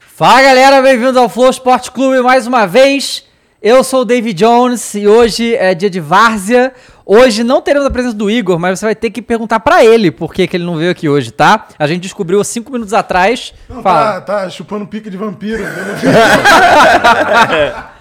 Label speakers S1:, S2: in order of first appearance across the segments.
S1: Fala galera, bem-vindos ao Flow Esporte Clube mais uma vez. Eu sou o David Jones e hoje é dia de várzea. Hoje não teremos a presença do Igor, mas você vai ter que perguntar pra ele por que, que ele não veio aqui hoje, tá? A gente descobriu há cinco minutos atrás.
S2: Não,
S1: Fala.
S2: tá, tá chupando pica de vampiro. tá.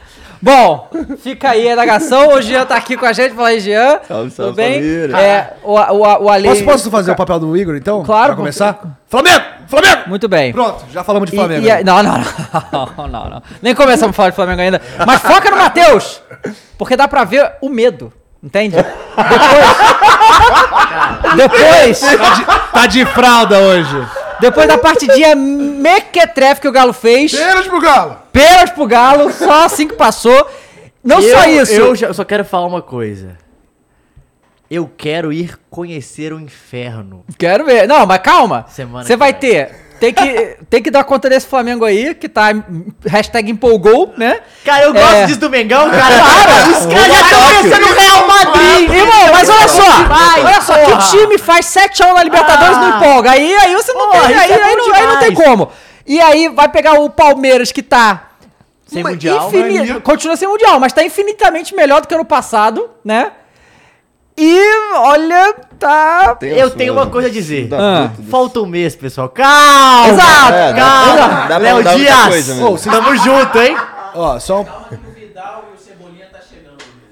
S1: Bom, fica aí a indagação. O Jean tá aqui com a gente. Fala aí, Jean.
S3: Salve, salve,
S1: Tudo bem?
S3: família.
S1: É, o, o, o Ale...
S2: posso, posso fazer o papel do Igor, então?
S1: Claro,
S2: Pra começar? Flamengo! Flamengo!
S1: Muito bem.
S2: Pronto, já falamos de
S1: E-
S2: Flamengo.
S1: e a- não, não, não, não, não. Nem começamos a falar de Flamengo ainda. Mas foca no Matheus! Porque dá pra ver o medo, entende? Depois. depois.
S3: Tá de fralda hoje.
S1: Depois da partidinha mequetrefe que o Galo fez.
S2: Cheiros pro Galo!
S1: Peras pro Galo, só assim que passou. Não só isso.
S3: Eu, já- eu É só quero falar uma coisa. Eu quero ir conhecer o inferno.
S1: Quero ver. Não, mas calma.
S3: Semana
S1: Você
S3: que
S1: vai
S3: vem.
S1: ter. Tem que, tem que dar conta desse Flamengo aí, que tá em- hashtag empolgou, né?
S3: Cara, eu gosto
S1: É.
S3: disso do Mengão, cara. Para! Os caras já estão pensando no Real Madrid.
S1: Irmão, mas olha só!
S3: Vai,
S1: olha só,
S3: porra. Ah.
S1: que time faz 7 anos na Libertadores e não empolga? Aí, aí você não
S3: Porra,
S1: tem.
S3: isso
S1: Aí,
S3: é
S1: aí
S3: bom
S1: não, aí não tem
S3: demais.
S1: como. E aí vai pegar o Palmeiras que tá.
S3: Sem
S1: uma
S3: mundial,
S1: infini-
S2: mania.
S1: Continua sem mundial, mas tá infinitamente melhor do que ano passado, né? E olha, tá.
S3: Eu tenho uma coisa a dizer.
S1: Ah.
S3: Falta um mês, pessoal. Calma!
S1: Exato.
S3: É,
S1: Calma.
S3: Calma!
S4: dá pra
S3: Léo
S4: mudar muita
S3: Dias!
S4: coisa né? mesmo.
S3: Ô, vocês- Tamo junto, hein?
S2: Ó, só um...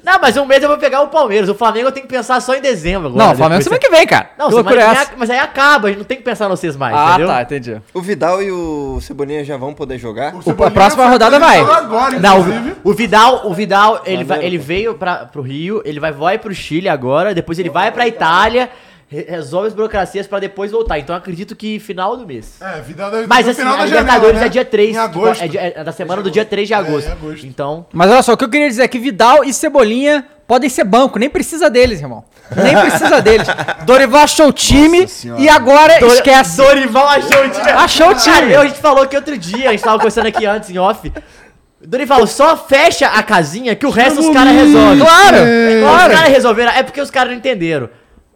S3: Não, mas um mês eu vou pegar o Palmeiras. O Flamengo eu tenho que pensar só em dezembro agora.
S1: Não, o Flamengo
S3: depois.
S1: semana que vem, cara.
S3: Não,
S1: Que loucura é
S3: semana que vem
S1: essa?
S3: ac- mas aí acaba, a gente não tem que pensar nos vocês mais,
S1: Ah,
S3: entendeu?
S1: tá, entendi.
S4: O Vidal e o Cebolinha já vão poder jogar?
S1: O- a próxima rodada vai.
S2: Agora,
S3: Não,
S2: inclusive.
S3: o Vidal, o Vidal, ele, vai,
S4: Maneiro,
S3: ele veio pra, pro Rio, ele vai, vai pro Chile agora, depois ele vai pra Itália, re- resolve as burocracias pra depois voltar. Então eu acacredito que final do mês.
S2: É, vida da,
S3: Mas
S2: no
S3: assim,
S2: final
S3: a
S2: da
S3: Libertadores
S2: janela, né?
S3: é dia 3,
S2: Em agosto.
S3: é, dia- é da semana do dia 3 de
S2: É, em
S3: agosto.
S2: agosto.
S3: Então,
S1: Mas olha só, o que eu queria dizer é que Vidal e Cebolinha podem ser banco, nem precisa deles, irmão. Nem precisa deles. Dorival achou o time e agora
S3: Dor-
S1: esquece.
S3: Dorival achou o time.
S1: Achou o
S3: Cara,
S1: time.
S3: eu- a gente falou que outro dia, a gente tava conversando aqui antes em off. Dorival, só fecha a casinha que o resto os caras resolvem.
S1: Claro,
S3: É,
S1: claro.
S3: Os caras resolveram, é porque os caras não entenderam.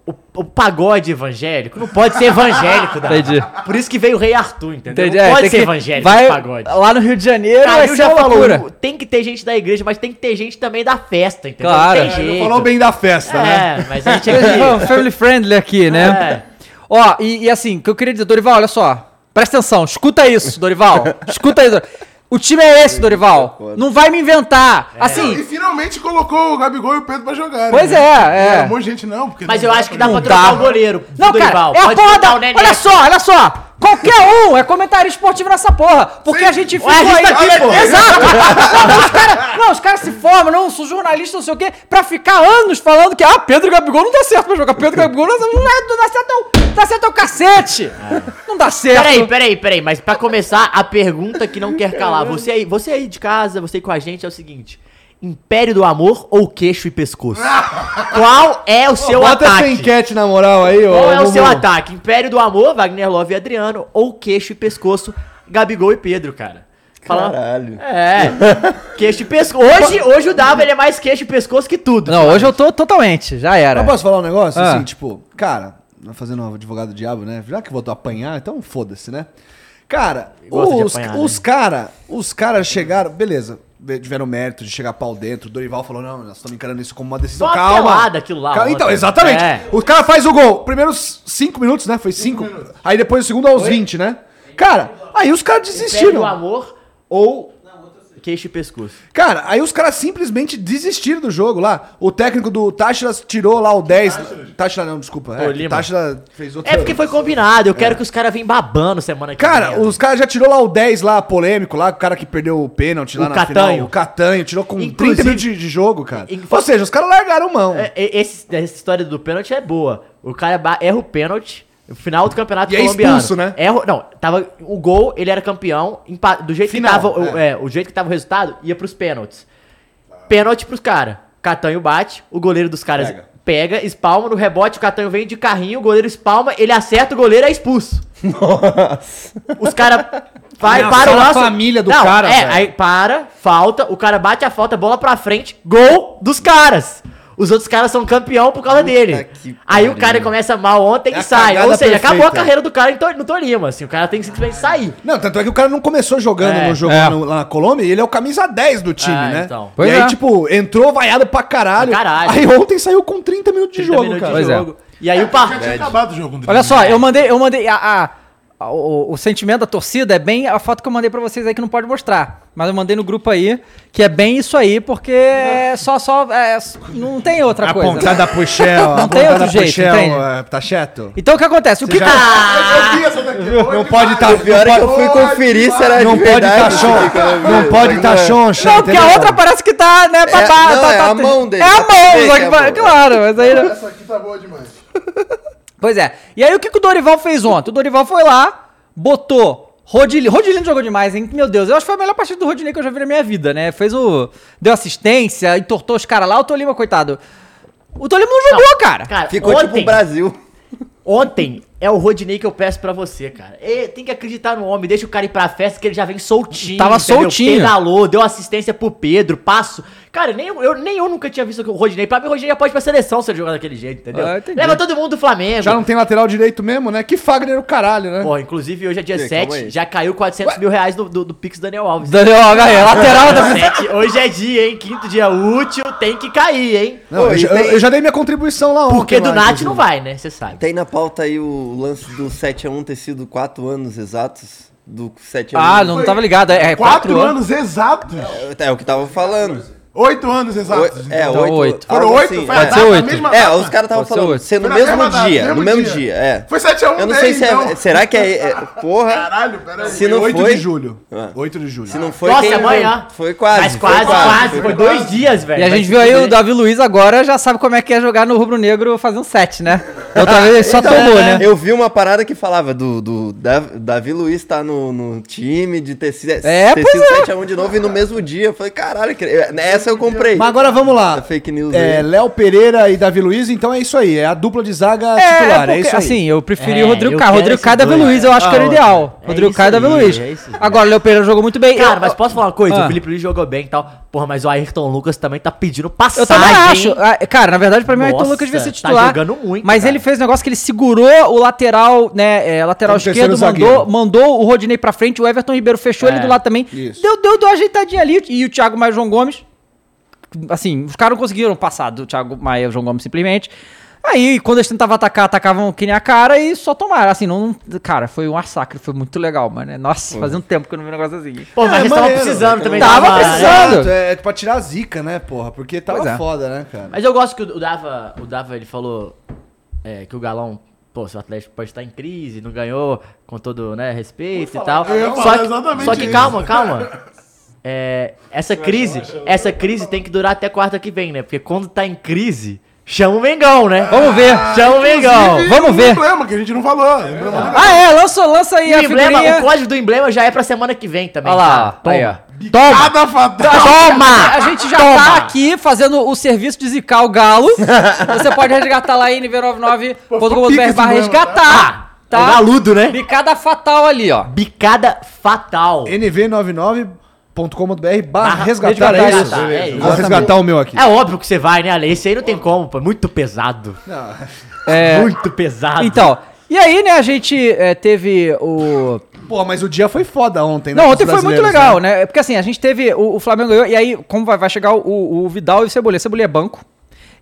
S3: O, o pagode evangélico não pode ser evangélico, Dá.
S1: Entendi.
S3: Por isso que veio o Rei Arthur, entendeu?
S1: Entendi,
S3: Não
S1: é,
S3: pode
S1: tem
S3: ser
S1: que-
S3: evangélico
S1: vai
S3: esse pagode.
S1: Lá no Rio de Janeiro vai
S3: Calil
S1: ser
S3: já
S1: uma
S3: falou,
S1: loucura.
S3: tem que ter gente da igreja, mas tem que ter gente também da festa, entendeu?
S1: Claro.
S3: Tem
S1: É,
S2: Ele
S3: jeito.
S2: falou bem da festa, né?
S3: É, mas a gente é
S1: Vamos,
S3: que...
S1: Family friendly aqui, né? Ó, e, e assim, o que eu queria dizer, Dorival, olha só. Presta atenção, escuta isso, Dorival. escuta isso. O time é esse, Dorival. Não vai me inventar.
S3: É,
S2: E
S1: Assim,
S2: finalmente colocou o Gabigol e o Pedro pra jogar.
S1: pois é, é.
S2: Um monte de gente não, porque...
S3: Mas eu acho que dá um pra
S1: Não
S3: trocar
S1: dá.
S3: o goleiro.
S1: Não,
S3: Dorival.
S1: cara, é a
S3: Pode
S1: porra
S3: botar
S1: da...
S3: o Neneca.
S1: Olha só, olha só. Qualquer um é comentário esportivo nessa porra. Porque
S2: Sim.
S1: a gente ficou
S3: Ué, a gente
S1: aí...
S3: tá aqui, pô.
S1: Exato. não, mas os cara, não, os caras se formam, não, sou jornalista, não sei o quê, pra ficar anos falando que, ah, Pedro Gabigol não dá certo pra jogar. Pedro Gabigol não dá, não dá- não dá certo, não. Dá certo é o cacete. Não dá certo.
S3: É. Peraí, peraí, peraí, mas pra começar, a pergunta que não quer calar. Você aí, você aí de casa, você aí com a gente, é o seguinte: Império do amor ou queixo e pescoço? Qual é o seu ataque?
S1: enquete na moral aí, ó.
S3: Qual é o seu ataque? Império do amor, Wagner Love e Adriano, ou queixo e pescoço, Gabigol e Pedro, cara? Fala-
S4: Caralho.
S3: É. Queixo e pescoço. Hoje, hoje o Dava ele é mais queixo e pescoço que tudo.
S1: Não, hoje eu tô totalmente, já era.
S3: Tá
S5: Eu posso falar um negócio?
S1: Ah.
S5: Assim, tipo, cara, fazendo um advogado do diabo, né? Já que eu vou apanhar, então foda-se, né? Cara,
S3: Gosta de
S5: os,
S3: apanhar, né?
S5: os cara, os caras chegaram, beleza, tiveram mérito de chegar pau dentro. Dorival falou: "Não, nós estamos encarando isso como uma decisão
S3: Só uma
S5: calma".
S3: pelada aquilo lá,
S5: Calma, Então,
S3: ontem.
S5: exatamente.
S3: É.
S5: O cara faz o gol, primeiros 5 minutos, né? Foi 5. Aí depois o segundo aos 20, né? Cara, aí os caras
S3: Império do
S5: desistiram.
S3: amor ou Queixo e pescoço.
S5: Cara, aí os caras simplesmente desistiram do jogo lá. O técnico do Táchira tirou lá o 10. Táchira não, desculpa.
S3: Pô,
S5: É,
S3: Lima.
S5: Táchira fez outro.
S3: É porque foi combinado. Eu quero que os caras venham babando semana que
S5: Cara,
S3: vem.
S5: os caras já tirou lá o 10 lá, polêmico lá, o cara que perdeu o pênalti lá
S3: O
S5: na
S3: Catanho.
S5: final. O Catanho. Tirou com
S3: Inclusive-
S5: 30 minutos de, de jogo, cara.
S3: In-
S5: Ou seja, os caras largaram mão.
S3: É, é, esse- essa história do pênalti é boa. O cara ba- erra o pênalti. no Final do campeonato
S5: E é
S3: colombiano.
S5: expulso, né?
S3: Erra, não, tava o gol, ele era campeão. empa- do jeito
S5: Final,
S3: que tava, o- é, o jeito que tava o resultado, ia pros pênaltis. Pênalti pros caras. Catanho bate, o goleiro dos caras pega.
S5: Pega.
S3: espalma no rebote, o Catanho vem de carrinho, o goleiro espalma, ele acerta, o goleiro é expulso. Os caras vai
S1: Ameaçaram
S3: para o
S1: a
S3: lance.
S1: família do cara,
S3: É,
S1: velho.
S3: aí para, falta, o cara bate a falta, bola pra frente, gol dos caras. Os outros caras são campeão por causa dele.
S4: que
S3: Aí o cara começa mal ontem
S5: É
S3: e
S5: a
S3: sai. Ou
S5: cagada
S3: seja, acabou a
S5: perfeita.
S3: carreira do cara em Tor- no Tolima, assim. O cara tem que simplesmente sair.
S5: Não, tanto é que o cara não começou jogando
S3: É.
S5: no jogo
S1: É.
S5: lá no- lá na Colômbia, e ele é o camisa 10 do time,
S3: Ah,
S5: né?
S3: então.
S5: E
S1: Pois
S5: aí,
S1: é.
S5: tipo, entrou vaiado pra caralho.
S3: Pra caralho.
S5: Aí ontem saiu com 30 minutos de
S3: 30
S5: jogo,
S3: minutos
S5: cara.
S3: de
S1: Pois é.
S3: jogo. E aí o par...
S2: Já tinha acabado o jogo. André.
S1: Olha só, eu mandei, eu mandei a, a- a- o, o sentimento da torcida é bem a foto que eu mandei pra vocês aí que não pode mostrar, mas eu mandei no grupo aí que é bem isso aí porque é só só é, s- não tem outra coisa. né?
S5: Apontada pro Shell,
S1: Não tem
S5: apontada
S1: outro jeito,
S5: Shell,
S1: entende?
S5: é, tá cheto?
S1: Então o que acontece? O que
S2: Eu vi essa daqui, boa
S5: Não
S2: demais.
S5: pode tá...
S4: Pior é que eu fui conferir se era
S5: Não
S4: de
S5: pode tá
S4: verdade. né,
S5: choncha. Não pode tá choncha.
S1: Não, porque a
S5: entendeu?
S1: outra parece que tá, né, babá,
S4: não,
S1: tá,
S4: é
S1: tá-
S4: a mão dele,
S1: É a
S4: tá
S1: mão,
S4: perfeito,
S1: só que
S4: é a
S1: pa-
S4: mão.
S1: claro, mas aí... não-
S2: Essa aqui tá boa demais.
S1: Pois é. E aí o que, que o Dorival fez ontem? O Dorival foi lá, botou Rodilino. Rodilino jogou demais, hein? Meu Deus, eu acho que foi a melhor partida do Rodilino que eu já vi na minha vida, né? Fez o. Deu assistência, entortou os caras lá. O Tolima, coitado. O Tolima não jogou, cara.
S3: Cara, um
S4: Ficou
S3: ontem,
S4: tipo o Brasil.
S3: ontem é o Rodinei que eu peço pra você, cara. E tem que acreditar no homem, deixa o cara ir pra festa que ele já vem soltinho.
S1: Tava soltinho.
S3: Pedalou, deu assistência pro Pedro, passo. Cara, nem eu, nem eu nunca tinha visto o Rodinei. Pra mim, o Rodinei já pode ir pra seleção se ele jogar daquele jeito, entendeu?
S1: Ah, entendi.
S3: Leva todo mundo do Flamengo.
S5: Já não tem lateral direito mesmo, né? Que Fagner o caralho, né?
S3: Porra, inclusive hoje é dia
S4: Ei, calma
S3: 7,
S4: aí.
S3: já caiu 400 mil reais do, do, do Pix Daniel Alves.
S1: Daniel, olha aí, lateral da.
S3: Sete, hoje é dia, hein? Quinto dia útil, tem que cair, hein?
S5: Não,
S4: Pô,
S5: eu,
S4: e
S5: já-
S4: tem-
S5: eu- eu já dei minha contribuição lá ontem.
S3: Porque do
S5: lá,
S3: Nath não
S5: inclusive.
S3: vai, né? Você sabe.
S4: Tem na pauta aí o lance do 7x1 ter sido 4 anos exatos do 7x1.
S1: Ah, não tava ligado. É, é
S2: Quatro
S1: quatro anos.
S2: anos exatos.
S4: É o que tava falando.
S2: Oito anos exatos.
S4: Oi-
S2: então.
S4: É,
S1: Então,
S4: oito.
S1: oito.
S4: algo
S2: Foram oito?
S4: assim,
S2: Foi
S4: é.
S2: a
S1: Pode ser
S2: data,
S1: oito.
S2: a mesma
S4: É,
S2: data.
S4: os caras estavam
S1: Pode ser
S4: falando,
S1: oito.
S4: ser no
S2: Foi na
S4: mesmo
S2: mesma data,
S4: dia,
S2: mesmo
S4: no mesmo
S2: dia.
S4: dia, é.
S2: Foi 7
S5: um
S2: a 1
S4: Eu não sei
S2: daí,
S4: se é,
S2: então.
S4: será que é, é- porra,
S2: Caralho, peraí.
S4: Se não
S2: Oito
S4: foi-
S2: de julho.
S4: É.
S2: 8 de julho.
S4: se
S5: Ah.
S4: não foi
S3: Nossa,
S4: quem-
S3: amanhã.
S4: Foi quase,
S3: Mas
S4: foi
S3: quase, quase.
S4: foi
S3: Foi dois dias, velho.
S1: E a
S3: Mas
S1: gente viu aí
S3: tudo
S1: o
S3: bem.
S1: Davi Luiz agora já sabe como é que é jogar no Rubro Negro fazendo set, né? Outra vez ele só
S5: Então,
S1: tomou,
S5: é,
S1: né?
S4: Então, é, Eu vi uma parada que falava do, do Dav- Davi Luiz tá no, no time, de ter, sido-
S1: É,
S4: ter
S1: pois
S4: sido
S1: é.
S4: 7x1 de novo e no mesmo dia. Eu falei, caralho, que- essa eu comprei.
S5: Mas agora vamos lá.
S4: Essa fake news
S5: É,
S4: aí.
S5: Léo Pereira e Davi Luiz, então é isso aí. É a dupla de zaga
S1: É,
S5: titular.
S1: porque,
S5: é isso aí.
S1: assim, eu preferi
S3: É,
S1: o Rodrigo
S3: eu
S1: Caio.
S3: quero
S1: Rodrigo
S3: esses
S1: Caio e Davi
S3: dois.
S1: Luiz, eu acho
S3: Ah,
S1: que era o
S3: outra.
S1: ideal.
S3: É
S1: Rodrigo
S3: isso
S1: Caio e Davi
S3: aí,
S1: Luiz.
S3: é isso aí.
S1: Agora, o Léo Pereira jogou muito bem.
S3: Cara,
S1: Eu-
S3: mas posso falar uma coisa?
S1: Ah.
S3: O Felipe Luiz jogou bem e tal. Porra, mas o Ayrton Lucas também tá pedindo passagem.
S1: Eu também acho. Ah, Cara, na verdade, pra mim o Ayrton
S3: Nossa,
S1: Lucas devia ser
S3: tá
S1: titular.
S3: jogando muito,
S1: Mas
S3: cara.
S1: ele fez um negócio que ele segurou o lateral, né? é, lateral
S5: Como terceiro
S1: esquerdo, mandou,
S5: zagueiro.
S1: mandou o Rodinei pra frente, o Everton Ribeiro fechou
S3: É,
S1: ele do lado também.
S5: isso.
S1: Deu, deu, deu uma ajeitadinha ali. E o Thiago Maia e o João Gomes. Assim, os caras não conseguiram passar do Thiago Maia e o João Gomes simplesmente. Aí, quando eles tentavam atacar, atacavam que nem a cara e só tomaram. Assim, não. não- Cara, foi um massacre, foi muito legal, mano. Nossa, fazia um tempo que eu não vi um negócio assim.
S3: Pô, mas
S5: É,
S3: eles estavam
S5: maneiro.
S3: precisando também.
S1: Tava
S3: dava-
S1: precisando.
S5: Exato, é, é pra tirar a zica, né, porra? Porque tava
S1: Pois é.
S5: foda, né, cara?
S3: Mas eu gosto que o Dava, o Dava ele falou é, que o Galão, pô, seu Atlético pode estar em crise, não ganhou com todo né, respeito e tal.
S2: eu ia
S3: Só
S2: falar
S3: que,
S2: exatamente
S3: só que
S2: isso.
S3: calma, calma. É, essa crise, essa crise tem que durar até quarta que vem, né? Porque quando tá em crise, chama o Mengão, né?
S1: Vamos ver.
S3: Chama o Mengão.
S1: Vamos
S2: um
S1: ver.
S2: emblema que a gente não falou. Lembramos do
S1: Ah, é, lança, lança aí
S3: E
S1: a
S3: o, emblema,
S1: figurinha.
S3: o código do emblema já é pra semana que vem também. tá?
S1: Olha lá, tá
S3: cara.
S1: aí, ó.
S3: Toma.
S1: Toma!
S2: Cada fatal.
S3: Toma!
S1: A gente já
S3: Toma!
S1: tá aqui fazendo o serviço de zicar o galo. Você pode resgatar lá em nv99.com.br barra resgatar.
S3: Tá. É o
S1: Tá?
S3: galudo, né?
S1: Bicada fatal ali, ó.
S3: Bicada fatal.
S5: nv99.com.br barra resgatar,
S1: resgatar,
S5: é isso?
S3: resgatar, é isso.
S5: Vou resgatar o meu aqui.
S3: É óbvio que você vai, né, Ale? Esse aí não tem como, pô. é Muito pesado. Muito pesado.
S1: É. Então, e aí, né, a gente eh, teve o...
S5: Pô, mas o dia foi foda ontem,
S1: Não,
S5: com os
S1: ontem foi muito
S5: brasileiros,
S1: legal,
S5: né?
S1: né? Porque assim, a gente teve. O, o Flamengo ganhou, e aí, como vai, vai chegar o, o Vidal e o Cebolinha? O Cebolinha é banco.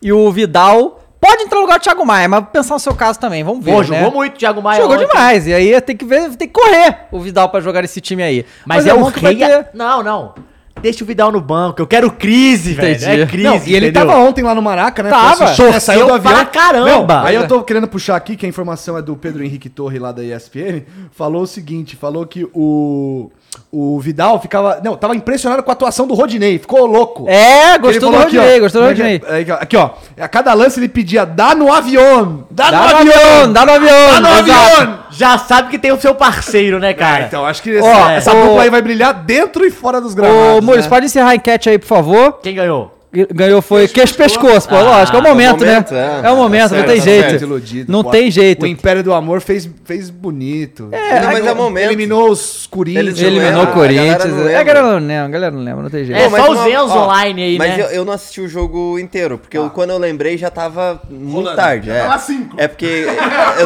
S1: E o Vidal. Pode entrar no lugar do Thiago Maia, mas pensar no seu caso também, vamos ver.
S3: Pô,
S1: né?
S3: jogou muito o Thiago Maia
S1: Jogou
S3: ontem.
S1: demais. E aí tem que ver, tem que correr o Vidal pra jogar esse time aí.
S3: Mas, é, um
S1: bom que vai
S3: rei.
S1: ter-
S3: Não, não. Deixa o Vidal no banco. Eu quero crise,
S1: Entendi.
S3: velho. É crise.
S5: Não, e ele
S1: tá-
S3: entendeu?
S5: tava ontem lá no Maraca, né?
S1: Tava.
S5: Foi assistir, né? Saiu do
S3: Torceu
S5: avião.
S3: pra caramba.
S5: Não, aí eu tô querendo puxar aqui, que a informação é do Pedro Henrique Torre, lá da ESPN. Falou o seguinte, falou que o... O Vidal ficava... Não, tava impressionado com a atuação do Rodinei. Ficou louco.
S1: É,
S5: Ele
S1: gostou do
S5: falou aqui,
S1: Rodinei,
S5: ó,
S1: gostou do
S5: como é
S1: Rodinei.
S5: que é? Aí, ó, Aqui, ó. A cada lance ele pedia, dá no avião!
S3: Tá
S5: Dá,
S3: é?
S1: Dá no avião, dá no avião.
S5: Dá no
S1: exato. É,
S5: avião!
S3: Já sabe que tem o seu parceiro, né, cara?
S5: Então, acho que esse-
S1: Ó,
S5: essa
S1: o-
S5: dupla aí vai brilhar dentro e fora dos gramados,
S1: Ô, Muris,
S5: né?
S1: pode encerrar a enquete aí, por favor.
S3: Quem ganhou?
S1: Ganhou foi queixo pescoço,
S3: Ah,
S1: pô. Lógico,
S3: tá
S1: é o momento,
S4: momento,
S1: né?
S4: é.
S1: É, o momento,
S4: Tá
S1: não
S4: certo,
S1: tem
S4: tá
S1: jeito.
S4: certo,
S5: Iludido,
S1: não
S5: pô.
S1: tem jeito.
S5: O Império do Amor fez, fez bonito.
S4: Ele- mas é momento.
S5: Eliminou os Corinthians.
S4: Eles- Ele
S1: Eliminou
S4: lembra,
S1: o
S4: a
S1: Corinthians.
S4: galera não
S1: É,
S4: lembra.
S1: a galera não lembra, a galera não lembra, não tem jeito.
S3: É,
S4: Pô, mas
S3: só os
S4: uma-
S3: Enzo
S4: ó,
S3: online aí,
S4: mas
S3: né?
S4: eu, eu não assisti o jogo inteiro, porque eu- quando eu lembrei já tava muito tarde. É.
S2: Tava cinco.
S4: é porque eu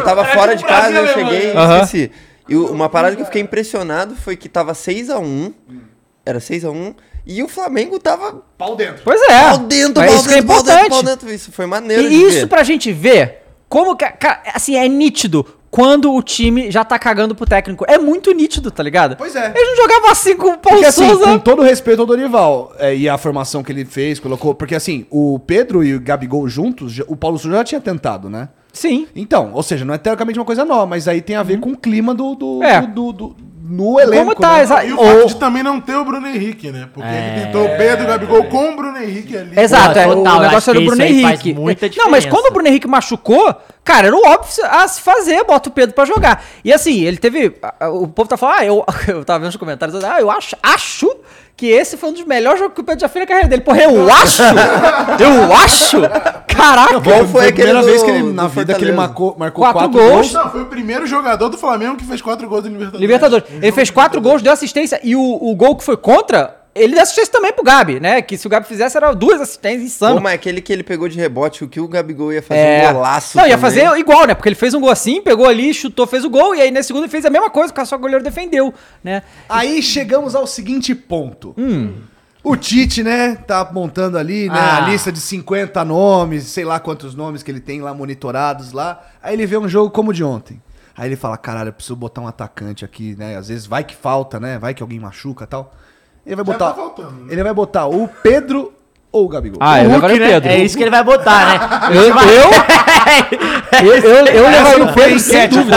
S4: tava fora de
S2: tipo
S4: casa, eu
S2: Brasil,
S4: cheguei e
S1: Aham.
S4: esqueci. E o- uma parada que eu fiquei impressionado foi que tava 6x1, era 6x1, e o Flamengo tava
S2: Pau dentro.
S1: Pois é.
S4: pau dentro,
S1: Mas
S4: pau
S1: isso que é
S4: dentro, pau dentro, pau
S1: importante.
S4: dentro. Isso foi maneiro de
S1: E isso
S4: ver.
S1: pra gente ver como que. Cara, assim, é nítido quando o time já tá cagando pro técnico. É muito nítido, tá ligado?
S5: Pois é.
S1: Eles não jogavam assim com o Paulo
S5: Porque assim,
S1: Souza.
S5: com todo respeito ao Dorival é, e a formação que ele fez, colocou. Porque assim, o Pedro e o Gabigol juntos, já- o Paulo Souza já tinha tentado, né?
S1: Sim.
S5: Então, ou seja, não é teoricamente uma coisa nova, mas aí tem a ver com o clima do. do,
S1: É.
S5: do, do- do- no elenco.
S1: como tá,
S5: né? É.
S1: exa-
S2: E o
S1: ou-
S2: fato de também não ter o Bruno Henrique, né? Porque ele tentou o Pedro e o Gabigol com o Bruno Henrique ali.
S1: Exato,
S3: Pô,
S1: é,
S3: total,
S1: o
S3: eu acho
S1: negócio era o
S3: que
S1: Bruno
S3: isso aí faz
S1: Henrique.
S3: muita
S1: não, mas
S3: diferença.
S1: quando o Bruno Henrique machucou, cara, era o óbvio a se fazer, bota o Pedro pra jogar. E assim, ele teve. a- a- O povo tá falando, ah, eu, eu tava vendo os comentários, ah, eu acho, acho que esse foi um dos melhores jogos que o Pedro já fez na carreira dele. Porra, eu acho! eu acho! Caraca!
S4: Qual foi
S5: Foi a
S4: aquele
S5: primeira
S4: do-
S5: vez que ele, na
S4: do
S5: vida que ele
S4: Fortaleza?
S5: marcou, marcou
S1: Quatro
S5: quatro,
S1: gols.
S5: gols.
S2: Não, foi o primeiro jogador do Flamengo que fez quatro gols do Libertadores.
S1: Libertadores. Ele fez quatro gols, deu assistência e o, o gol que foi contra, ele deu assistência também pro Gabi, né? Que se o Gabi fizesse, era duas assistências
S4: Pô,
S1: insano.
S4: mas aquele que ele pegou de rebote, o que o Gabigol ia fazer,
S1: É.
S4: um golaço.
S1: Não, ia
S4: também.
S1: fazer igual, né? Porque ele fez um gol assim, pegou ali, chutou, fez o gol, e aí nesse segundo ele fez a mesma coisa, só que o goleiro defendeu, né?
S5: Aí chegamos ao seguinte ponto. O Tite, né, tá montando ali, né,
S3: Ah.
S5: a lista de 50 nomes, sei lá quantos nomes que ele tem lá monitorados lá. Aí ele vê um jogo como o de ontem. Aí ele fala: "Caralho, eu preciso botar um atacante aqui, né? Às vezes vai que falta, né? Vai que alguém machuca, e tal". Ele vai
S2: Já
S5: botar
S2: tá faltando, né?
S5: Ele vai botar o Pedro ou o Gabigol.
S1: Ah, eu levaria o
S3: né?
S1: Pedro.
S3: É isso que ele vai botar, né?
S1: Eu, eu, eu, eu, eu levaria o Pedro sem dúvida.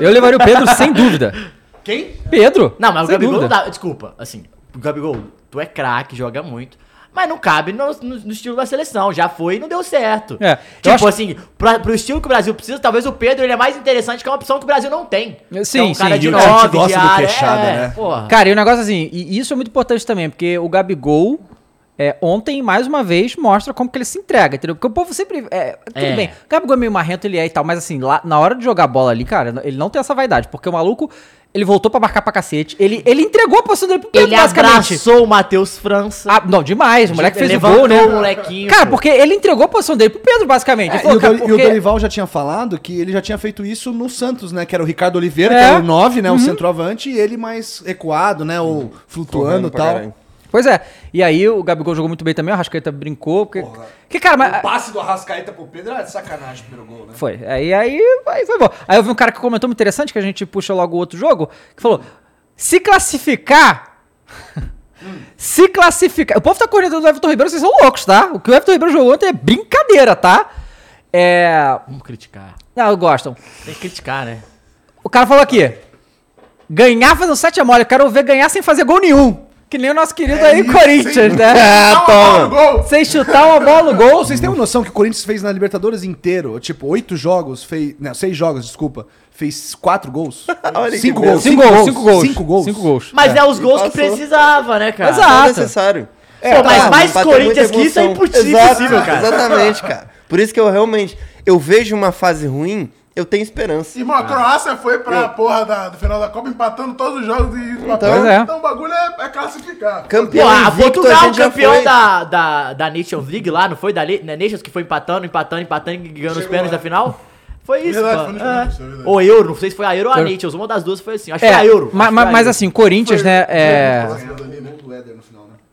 S1: Eu levaria o Pedro sem dúvida.
S2: Quem?
S1: Pedro?
S3: Não, mas o
S1: sem
S3: Gabigol
S1: dúvida.
S3: não dá. Desculpa, assim, o Gabigol, tu é craque, joga muito. Mas não cabe no, no- no estilo da seleção. Já foi e não deu certo.
S1: É, eu
S3: Tipo
S1: acho-
S3: assim, pra, pro estilo que o Brasil precisa, talvez o Pedro ele é mais interessante que é uma opção que o Brasil não tem.
S1: Sim,
S3: Que é um cara
S1: sim,
S3: de
S1: e o
S5: Tite
S3: nove,
S5: gosta
S3: de
S5: do
S3: área,
S5: queixada,
S3: é,
S5: né?
S3: Porra.
S1: Cara, e o negócio assim, e isso é muito importante também, porque o Gabigol, é, ontem, mais uma vez, mostra como que ele se entrega, entendeu? Porque o povo sempre. é, tudo
S3: É.
S1: bem, o Gabigol é meio marrento, ele é e tal, mas assim, lá, na hora de jogar bola ali, cara, ele não tem essa vaidade, porque o maluco, ele voltou pra marcar pra cacete, ele, ele entregou a posição dele pro Pedro,
S3: Ele abraçou o Matheus França.
S1: Ah, não, demais, o moleque fez o
S3: levantou
S1: gol, né?
S3: o molequinho,
S1: cara,
S3: pô.
S1: porque ele entregou a posição dele pro Pedro, basicamente. Ele
S5: É,
S1: falou,
S5: e, o
S1: cara,
S5: Dori- e o
S1: porque-
S5: Dorival já tinha falado que ele já tinha feito isso no Santos, né? Que era o Ricardo Oliveira,
S1: É.
S5: que era o 9, né? O centroavante, e ele mais recuado, né? Ou flutuando
S4: Correndo
S5: e
S4: pra
S5: tal.
S4: caralho.
S1: Pois é, e aí o Gabigol jogou muito bem também, o Arrascaeta brincou, porque... Que, cara, mas...
S5: passe do Arrascaeta pro Pedro é sacanagem, primeiro gol, né?
S1: Foi. Aí, aí, aí foi bom. Aí eu vi um cara que comentou muito interessante, que a gente puxa logo o outro jogo, que falou: se classificar. se classificar. O povo tá correndo do Everton Ribeiro, vocês são loucos, tá? O que o Everton Ribeiro jogou ontem é brincadeira, tá? É.
S3: Vamos criticar.
S1: Não, gostam.
S3: Tem que criticar, né?
S1: O cara falou aqui: ganhar fazendo 7 é mole, eu quero ver ganhar sem fazer gol nenhum. Que nem o nosso querido
S5: É
S1: aí, Corinthians, né?
S2: Ah, toma. Gol.
S1: Sem chutar uma bola no gol.
S5: Vocês têm uma noção que o Corinthians fez na Libertadores inteiro? Tipo, oito jogos, fez. Não, seis jogos, desculpa. Fez quatro gols.
S4: Olha que
S5: cinco,
S4: beleza.
S5: gols,
S1: Cinco gols, cinco
S5: cinco
S1: gols.
S5: Cinco gols.
S1: Cinco gols.
S3: Mas é, os gols
S4: e
S3: que
S4: passou.
S3: precisava, né, cara?
S1: Exato.
S4: Não é necessário.
S3: Pô, mas mais
S4: bateu
S3: Corinthians
S4: muita
S3: que isso é
S4: emoção.
S3: impossível,
S4: Exato,
S3: cara.
S4: Exatamente, cara. Por isso que eu realmente, eu vejo uma fase ruim, eu tenho esperança.
S2: Irmão,
S5: Ah.
S2: a Croácia foi pra porra da- do final da Copa empatando todos os jogos e então,
S1: é.
S2: então o bagulho é, é classificar.
S4: Campeão
S3: Pô,
S2: ah,
S3: a
S4: invicto, a
S3: Portugal,
S4: gente já
S3: campeão
S4: foi.
S3: da, da, da Nations League lá, não foi? Da Le- né, Nations que foi empatando, empatando, empatando e ganhando os
S2: Chegou
S3: pênaltis
S2: lá.
S3: da final? Foi isso,
S2: Verdade,
S3: pô.
S2: foi nos
S3: É.
S2: pênaltis, é verdade.
S3: Ou Euro, não sei se foi a Euro ou a
S1: Euro.
S3: Nations, uma das duas foi assim. Acho que
S1: É,
S3: foi a Euro.
S1: ma-
S3: acho que
S1: ma-
S3: foi a
S1: mas
S3: Euro.
S1: assim, o Corinthians, né? É,
S5: né?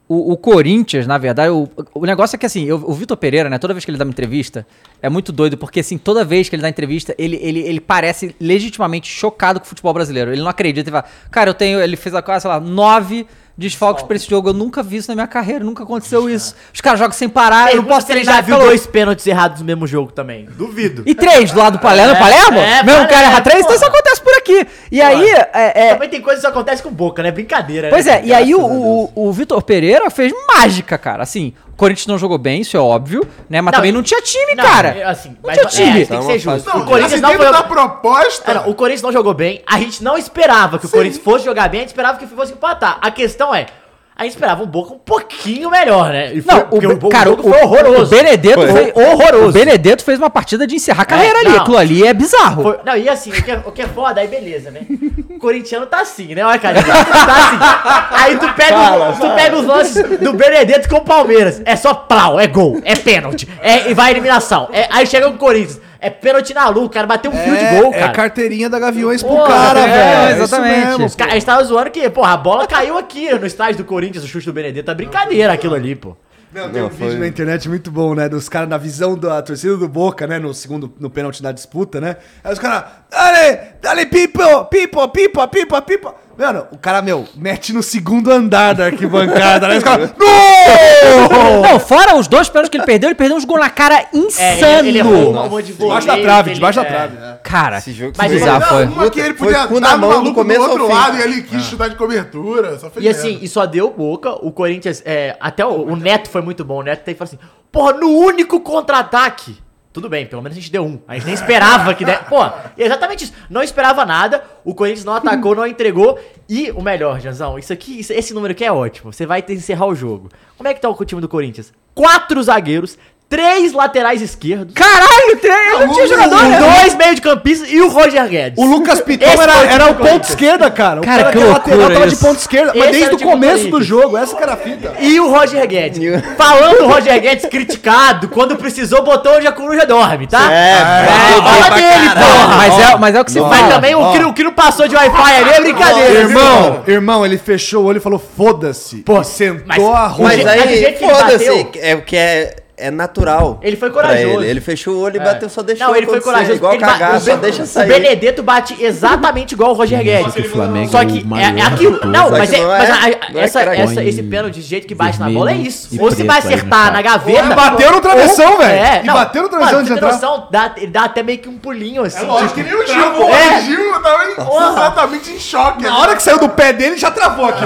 S1: o, o Corinthians, na verdade, o, o negócio é que assim, eu- o Vitor Pereira, né, toda vez que ele dá uma entrevista, é muito doido, porque assim, toda vez que ele dá entrevista, ele, ele, ele parece legitimamente chocado com o futebol brasileiro. Ele não acredita, ele fala, cara, eu tenho, ele fez a, sei ah, lá, nove desfalques pra esse jogo. Eu nunca vi isso na minha carreira, nunca aconteceu isso. Os caras jogam sem parar, eu não
S3: Pergunta
S1: posso
S3: se ele
S1: treinar.
S3: já viu
S1: calor.
S3: dois pênaltis errados no mesmo jogo também. Duvido.
S1: E três do lado do Palermo,
S3: É,
S1: Palermo?
S3: é,
S1: Mesmo cara
S3: Palermo,
S1: erra três, então
S3: porra.
S1: isso acontece por aqui. E aí, é, é,
S3: Também tem coisa que só acontece com boca, né? Brincadeira.
S1: Pois
S3: né?
S1: é, e aí o, o, o Vitor Pereira fez mágica, cara. Assim, o Corinthians não jogou bem, isso é óbvio, né? Mas
S3: Não,
S1: também não tinha time,
S3: não,
S1: cara.
S3: assim,
S1: não
S3: mas-
S1: tinha
S3: é,
S1: time.
S3: tem que
S4: Tá uma
S3: ser justo.
S4: fase-
S3: o Corinthians não foi.
S2: da proposta.
S3: É, não, o Corinthians não jogou bem. A gente não esperava que o Corinthians fosse jogar bem, a gente esperava que fosse empatar. A questão é, a gente esperava um Boca um pouquinho melhor, né? E foi-
S1: Não, o,
S3: porque
S1: Be-
S3: Bo-
S1: cara,
S3: jogo
S1: o,
S3: foi horroroso.
S1: o Benedetto
S4: Foi.
S1: foi horroroso. O Benedetto fez uma partida de encerrar a carreira ali.
S3: não.
S1: Aquilo ali é bizarro.
S3: Foi- não, e assim, o que, é, o que é foda, aí beleza, né? O corintiano tá assim, né? Olha, cara, o corintiano tá assim. Aí tu pega, o- tu pega os lances do Benedetto com o Palmeiras. É só plau, é gol, é pênalti, é, e vai eliminação. É- aí chega o Corinthians, é pênalti na lua, o cara bateu um fio de gol,
S5: é
S3: cara.
S5: carteirinha da Gaviões pro
S3: Porra,
S5: cara,
S3: é,
S5: velho. É isso
S1: exatamente.
S5: mesmo,
S3: Os ca- a gente tava zoando que, porra, a bola caiu aqui no estádio do Corinthians, o chute do Benedetto. É brincadeira aquilo ali, pô.
S5: Não, tem um
S4: Não,
S5: vídeo
S4: foi-
S5: na internet muito bom, né? Dos caras na visão da torcida do Boca, né? No segundo, no pênalti da disputa, né? Aí os caras, dale, dale, pipo, pipo, pipo, pipo, pipo. Mano, o cara, meu, mete no segundo andar da arquibancada, né? Os caras, no!
S1: Não, fora os dois pênaltis que ele perdeu, ele perdeu uns gols na cara
S3: É,
S1: insano.
S3: monte de
S5: Debaixo da
S3: voleio,
S5: trave,
S3: ele-
S5: debaixo da
S3: é.
S5: trave.
S1: Cara,
S4: Esse jogo
S3: Mas
S4: foi-
S1: bizarro
S2: Não,
S1: foi.
S2: uma que ele
S4: Foi
S2: podia
S4: cu na
S2: dar no
S4: mão, do
S2: maluco do
S4: começo ao
S2: outro
S4: fim.
S2: lado e ele quis chutar de cobertura. Só fez
S3: E assim,
S2: merda.
S3: e só deu boca. O Corinthians, é, até o, o Neto foi muito bom. O Neto tem que falar assim: porra, no único contra-ataque. Tudo bem, pelo menos a gente deu um. A gente nem esperava que der. Pô, é exatamente isso. Não esperava nada. O Corinthians não atacou, não entregou. E o melhor, Janzão, isso aqui, isso- esse número aqui é ótimo. Você vai ter que encerrar o jogo. Como é que tá o time do Corinthians? Quatro zagueiros, três laterais esquerdos.
S1: Caralho, tre- ele não tinha jogador, né?
S3: Dois meio-campistas e o Roger Guedes.
S5: O Lucas Piton
S3: Esse
S5: era,
S3: foi o time
S5: era
S3: do
S5: o ponto
S3: Corinthians.
S5: esquerda, cara. O
S1: Cara, que
S5: que era
S1: loucura
S5: tava de
S1: isso.
S5: ponto esquerda.
S3: Esse
S5: Mas
S3: era
S5: desde
S3: o
S5: o
S3: time do
S5: começo do
S3: Corinthians.
S5: jogo, essa que era a fita.
S3: E o Roger Guedes. Falando o Roger Guedes criticado, quando precisou, botou onde a coruja dorme, tá?
S4: É,
S3: É, fala dele, porra! Mas,
S1: Mas é, mas é o que se fala.
S3: também o que, o que não passou de Wi-Fi ali é brincadeira.
S5: Irmão, irmão, ele fechou o olho e falou, foda-se.
S3: Pô,
S5: e sentou
S3: mas-
S5: a rola.
S3: Mas
S4: Mas
S3: do
S4: aí,
S3: jeito que ele bateu-
S4: foda-se. É o que é, é natural.
S3: Ele foi
S4: pra
S3: corajoso. É.
S4: Ele. Ele fechou o olho e bateu, só deixou
S3: Não, ele foi
S4: acontecer,
S3: corajoso.
S4: Igual
S3: porque ele ba-
S4: cagar,
S3: o
S4: só
S3: Ben-
S4: deixa
S3: O
S4: sair.
S3: Benedetto bate exatamente igual o Roger Guedes.
S2: que o Flamengo
S3: Só que é, é aquilo. Não, mas, é,
S4: Não é-
S3: mas a- a-
S4: não é
S3: essa,
S4: craque.
S3: essa- esse pênalti, de jeito que bate na bola, é isso. Ou se vai acertar na gaveta.
S5: Ou bateu no travessão,
S3: ou-
S5: velho.
S3: É,
S5: E
S3: não.
S5: bateu no travessão
S3: Mano,
S5: antes de
S3: você tem
S5: entrar.
S3: noção, dá- Ele dá até meio que um pulinho assim.
S2: É lógico que nem o Gil, pô.
S3: É.
S2: O Gil tava em- exatamente em choque. né?
S5: Na hora que saiu do pé dele, já travou
S3: É.
S5: aqui.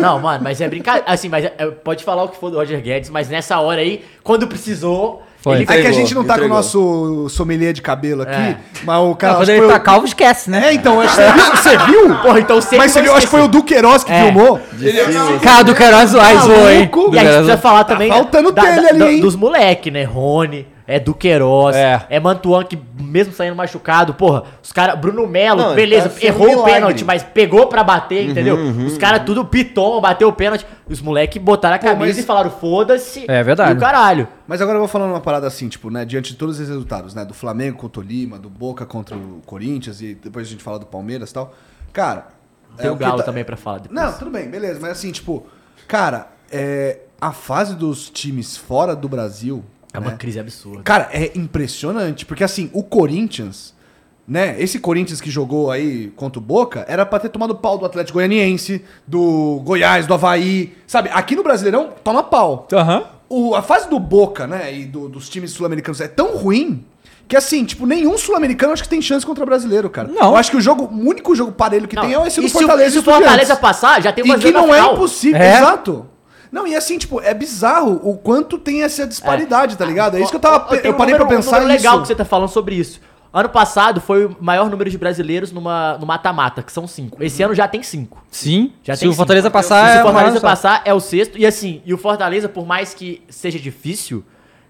S3: Não, mano, mas é brincadeira. Assim, mas é- é- pode falar o que for do Roger Guedes, mas nessa hora aí, quando precisou,
S1: Foi.
S3: ele
S5: É
S3: fez.
S5: que a gente não tá com o
S4: entregou.
S5: nosso sommelier de cabelo aqui,
S3: É.
S5: mas o cara...
S1: Não,
S5: acho
S1: Quando
S5: que
S1: ele
S5: foi
S1: tá
S5: o-
S1: calvo, esquece, né?
S5: É, então, acho que você viu? Você viu?
S3: Porra, então sempre
S5: Mas você
S3: foi
S5: viu, acho que foi o Duqueiroz
S3: É.
S5: que filmou.
S1: Cara, do Queiroz zoar, zoou, hein?
S3: Maluco.
S1: Tá Do
S3: Tá E a gente
S1: Queiroz-
S3: precisa falar também.
S5: Tá faltando telha ali, hein?
S3: Dos moleque, né? Rony, é Duqueiroz,
S1: É.
S3: é, Mantuan, que mesmo saindo machucado, porra, os caras. Bruno Melo,
S4: Não,
S3: beleza,
S4: tá sendo
S3: errou o
S4: milagre.
S3: pênalti, mas pegou pra bater,
S5: Uhum,
S3: entendeu? os caras tudo piton, bateu o pênalti. Os moleque botaram a camisa
S5: mas-
S3: e falaram, foda-se.
S1: É verdade.
S3: E o caralho.
S5: Mas agora eu vou falando uma parada assim, tipo, né? Diante de todos esses resultados, né? Do Flamengo contra o Lima, do Boca contra o Corinthians e depois a gente fala do Palmeiras e tal. Cara.
S3: Tem
S5: é
S3: o
S5: que
S3: Galo
S5: tá-
S3: também pra falar depois.
S5: Não, tudo bem, beleza. Mas assim, tipo, cara, é, a fase dos times fora do Brasil.
S3: É uma
S5: né?
S3: crise absurda.
S5: Cara, é impressionante, porque assim, o Corinthians, né? Esse Corinthians que jogou aí contra o Boca, era pra ter tomado pau do Atlético Goianiense, do Goiás, do Havaí. Sabe, aqui no Brasileirão, toma pau.
S1: Aham.
S5: O- a fase do Boca, né, e do- dos times sul-americanos é tão ruim que, assim, tipo, nenhum sul-americano acho que tem chance contra brasileiro, cara.
S1: Não.
S5: Eu acho que o jogo, o único jogo parelho que tem é esse
S3: e
S5: do
S3: se o-
S5: Fortaleza
S3: e se o
S5: Estudiantes.
S3: Fortaleza passar, já tem
S5: E que
S3: brasileiro
S5: não
S3: na
S5: é
S3: final.
S5: impossível,
S1: É.
S5: exato. Não, e assim, tipo, é bizarro o quanto tem essa disparidade, tá ligado? É isso que eu tava. Eu,
S3: tenho um
S5: parei
S3: número-
S5: pra
S3: um
S5: pensar
S3: número legal que
S5: isso.
S3: você tá falando sobre isso. Ano passado foi o maior número de brasileiros numa, no mata-mata, que são cinco. Esse ano já tem cinco.
S1: Sim.
S3: Já
S1: se
S3: tem
S1: o Fortaleza
S3: cinco.
S1: passar,
S3: se o
S1: é uma
S3: Fortaleza
S1: só.
S3: passar é o sexto. E assim, e o Fortaleza, por mais que seja difícil,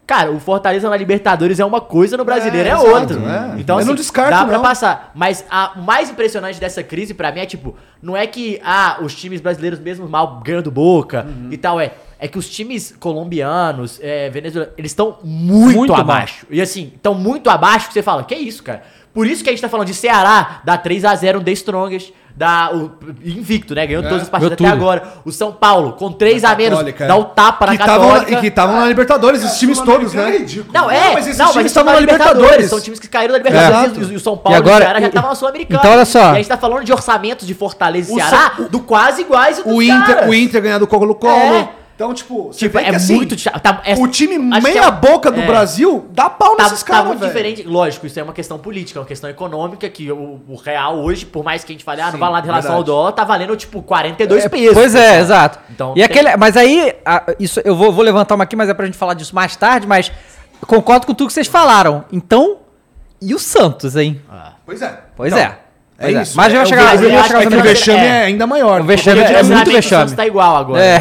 S3: cara, o Fortaleza na Libertadores é uma coisa, no Brasileiro é,
S5: exato,
S3: outra.
S5: é.
S3: Então
S5: Eu
S3: assim,
S5: não descarto,
S3: dá pra
S5: não.
S3: passar. Mas a- o mais impressionante dessa
S5: Uhum.
S3: crise pra mim é tipo, não é que ah, os times brasileiros mesmo mal ganham do Boca e tal é é que os times colombianos, é, venezuelanos, eles estão muito,
S1: Muito
S3: abaixo. E assim, estão muito abaixo que você fala, que isso, cara? Por isso que a gente tá falando de Ceará, dá 3 a 0 no The Strongest, dá o invicto, né? Ganhou todas as partidas até
S1: ganhou tudo.
S3: agora. O São Paulo, com 3 a menos,
S5: Católica, é.
S3: tá dá o tapa na
S5: que tavam
S3: Católica. É.
S5: E que estavam na Libertadores, esses times todos, né?
S3: Não, é,
S5: Não,
S3: não,
S5: mas
S3: mas
S5: esses
S3: não,
S5: times
S3: estão
S5: estavam
S3: na
S5: na
S3: Libertadores.
S5: Libertadores.
S3: São times que caíram da Libertadores.
S5: Exato.
S3: E o São Paulo
S1: E agora-
S3: e o Ceará já
S1: e-
S3: estavam na Sul-Americana.
S1: então, olha só.
S3: E a gente tá falando de orçamentos de Fortaleza e Ceará do quase iguais e dos
S5: O Inter,
S3: caras.
S5: o Inter ganhando o Colo-Colo.
S3: É.
S5: Então, tipo, você
S3: Tipo,
S5: vê que
S3: é
S5: assim,
S3: muito chato. Tá- é-
S5: O time
S3: acho que é-
S5: meia-boca do
S3: é.
S5: Brasil dá pau
S3: Tá,
S5: nesses
S3: tá
S5: caras,
S3: muito
S5: velho.
S3: diferente. Lógico, isso é uma questão política, é uma questão econômica, que o, o real hoje, por mais que a gente fale, ah, não
S5: Sim,
S3: vale nada em relação ao
S5: verdade.
S3: dólar, tá valendo, tipo, 42
S1: É,
S3: pesos.
S1: Pois é, exato.
S3: Então,
S1: e
S3: tem-
S1: aquele, mas aí, a- isso, eu vou, vou levantar uma aqui, mas é pra gente falar disso mais tarde, mas concordo com tudo que vocês falaram. Então, e o Santos, hein?
S5: Pois é.
S1: Pois
S5: Então,
S1: é. Pois
S5: é isso.
S1: Mas eu
S3: É,
S1: vou chegar lá,
S3: eu
S1: eu vou
S3: acho
S1: chegar lá
S3: que
S5: O
S1: também.
S5: vexame
S3: É.
S5: é ainda maior.
S1: O vexame
S3: Porque
S1: é muito
S3: financeiramente O Santos
S1: vexame.
S3: tá igual agora.
S1: É.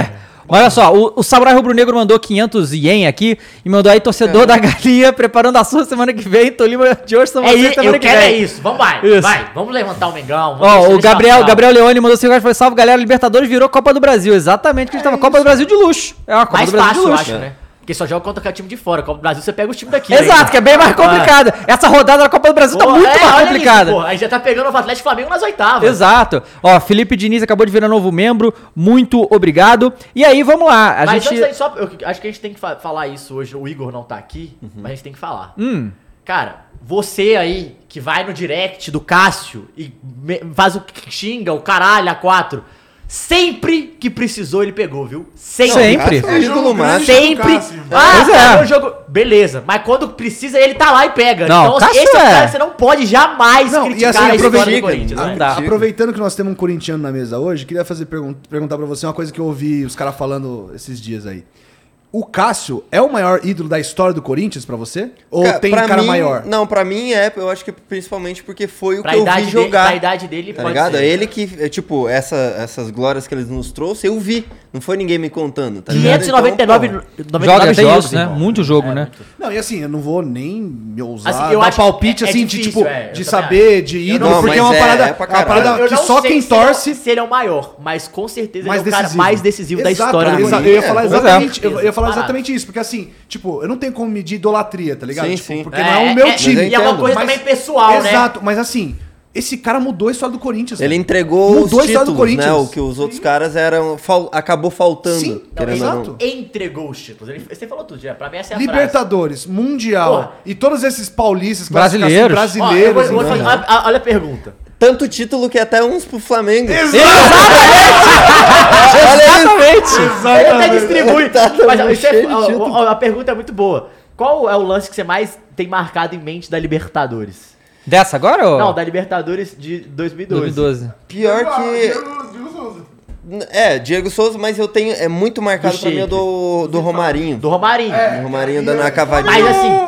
S1: Mas olha só, o, o Samurai Rubro Negro mandou 500 ien aqui e mandou aí torcedor
S3: É.
S1: da galinha preparando a sua semana que vem. Tolima de hoje, São
S5: Então,
S3: É,
S1: Mateus
S3: isso,
S1: semana
S3: eu
S1: que
S3: quero
S1: vem.
S3: é isso. Vamos vai,
S1: Isso.
S3: vai. Vamos levantar o Mengão. vamos
S1: Ó,
S3: deixar
S1: o
S3: esse
S1: Gabriel,
S3: papel.
S1: Gabriel Leone mandou 5 reais e falou: salve galera, Libertadores virou Copa do Brasil. Exatamente, o que a gente tava. Copa do Brasil de luxo. É uma Copa do
S3: mais
S1: Brasil
S3: fácil,
S1: de
S3: eu
S1: luxo.
S3: acho, né? Porque só joga contra o time de fora. Copa do Brasil você pega os times daqui.
S1: Exato,
S3: ainda.
S1: que é bem mais complicada. Essa rodada da Copa do Brasil tá
S3: Ah. Porra,
S1: muito
S3: é, olha
S1: mais
S3: isso,
S1: complicada.
S3: porra. Aí já tá pegando o Atlético Flamengo nas oitavas.
S1: Exato. Ó, Felipe Diniz acabou de virar novo membro. Muito obrigado. E aí, vamos lá. A
S3: mas
S1: gente.
S3: antes aí, só, eu acho que a gente tem que fa- falar isso hoje. O Igor não tá aqui,
S1: Uhum.
S3: mas a gente tem que falar.
S1: Hum.
S3: Cara, você aí que vai no direct do Cássio e me- faz o xinga, o caralho, a quatro. Sempre que precisou, ele pegou, viu? Sempre.
S1: Sempre.
S4: Cássio é um ídolo máximo.
S3: Sempre. Ah,
S1: Pois é.
S3: cara, o jogo. Beleza, mas quando precisa, ele tá lá e pega.
S1: Não,
S3: então,
S1: Cássio
S3: esse é o cara
S1: é.
S3: que você não pode jamais
S5: Não, e
S3: criticar
S5: assim,
S3: a história do
S5: aproveita-
S3: Corinthians.
S4: Ah,
S3: né?
S1: dá.
S5: Aproveitando que nós temos um corintiano na mesa hoje, queria fazer pergun- perguntar pra você uma coisa que eu ouvi os caras falando esses dias aí. O Cássio é o maior ídolo da história do Corinthians pra você? Ou
S4: Ca-
S5: tem um
S4: pra
S5: cara
S4: mim-
S5: maior?
S4: Não, pra mim é, eu acho que principalmente porque foi o
S3: Pra
S4: que eu
S3: idade
S4: vi
S3: dele-
S4: jogar.
S3: pra idade dele,
S4: tá
S3: pode
S4: ligado?
S3: ser.
S4: É Ele que, é, tipo, essa, essas glórias que ele nos trouxe, eu vi. Não foi ninguém me contando, tá ligado? Então,
S3: 599
S4: porra.
S1: Joga,
S3: 99
S1: tem
S3: jogos,
S1: isso, né?
S3: irmão. É,
S1: Muito jogo, né?
S5: Não, e assim, eu não vou nem me ousar,
S3: Assim, eu
S5: dar
S3: acho que
S5: palpite
S3: é- é
S5: assim, de
S3: difícil,
S5: tipo,
S3: é, eu
S5: de
S3: também
S5: saber, de ídolo,
S4: não-
S5: porque é
S4: mas
S5: uma
S4: é-
S5: parada,
S4: é pra
S5: é uma
S4: caralho.
S5: parada
S3: Eu
S5: que
S3: não
S5: só
S3: sei
S5: quem
S3: se ele é o-
S5: torce
S3: Se ele é o maior, mas com certeza ele é o cara
S5: decisivo.
S3: mais decisivo da
S5: Exato,
S3: história do
S5: exa-
S3: Corinthians.
S5: Eu ia falar
S1: Pois é.
S5: exatamente, eu, eu ia falar
S3: Parado.
S5: exatamente isso, porque assim, tipo, eu não tenho como medir idolatria, tá ligado?
S4: Sim,
S5: Tipo,
S4: sim.
S5: Porque não é o meu
S3: é,
S5: time.
S4: mas
S3: E é uma
S4: entendo.
S3: coisa também pessoal, né?
S5: Exato, mas assim, esse cara mudou a história do Corinthians.
S4: Ele
S5: velho.
S4: entregou os
S5: Mudou a história do
S4: títulos, né?
S5: Corinthians.
S4: O que os outros caras eram... fal- acabou faltando,
S5: Sim, não,
S4: querendo ou não.
S5: exato.
S3: Entregou os títulos. Ele- Você falou tudo, já. Pra mim essa é a frase.
S5: Libertadores, Mundial
S3: Porra.
S5: e todos esses paulistas,
S1: Brasileiros.
S5: classificação
S3: Ó, eu vou-
S5: brasileiros.
S3: eu vou
S5: então,
S3: fazer-
S5: né?
S3: a- a- Olha a pergunta.
S4: Tanto título que até uns pro Flamengo.
S1: Exatamente!
S3: Ele até distribui.
S4: Tá, tá
S3: Mas ó, isso é-
S4: cheio de
S3: ó,
S4: título.
S3: ó, a pergunta é muito boa. Qual é o lance que você mais tem marcado em mente da Libertadores?
S1: Dessa agora ou?
S3: Não, da Libertadores de 2012.
S1: 2012.
S4: Pior que... É, Diego Souza, mas eu tenho... É muito marcado
S3: Do
S4: pra mim o
S3: Sheik.
S4: do, do Romarinho.
S3: Do Romarinho.
S5: É.
S4: O Romarinho dando a cavadinha.
S3: Mas assim,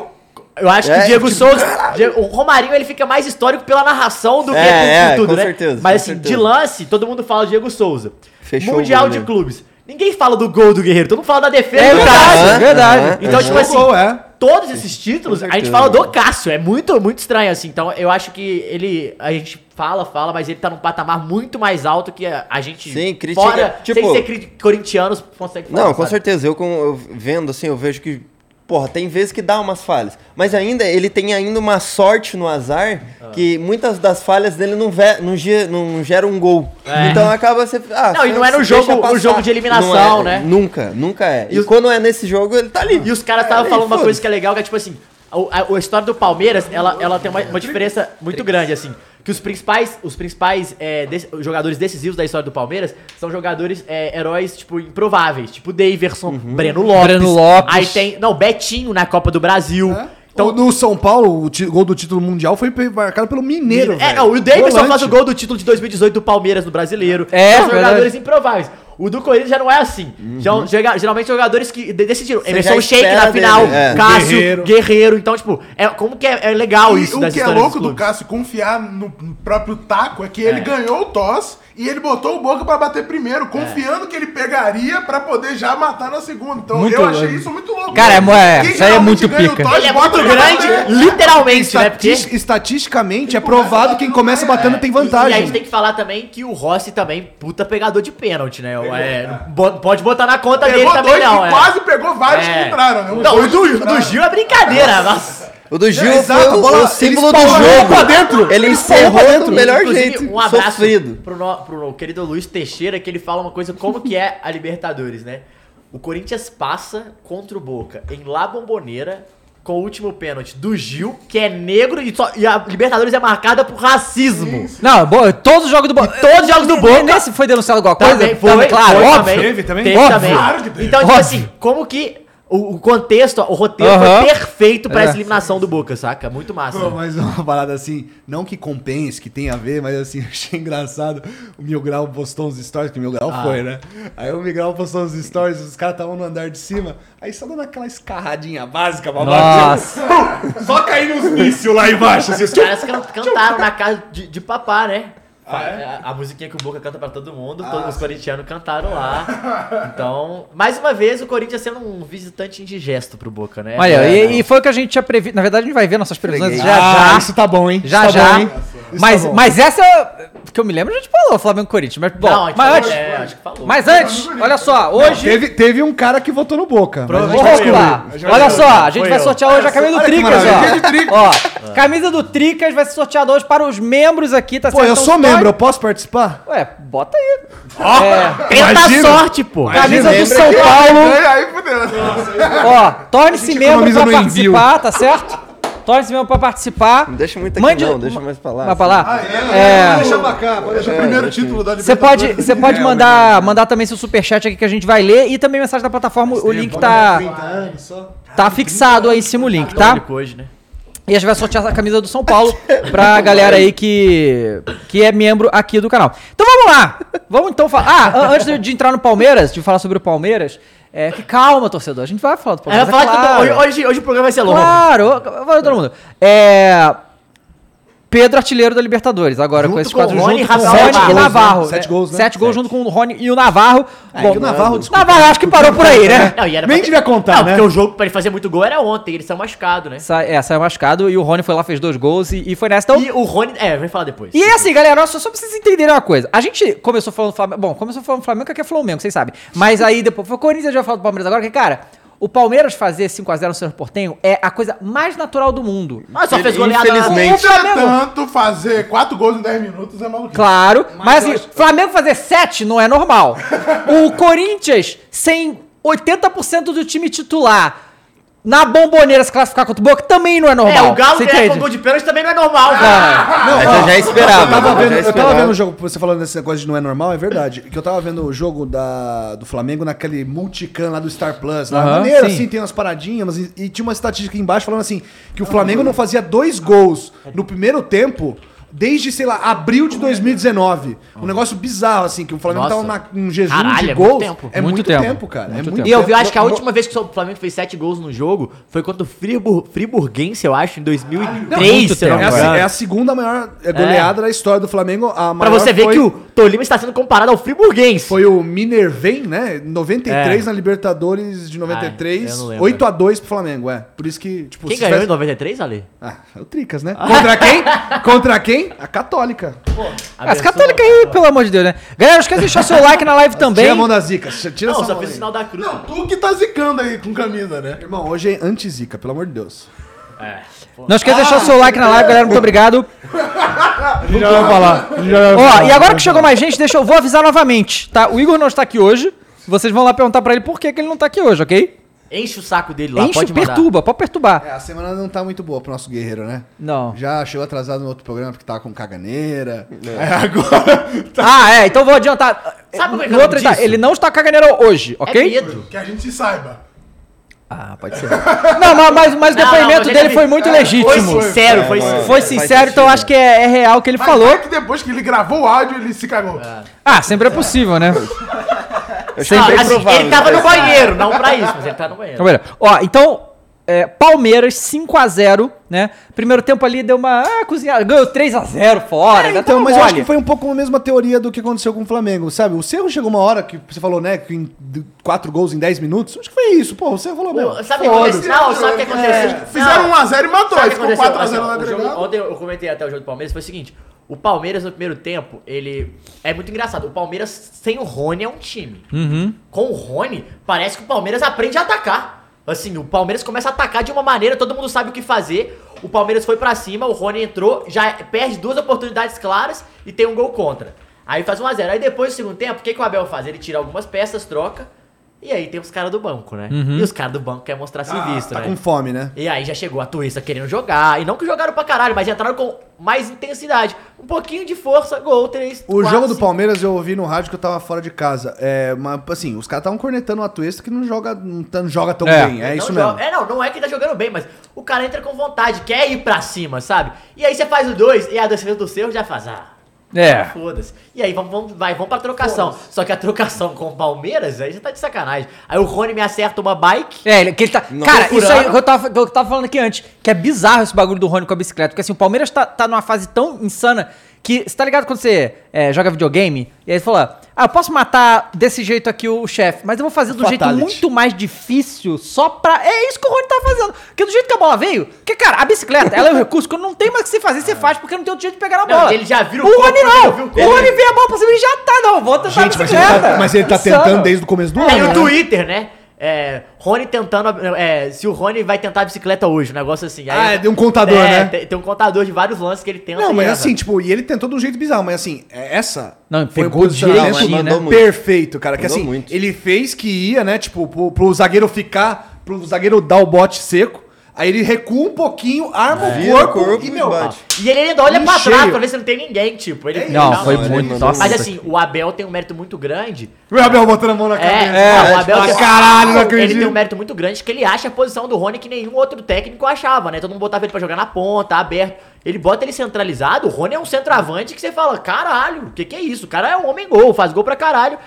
S3: eu acho que
S4: É,
S3: o Diego
S4: tipo-
S3: Souza. Diego- O Romarinho ele fica mais histórico pela narração do que
S4: É,
S3: por
S4: é,
S3: tudo,
S4: com
S3: né?
S4: certeza,
S3: Mas
S4: com
S3: assim, de
S4: certeza.
S3: lance, todo mundo fala Diego Souza.
S4: Fechou o
S3: Mundial
S4: gol,
S3: de
S4: né?
S3: clubes. Ninguém fala do gol do Guerreiro, todo mundo fala da defesa
S1: É
S3: do
S1: verdade,
S3: Cássio.
S1: é verdade.
S3: Então, tipo assim,
S5: Gol, é.
S3: todos esses títulos, a gente
S4: certeza.
S3: fala do Cássio. É muito, muito estranho, assim. Então, eu acho que ele. A gente fala, fala, mas ele tá num patamar muito mais alto que a a gente.
S4: Sim, critica, tipo-
S3: sem ser cri- corintianos, consegue falar.
S4: Não, com
S3: sabe?
S4: certeza. Eu, com, eu vendo assim, eu vejo que. Porra, tem vezes que dá umas falhas. Mas ainda, ele tem ainda uma sorte no azar
S3: Ah.
S4: que muitas das falhas dele não, ve, não, ge- não gera um gol. Então acaba você. Ah,
S3: É. Não, e não
S4: você-
S3: é no
S4: você
S3: jogo-
S4: deixa
S3: no
S4: passar.
S3: jogo de eliminação,
S4: Não é,
S3: né?
S4: Nunca, nunca é. E,
S3: E os-
S4: quando é nesse jogo, ele tá ali.
S3: E os caras estavam
S4: É,
S3: falando uma
S4: foda-se.
S3: coisa que é legal, que é tipo assim, a, a- a história do Palmeiras, ela, ela tem uma, uma diferença muito grande, assim. Que os principais, os principais é, de- jogadores decisivos da história do Palmeiras são jogadores é, heróis, tipo, improváveis. Tipo Daverson, Breno Lopes.
S1: Breno Lopes.
S3: Aí tem. Não, Betinho na Copa do Brasil.
S5: Então, o, no São Paulo, o ti- gol do título mundial foi pe- marcado pelo Mineiro,
S3: É,
S5: velho.
S3: não, o Davidson
S5: Volante.
S3: faz o gol do título de 2018 do Palmeiras no Brasileiro.
S1: É,
S3: São
S1: verdade.
S3: jogadores improváveis. O do Corinthians já não é assim. Já- já- geralmente jogadores que de- decidiram. Emerson
S4: já
S3: Sheik
S4: espera
S3: na final,
S4: dele, é.
S3: Cássio,
S5: Guerreiro.
S3: Guerreiro. Então, tipo, é, como que é, é legal
S1: Ah,
S2: E
S3: isso
S2: o
S3: das
S2: que é
S3: histórias dos
S2: louco do
S3: clubes.
S2: Cássio confiar no próprio taco é que ele ganhou o toss e ele botou o Boca pra bater primeiro,
S1: É.
S2: confiando que ele pegaria pra poder já matar na segunda. Então
S1: Muito
S2: eu achei
S1: louco.
S2: isso muito louco.
S1: Cara, é mo- é,
S2: Quem
S1: isso aí é
S2: geralmente
S1: muito
S2: ganha o
S1: pica.
S2: toss,
S3: Ele é
S2: bota
S3: muito
S2: pra
S3: grande,
S2: bater.
S3: literalmente, né? Porque...
S5: Estatis- Estatisticamente, é
S2: é.
S5: provado quem começa batendo tem
S3: E a gente
S5: vantagem.
S3: tem que falar também que o Rossi também, puta pegador de pênalti, né? O Não, é, bo- pode botar na conta dele
S2: Pegou
S3: também,
S2: dois
S3: não.
S2: que
S3: é.
S2: quase pegou vários
S3: É.
S2: que entraram, né? Os
S3: Não, o
S2: dois
S3: do,
S2: que
S3: o do
S2: entraram.
S3: Gil é brincadeira, nossa.
S4: O do Gil
S2: exato,
S4: foi
S2: a
S4: o,
S2: bola-
S4: o símbolo
S2: ele
S4: do
S2: espalhou
S4: jogo.
S2: pra dentro.
S4: Ele
S2: Ele
S4: encerrou
S2: espalhou pra
S4: do
S2: dentro.
S4: melhor
S3: Inclusive,
S4: jeito.
S3: um abraço
S4: Sofrido.
S3: Pro, no- pro querido Luiz Teixeira, que ele fala uma coisa como que é a Libertadores, né? O Corinthians passa contra o Boca em La Bomboneira com o último pênalti do Gil, que é negro e, só- e a Libertadores é marcada por racismo.
S1: Não, bo- todos os jogos do Boca. Todos os jogos do Boca. Nesse é, foi denunciado alguma coisa?
S3: Também foi,
S1: claro,
S3: Tá foi
S1: óbvio.
S3: também.
S6: Teve também?
S3: Teve
S1: Óbvio.
S3: também.
S2: Claro que teve.
S3: Então, tipo
S1: Óbvio.
S3: assim, como que o, o contexto, o roteiro
S1: Aham.
S3: foi perfeito pra
S1: É.
S3: essa eliminação do Boca, saca? Muito massa.
S5: Pô, mas uma parada assim, não que compense, que tem a ver, mas assim, achei engraçado. O Mil Grau postou uns stories, que o Mil Grau foi, né? Aí o Mil Grau postou uns stories, os caras estavam no andar de cima, aí só dando aquela escarradinha básica, babadinha.
S1: Nossa.
S6: Só cair nos mísseis lá embaixo. Assim,
S3: Os caras can- cantaram na casa de, de papá, né?
S5: Ah, é?
S3: A, a musiquinha que o Boca canta pra todo mundo, todos os corintianos cantaram lá. Então, mais uma vez, o Corinthians sendo um visitante indigesto pro Boca, né?
S1: Olha,
S3: É,
S1: e, e foi o que a gente tinha previsto. Na verdade, a gente vai ver nossas previsões já
S5: Ah,
S1: já.
S5: isso tá bom, hein?
S1: Já
S5: Isso tá
S1: já.
S5: bom, hein? Isso
S1: mas,
S5: tá bom.
S1: mas essa. Que eu me lembro, a gente falou Flamengo e Corinthians. Mas, bom,
S3: Não, a gente
S1: mas
S3: falou,
S1: antes.
S3: é, acho que falou.
S1: Mas antes, olha só, hoje.
S5: Teve, teve um cara que votou no Boca. mas a gente vai descobrir.
S1: Opa! Olha só, a gente vai sortear hoje a camisa do
S5: Olha que
S1: Tricas,
S5: maravilha, dia de
S1: ó. Ó, camisa do Tricas vai ser sorteada hoje para os membros aqui, tá
S5: Pô, eu
S1: Então,
S5: sou
S1: sorte-
S5: membro, eu posso participar?
S1: Ué, bota aí.
S3: Tenta a sorte, pô!
S1: Camisa do
S5: membro
S1: São
S5: é,
S1: Paulo.
S5: né?
S2: Aí, É, aí fudeu.
S1: Ó, torne-se membro
S5: economiza
S1: pra
S5: no envio.
S1: participar, tá certo? Torne-se membro pra participar.
S4: Não deixa muito aqui
S1: Mande-
S4: não, deixa mais pra lá. assim.
S1: Vai pra lá.
S5: Ah, né?
S2: É, Deixa pra cá, pode deixar o primeiro título da
S1: Você
S2: Libertadores.
S1: pode, você pode
S5: é, né?
S1: mandar, mandar também seu superchat aqui que a gente vai ler e também mensagem da plataforma, o link
S5: né?
S1: tá,
S2: anos só.
S1: tá fixado aí em cima o link, tá?
S3: Hoje, né?
S1: E a gente vai sortear a camisa do São Paulo pra galera aí que, que é membro aqui do canal. Então vamos lá! Vamos então falar. Ah, an- antes de- de entrar no Palmeiras, de falar sobre o Palmeiras, é que calma, torcedor. A gente vai falar do
S3: Aí vai
S1: Palmeiras. é
S3: falar
S1: claro.
S3: que eu tô- hoje, hoje o programa vai ser longo.
S1: Claro, eu- valeu todo mundo. É. Pedro artilheiro da Libertadores, agora
S3: Junto
S1: com esses
S3: com
S1: quatro
S3: o Rony,
S1: junto com
S3: Rafael
S1: Rony
S3: Navarro.
S1: e Navarro.
S5: Sete gols, né?
S1: Sete gols junto com o Rony e o Navarro. Bom,
S5: que o Navarro, desculpa.
S1: Navarro acho que parou por aí, né?
S3: Não, e era
S5: Nem
S3: pra ter-
S5: devia contar,
S3: Não,
S5: né?
S3: porque o jogo pra ele fazer muito gol era ontem, ele saiu machucado, né?
S1: Sa é, saiu machucado e o Rony foi lá, fez dois gols e, e foi nessa. Então,
S3: E o Rony... É, vem falar depois.
S1: E é assim, galera, só, só pra vocês entenderem uma coisa. A gente começou falando do Flamengo. Bom, começou falando do Flamengo, que aqui é Flamengo, vocês sabem. Mas aí depois foi o Corinthians, já falar do Palmeiras agora, que, cara, o Palmeiras fazer 5x0 no Senhor Portenho é a coisa mais natural do mundo.
S3: Ah, só fez goleada.
S4: Infelizmente.
S5: é
S2: Entretanto, fazer quatro gols em 10 minutos é maluquice.
S1: Claro, mas, assim, Flamengo fazer 7 não é normal. o Corinthians, sem 80% do time titular, na bomboneira se classificar contra o Boca, também não é
S3: É,
S1: normal.
S3: o Galo
S1: Você
S3: ganhar com
S1: entende?
S3: gol de pênalti também não é normal, cara.
S1: Ah,
S5: Não,
S4: Mas eu já esperava.
S5: Eu tava,
S4: eu já
S5: vendo, eu tava
S4: esperava.
S5: vendo o jogo, você falando desse negócio de não é normal, é verdade. Que eu tava vendo o jogo da, do Flamengo naquele multican lá do Star Plus. Lá,
S1: Aham,
S5: maneiro,
S1: sim.
S5: assim, tem umas paradinhas, mas, e, e tinha uma estatística aqui embaixo falando assim: que o Flamengo não fazia dois gols no primeiro tempo. Desde, sei lá, abril de 2019. Um negócio bizarro, assim, que o Flamengo
S3: Nossa.
S5: tava na- num jejum
S3: Caralho,
S5: de
S3: é muito
S5: gols.
S3: tempo.
S5: É muito, tempo, cara. é muito tempo.
S3: E eu vi, eu acho que a última vez que o Flamengo fez sete gols no jogo foi contra o Fribur, Friburguense, eu acho, em 2003,
S1: Não,
S3: se eu não
S5: É
S3: me
S5: a,
S3: engano.
S5: é a segunda maior é, goleada da história do Flamengo. A
S3: Pra
S5: maior
S3: você ver
S5: foi-
S3: que o Tolima está sendo comparado ao Friburguense.
S5: Foi o Minervem, né? 93 na Libertadores de 93.
S3: Ah, É. eu não lembro.
S5: 8 a 2 pro Flamengo, é. Por isso que, tipo,
S3: Quem
S5: se
S3: ganhou em
S5: tivesse-
S3: 93, Ale?
S5: Ah, é o Tricas, né? Contra quem? Contra quem? A Católica.
S1: As católicas aí, pelo amor de Deus, né? Galera, não esquece de deixar seu like na live também.
S5: Tira a mão da zica. Tira
S3: Não,
S5: essa
S3: só
S5: mão
S3: fez
S5: aí.
S3: o sinal da cruz.
S2: Não, tu que tá zicando aí com camisa, né?
S5: Irmão, hoje é anti-zica, pelo amor de Deus.
S1: Não esquece de deixar seu like na live, galera. Muito obrigado.
S6: já vai falar. Já vai
S1: Ó,
S6: falar.
S1: e agora que chegou mais gente, deixa eu vou avisar novamente, tá? O Igor não está aqui hoje. Vocês vão lá perguntar pra ele por que, que ele não tá aqui hoje, ok?
S3: Enche o saco dele lá,
S1: Enche,
S3: pode mandar.
S1: perturba, pode perturbar.
S5: É, a semana não tá muito boa pro nosso guerreiro, né?
S1: Não.
S5: Já chegou atrasado no outro programa porque tava com caganeira.
S3: É.
S1: Ah, é, então vou adiantar.
S3: Sabe
S1: no
S3: o que é
S1: outro
S3: disso?
S1: detalhe, ele não está caganeiro hoje, ok?
S3: É medo.
S2: Que a gente se saiba.
S1: Ah, pode ser. Não, mas, mas, mas o
S3: Não, não,
S1: depoimento
S3: mas ele- é
S1: dele foi muito
S3: Foi
S1: legítimo.
S3: sincero, foi
S4: mano.
S3: sincero.
S1: Foi
S4: Faz
S1: sincero, então
S4: sentido.
S1: acho que é, é real o que ele
S2: Mas
S1: falou.
S2: é que depois que ele gravou o áudio, ele se cagou.
S1: Ah, sempre é possível, né?
S4: Eu achei
S3: Não,
S4: bem
S3: assim,
S4: provável.
S3: ele tava no banheiro, não pra isso, mas ele tá no banheiro.
S1: Então, beleza. Ó, então, é, Palmeiras 5x0, né? Primeiro tempo ali deu uma ah, cozinhada, ganhou 3x0 fora. né?
S5: Então,
S1: Tava
S5: mas eu acho
S1: mole.
S5: que foi um pouco a mesma teoria do que aconteceu com o Flamengo, sabe? O Cerro chegou uma hora que você falou, né, que em d- quatro gols em 10 minutos. Acho que foi isso, pô. O Cerro falou, meu. É.
S3: Sabe o que aconteceu? Não, sabe o que aconteceu?
S1: É.
S2: Fizeram
S3: Não.
S2: 1x0 e matou,
S3: Sabe
S2: aí
S3: o que
S2: ficou
S3: aconteceu?
S2: 4x0 no
S3: Assim, ó, o jogo-
S2: agregado.
S3: Ontem eu comentei até o jogo do Palmeiras, foi o seguinte. O Palmeiras no primeiro tempo, ele. É muito engraçado. O Palmeiras sem o Rony é um time.
S1: Uhum.
S3: Com o Rony, parece que o Palmeiras aprende a atacar. Assim, o Palmeiras começa a atacar de uma maneira, todo mundo sabe o que fazer. O Palmeiras foi pra cima, o Rony entrou, já perde duas oportunidades claras e tem um gol contra. Aí faz 1x0. Aí depois do segundo tempo, o que, que o Abel faz? Ele tira algumas peças, troca. E aí tem os caras do banco, né?
S5: Uhum.
S3: E os caras do banco querem mostrar serviço,
S5: tá
S3: né?
S5: com fome, né?
S3: E aí já chegou a Tuíça querendo jogar. E não que jogaram pra caralho, mas entraram com mais intensidade. Um pouquinho de força, gol, três.
S5: O jogo do Palmeiras eu ouvi no rádio que eu tava fora de casa. É, mas, assim, os caras estavam cornetando o Atuesta que não joga, não tá- não joga tão bem. É
S3: Não
S5: isso
S3: joga-
S5: mesmo.
S3: É, não, não é que tá jogando bem, mas o cara entra com vontade, quer ir pra cima, sabe? E aí você faz o dois, e a defesa do seu já faz. Ah,
S1: É.
S3: Foda-se. E aí vamos, vamos, vai, vamos pra trocação. Só que a trocação com o Palmeiras, aí você tá de sacanagem. Aí o Rony me acerta uma bike.
S1: É, ele- que ele tá. Cara, isso aí que eu, tava, que eu tava falando aqui antes, que é bizarro esse bagulho do Rony com a bicicleta. Porque assim, o Palmeiras tá, tá numa fase tão insana que. Você tá ligado quando você é, joga videogame? E aí você fala: Ah, eu posso matar desse jeito aqui o chefe, mas eu vou fazer do jeito
S5: Fatality.
S1: muito mais difícil só pra. É isso que o Rony tá fazendo. Porque do jeito que a bola veio. Porque, cara, a bicicleta, ela é um recurso. Quando não tem mais o que você
S5: É.
S1: fazer, você faz, porque não tem outro jeito de pegar na
S3: Não,
S1: bola.
S3: ele já vira
S1: o
S3: o
S1: O
S3: corpo,
S1: Rony
S3: ele já
S1: não!
S3: vira o
S1: o
S3: corpo.
S1: Rony vê a bola pra cima e já tá, não. Vou tentar
S5: Gente,
S1: a
S5: mas ele,
S3: assim,
S5: tá,
S1: bicicleta.
S5: mas ele tá
S1: Insano.
S5: tentando desde o começo do
S3: Tá Aí
S5: ano.
S3: o
S5: né?
S3: Twitter, né? É, Rony tentando. é, se o Rony vai tentar a bicicleta hoje, um negócio assim. Aí-
S5: Ah, é, tem um contador,
S3: É,
S5: né?
S3: Tem, tem um contador de vários lances que ele tenta.
S5: Não,
S3: e
S5: mas
S3: erra.
S5: assim, tipo, e ele tentou de um jeito bizarro, mas assim, é- essa
S1: Não,
S5: foi um
S1: pegou
S5: posicionamento
S1: direitinho, né? Mandou
S5: perfeito, cara. Que
S1: Mandou
S5: assim, ele fez que ia, né? Tipo, pro, pro zagueiro ficar, pro zagueiro dar o bote seco. Aí ele recua um pouquinho, arma
S3: É.
S5: o corpo,
S3: Corpo
S5: e, meu,
S3: E ele ainda olha
S5: Em
S3: pra trás
S5: cheio. É
S3: pra ver se não tem ninguém, tipo. Ele,
S1: Não, foi muito- nossa.
S3: Mas assim, o Abel tem um mérito muito grande.
S5: Meu Abel botando a mão na cabeça.
S3: É, o Abel
S5: Ah,
S3: tem,
S5: caralho, não
S3: Ele
S5: acredito.
S3: tem um mérito muito grande que ele acha a posição do Rony que nenhum outro técnico achava, né? Todo mundo botava ele pra jogar na ponta, aberto. Ele bota ele centralizado, o Rony é um centroavante que você fala, caralho, o que que é isso? O cara é um homem gol, faz gol pra caralho.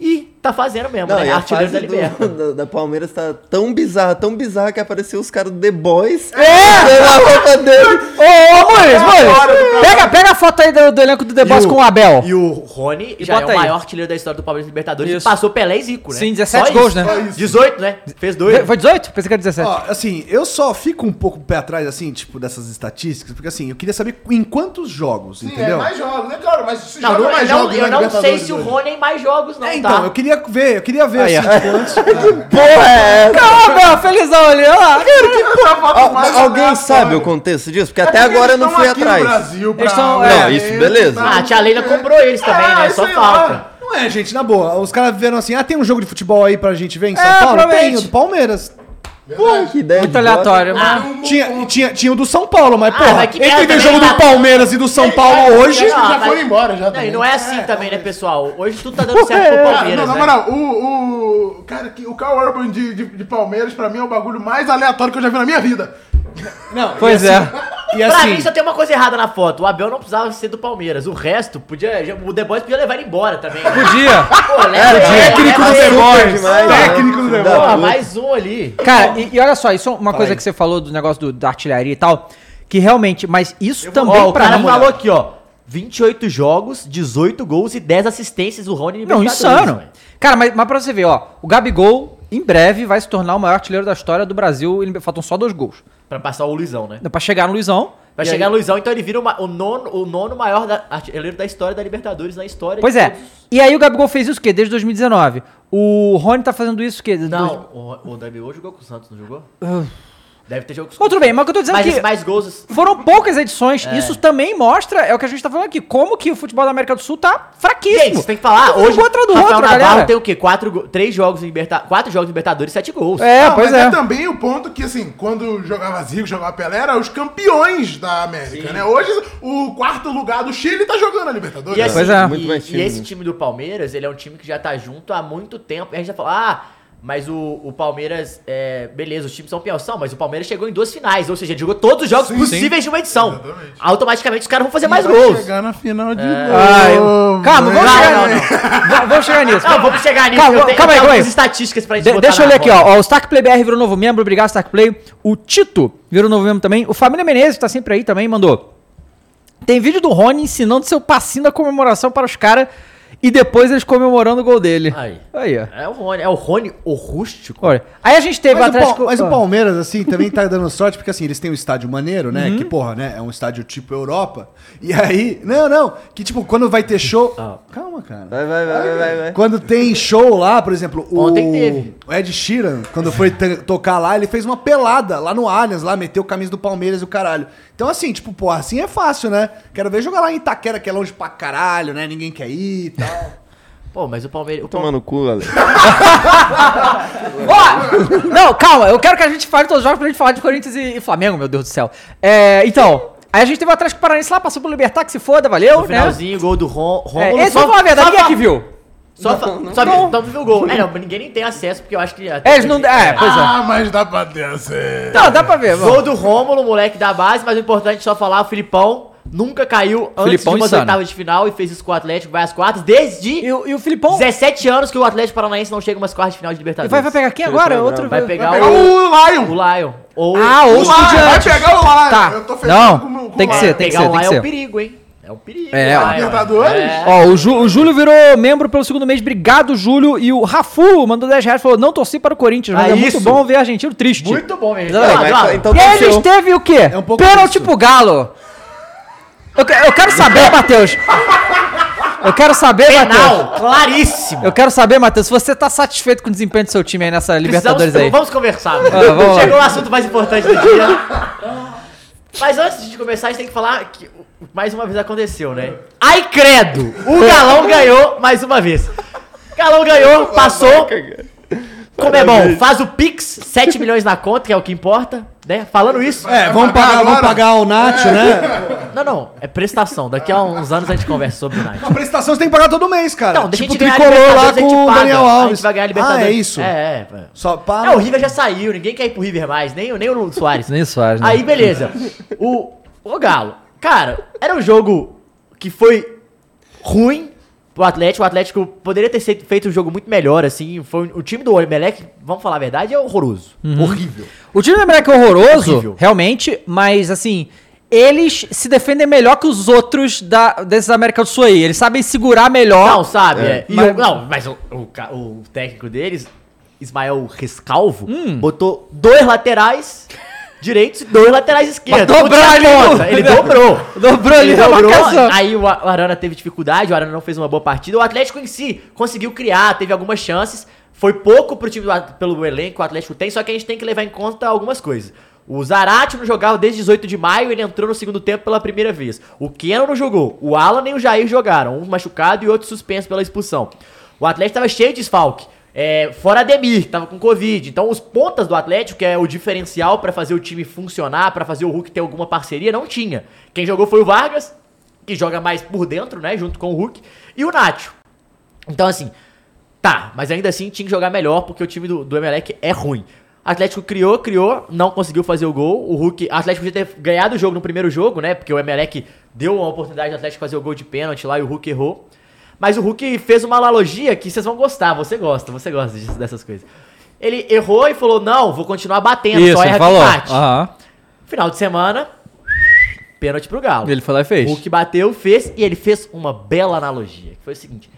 S3: E tá fazendo mesmo,
S4: Não,
S3: né?
S4: e a
S3: Artilheiro
S4: fase
S3: da Liberta.
S4: do, da, da Palmeiras tá tão bizarra, tão bizarra que apareceu os caras do The Boys.
S1: É!
S4: Na roupa dele.
S1: Ô, ô, Muniz, Muniz! Pega, pega a foto aí do, do elenco do The Boss
S3: E o-
S1: com o Abel.
S3: E o Rony
S1: E
S3: já é o
S1: bota aí.
S3: maior artilheiro da história do Palmeiras Libertadores
S1: Isso.
S3: e passou Pelé e Zico, né?
S1: Sim, 17
S3: Só
S1: gols,
S3: isso.
S1: né?
S3: Só isso. 18, né? Fez dois.
S1: Foi 18? Pensei que era 17.
S5: Ó, assim, eu só fico um pouco pé atrás, assim, tipo, dessas estatísticas, porque assim, eu queria saber em quantos jogos,
S2: Sim, é
S5: entendeu?
S2: mais jogos, né, claro? Mas se
S3: Não,
S2: joga
S3: não,
S2: mais
S3: não-
S2: jogos
S3: eu
S2: na
S3: não sei
S2: Libertadores
S3: se o
S2: hoje.
S3: Rony é mais jogos, não,
S5: É,
S3: tá?
S5: então, eu queria ver, eu queria ver,
S1: Aí,
S5: assim,
S1: ó.
S5: tipo, antes...
S4: Porra, é essa?
S1: Calma, Abel, felizão ali, olha lá.
S4: Al- alguém sabe o contexto disso?
S2: É
S4: Porque até agora eu não fui atrás.
S1: Eles são,
S4: Não,
S1: é,
S2: né?
S4: isso, beleza.
S3: Ah, a tia Leila comprou eles também,
S5: Ah,
S3: né? Só falta.
S5: Não é, gente, na boa. Os caras vieram assim, ah, tem um jogo de futebol aí pra gente ver em São
S1: É,
S5: Paulo? Tem,
S1: provavelmente.
S5: o do Palmeiras.
S4: Pô, que ideia
S1: Muito
S4: de
S1: aleatório,
S4: bosta.
S1: mano.
S5: Tinha, tinha, tinha o do São Paulo, mas,
S3: Ah,
S5: porra,
S3: mas que merda
S5: entre ver
S3: também,
S5: jogo
S3: tá?
S5: do Palmeiras e do São Paulo hoje...
S3: Não,
S2: já
S3: Ah, mas-
S2: foram embora, já
S3: Não, e
S2: também.
S3: não é assim também, né, pessoal? Hoje tudo tá dando certo
S2: É,
S3: pro
S2: não,
S3: Palmeiras,
S2: na
S3: né?
S2: moral, o, o. Cara, que, o Cal Urban de, de, de Palmeiras, pra mim, é o bagulho mais aleatório que eu já vi na minha vida.
S5: Não,
S1: Pois
S5: e
S1: é.
S5: assim- E
S3: Pra
S5: assim...
S3: mim só tem uma coisa errada na foto. O Abel não precisava ser do Palmeiras. O resto, podia. já- O The Boys podia levar ele embora também. né?
S1: Podia.
S3: Pô,
S1: É,
S3: leva ele,
S5: Técnico
S3: leva
S5: do
S3: ele.
S5: The Boys.
S4: demais, né?
S5: Técnico do The
S4: Dá
S5: Boys.
S3: Pô,
S4: puta.
S3: mais um ali.
S1: Cara, e, e olha só, isso é uma coisa
S5: aí.
S1: que você falou do negócio do, da artilharia e tal, que realmente, mas isso também
S3: Ó, o
S1: pra
S3: cara
S1: mim... é-
S3: falou aqui, ó. 28 jogos, 18 gols e 10 assistências do Rony em
S1: Não,
S3: Libertadores,
S1: insano.
S3: velho.
S1: Cara, mas, mas pra você ver, ó, o Gabigol em breve vai se tornar o maior artilheiro da história do Brasil, ele, faltam só dois gols.
S3: Pra passar o Luizão, né?
S1: Pra chegar no Luizão...
S3: Vai
S1: e
S3: chegar
S1: aí-
S3: no Luizão, então ele vira uma- o, nono, o nono maior da- artilheiro da história da Libertadores na história.
S1: Pois
S3: de
S1: é.
S3: todos.
S1: E aí o Gabigol fez isso o quê? Desde 2019. O Rony tá fazendo isso o quê?
S3: Não, o, o Gabigol jogou com o Santos, não jogou?
S1: Ah.
S3: Deve ter jogado com o
S1: Bom, tudo bem, mas o que eu tô dizendo é
S3: Mas
S1: que
S3: esse mais gols.
S1: foram poucas edições.
S3: É.
S1: Isso também mostra, é o que a gente tá falando aqui, como que o futebol da América do Sul tá fraquíssimo.
S3: Gente, você tem que falar.
S1: Um
S3: Hoje,
S1: gol atrás do
S3: Rafael
S1: outro,
S3: Navarro
S1: galera.
S3: tem o quê? Quatro, go- três jogos em liberta, quatro jogos em Libertadores, sete gols.
S1: É,
S2: Não,
S1: pois
S2: mas
S1: é.
S2: também o ponto que, assim, quando jogava Zico, jogava Pelé, era os campeões da América, né? Hoje, o quarto lugar do Chile tá jogando a Libertadores.
S3: E, assim,
S1: Pois é.
S3: e-
S4: Muito mais
S3: e
S4: time,
S3: esse
S4: né?
S3: time do Palmeiras, ele é um time que já tá junto há muito tempo. E a gente já falou, ah, mas o, o Palmeiras, é, beleza, os times são pior, são, mas o Palmeiras chegou em duas finais, ou seja, ele jogou todos os jogos possíveis de uma edição. Automaticamente os caras vão fazer é mais
S2: vai
S3: gols.
S2: chegar na final
S5: É.
S2: de novo.
S1: Ai, calma, vamos
S3: Não,
S1: chegar
S3: não,
S1: nisso. Va- Vamos chegar nisso.
S3: Ah, Não, vamos chegar nisso.
S1: Calma, calma aí,
S3: eu tenho, eu tenho
S1: calma aí.
S3: algumas estatísticas pra gente
S1: De-
S3: botar
S1: deixa eu
S3: na
S1: ler aqui,
S3: roda.
S1: ó. ó. O Stark Play BR virou novo membro. Obrigado, Stark Play. O Tito virou novo membro também. O Família Menezes, que tá sempre aí também, mandou. Tem vídeo do Rony ensinando seu passinho da comemoração para os caras. E depois eles comemorando o gol dele.
S3: Aí.
S1: Aí, ó.
S3: É o Rony, é o Rony o rústico.
S1: Olha, aí a gente teve
S3: um
S5: Mas, o,
S1: atrás.
S5: Pal- mas o Palmeiras, assim, também tá dando sorte, porque assim, eles têm um estádio maneiro, né?
S3: Uhum.
S5: Que, porra, né? É um estádio tipo Europa. E aí. Não, não. Que, tipo, quando vai ter show.
S3: Ah.
S5: Calma, cara.
S4: Vai, vai, vai, vai, vai, vai.
S5: Quando tem show lá, por exemplo, o,
S3: Ontem teve.
S5: o Ed Sheeran, quando foi te- tocar lá, ele fez uma pelada lá no Allianz, lá, meteu o camisa do Palmeiras e o caralho. Então, assim, tipo, pô, assim é fácil, né? Quero ver jogar lá em Itaquera, que é longe pra caralho, né? Ninguém quer ir e tal.
S3: Pô, mas o Palmeiras. O Palmeiras
S4: Tomando cu, Ale.
S1: Ó! Não, calma, eu quero que a gente fale todos os jogos pra gente falar de Corinthians e, e Flamengo, meu Deus do céu. É, então, aí a gente teve o Atlético Paranaense lá, passou pelo Libertar, que se foda, valeu,
S3: no
S1: né?
S3: finalzinho, gol do Ron,
S1: É,
S3: Rômulo.
S1: esse foi a verdade,
S3: só
S1: quem é
S3: fa-
S1: que viu?
S3: Só, fa- só vi- então viu o gol. É, não, ninguém nem tem acesso, porque eu acho que.
S1: É, eles não. É, pois é.
S2: Ah, mas dá pra ter assim. acesso.
S1: Não, dá pra ver, mano.
S3: Gol do Rômulo, moleque da base, mas o importante é só falar, o Filipão nunca caiu antes
S1: Filipão
S3: de uma
S1: insano.
S3: oitava de final e fez isso com o Atlético, vai às quartas, desde
S1: E, o- e o Filipão.
S3: 17 anos que o Atlético Paranaense não chega umas quartas de final de
S1: E
S3: Libertadores.
S1: vai, vai pegar quem agora? Outro.
S3: Vai pegar
S2: Vai pegar
S3: o,
S2: o
S3: o
S2: Lion.
S3: Lion. Ou
S1: Ah,
S3: ou
S1: ou
S2: Vai, vai
S1: Estudiantes.
S2: pegar o Lion.
S1: Tá.
S2: Eu tô
S1: Não,
S2: fechado com o meu- com
S1: tem
S2: o
S1: que
S2: Lion.
S1: ser, tem que
S3: pegar
S1: ser,
S3: o
S1: tem que
S3: Lion é um
S1: ser.
S3: perigo, hein? É um perigo.
S1: É, ó.
S3: o Lion.
S2: Libertadores?
S3: É.
S1: Ó, o, Ju- o Júlio virou membro pelo segundo mês. Obrigado, Júlio. E o Rafu mandou 10 reais falou: não torci para o Corinthians, mas
S3: Ah,
S1: é
S3: isso.
S1: muito bom ver argentino triste.
S3: Muito bom, mesmo.
S1: Não,
S3: Não,
S4: mas
S3: não.
S4: então
S1: E
S2: tá
S1: aí eles
S4: torceu.
S1: teve o quê?
S5: É um pouco
S1: Pênalti
S5: isso.
S1: pro Galo. Eu, que- eu quero saber, Matheus. Eu quero saber, Matheus.
S3: Penal, claríssimo.
S1: Eu quero saber, Matheus, se você tá satisfeito com o desempenho do seu time aí nessa Libertadores aí.
S3: Vamos conversar. né?
S1: Ah, vamos lá.
S3: Chegou o assunto mais importante do dia. Mas antes de começar, a gente tem que falar que o- mais uma vez aconteceu, né? Ai, credo! O Galão ganhou mais uma vez. Galão ganhou, passou. Como é bom, faz o Pix, 7 milhões na conta, que é o que importa, né? Falando isso.
S5: É, vamos pagar, vamos pagar o Nath, né?
S3: Não, não, é prestação. Daqui a uns anos a gente conversa sobre o Night.
S5: A prestação você tem que pagar todo mês, cara.
S3: Não, Então, deixa
S5: tipo,
S3: a gente ganhar
S5: tricolor lá
S3: Libertadores, a gente
S5: com o
S3: paga.
S5: Daniel
S3: A
S5: Alves.
S3: gente vai ganhar Libertadores.
S5: Ah, é isso?
S3: É, é. é.
S5: Só
S3: É,
S5: para.
S3: o River já saiu, ninguém quer ir pro River mais, nem, o- nem o Soares.
S1: Nem o Soares, né?
S3: Aí, beleza. O, o Galo, cara, era um jogo que foi ruim pro Atlético. O Atlético poderia ter se- feito um jogo muito melhor, assim. Foi, um- o time do Olmelec, vamos falar a verdade, é horroroso. Horrível.
S1: O time do Emelec é horroroso,
S3: Horrível.
S1: realmente, mas assim, eles se defendem melhor que os outros da, desses da América do Sul aí. Eles sabem segurar melhor.
S3: Não, sabe? é. E
S1: Mas-
S3: o- não, mas o, o ca- o técnico deles, Ismael Rescalvo,
S1: Hum.
S3: botou dois laterais direitos e dois laterais esquerdos.
S1: Pra dobrar
S3: Não tinha
S1: ali,
S3: ponta,
S1: né?
S3: Ele dobrou.
S1: Dobrou ali
S3: Ele
S1: na
S3: dobrou,
S1: marcação.
S3: Aí o A- o Arana teve dificuldade, o Arana não fez uma boa partida. O Atlético em si conseguiu criar, teve algumas chances. Foi pouco pro time do, At- pelo elenco que o Atlético tem, só que a gente tem que levar em conta algumas coisas. O Zarate não jogava desde 18 de maio, ele entrou no segundo tempo pela primeira vez. O Keno não jogou, o Alan e o Jair jogaram, um machucado e outro suspenso pela expulsão. O Atlético tava cheio de desfalque. É, fora Ademir, que tava com Covid. Então, os pontas do Atlético, que é o diferencial pra fazer o time funcionar, pra fazer o Hulk ter alguma parceria, não tinha. Quem jogou foi o Vargas, que joga mais por dentro, né? Junto com o Hulk, e o Nacho. Então, assim, tá, mas ainda assim tinha que jogar melhor, porque o time do, do Emelec é ruim. Atlético criou, criou, não conseguiu fazer o gol. O Hulk. O Atlético podia ter ganhado o jogo no primeiro jogo, né? Porque o Emelec deu uma oportunidade do Atlético fazer o gol de pênalti lá e o Hulk errou. Mas o Hulk fez uma analogia que vocês vão gostar, você gosta, você gosta disso- dessas coisas. Ele errou e falou: não, vou continuar batendo,
S1: Isso, ele
S3: erra quem
S1: falou.
S3: bate."
S1: Aham.
S3: Final de semana, pênalti pro Galo.
S1: Ele falou e fez.
S3: O que bateu, fez, e ele fez uma bela analogia, que foi o seguinte.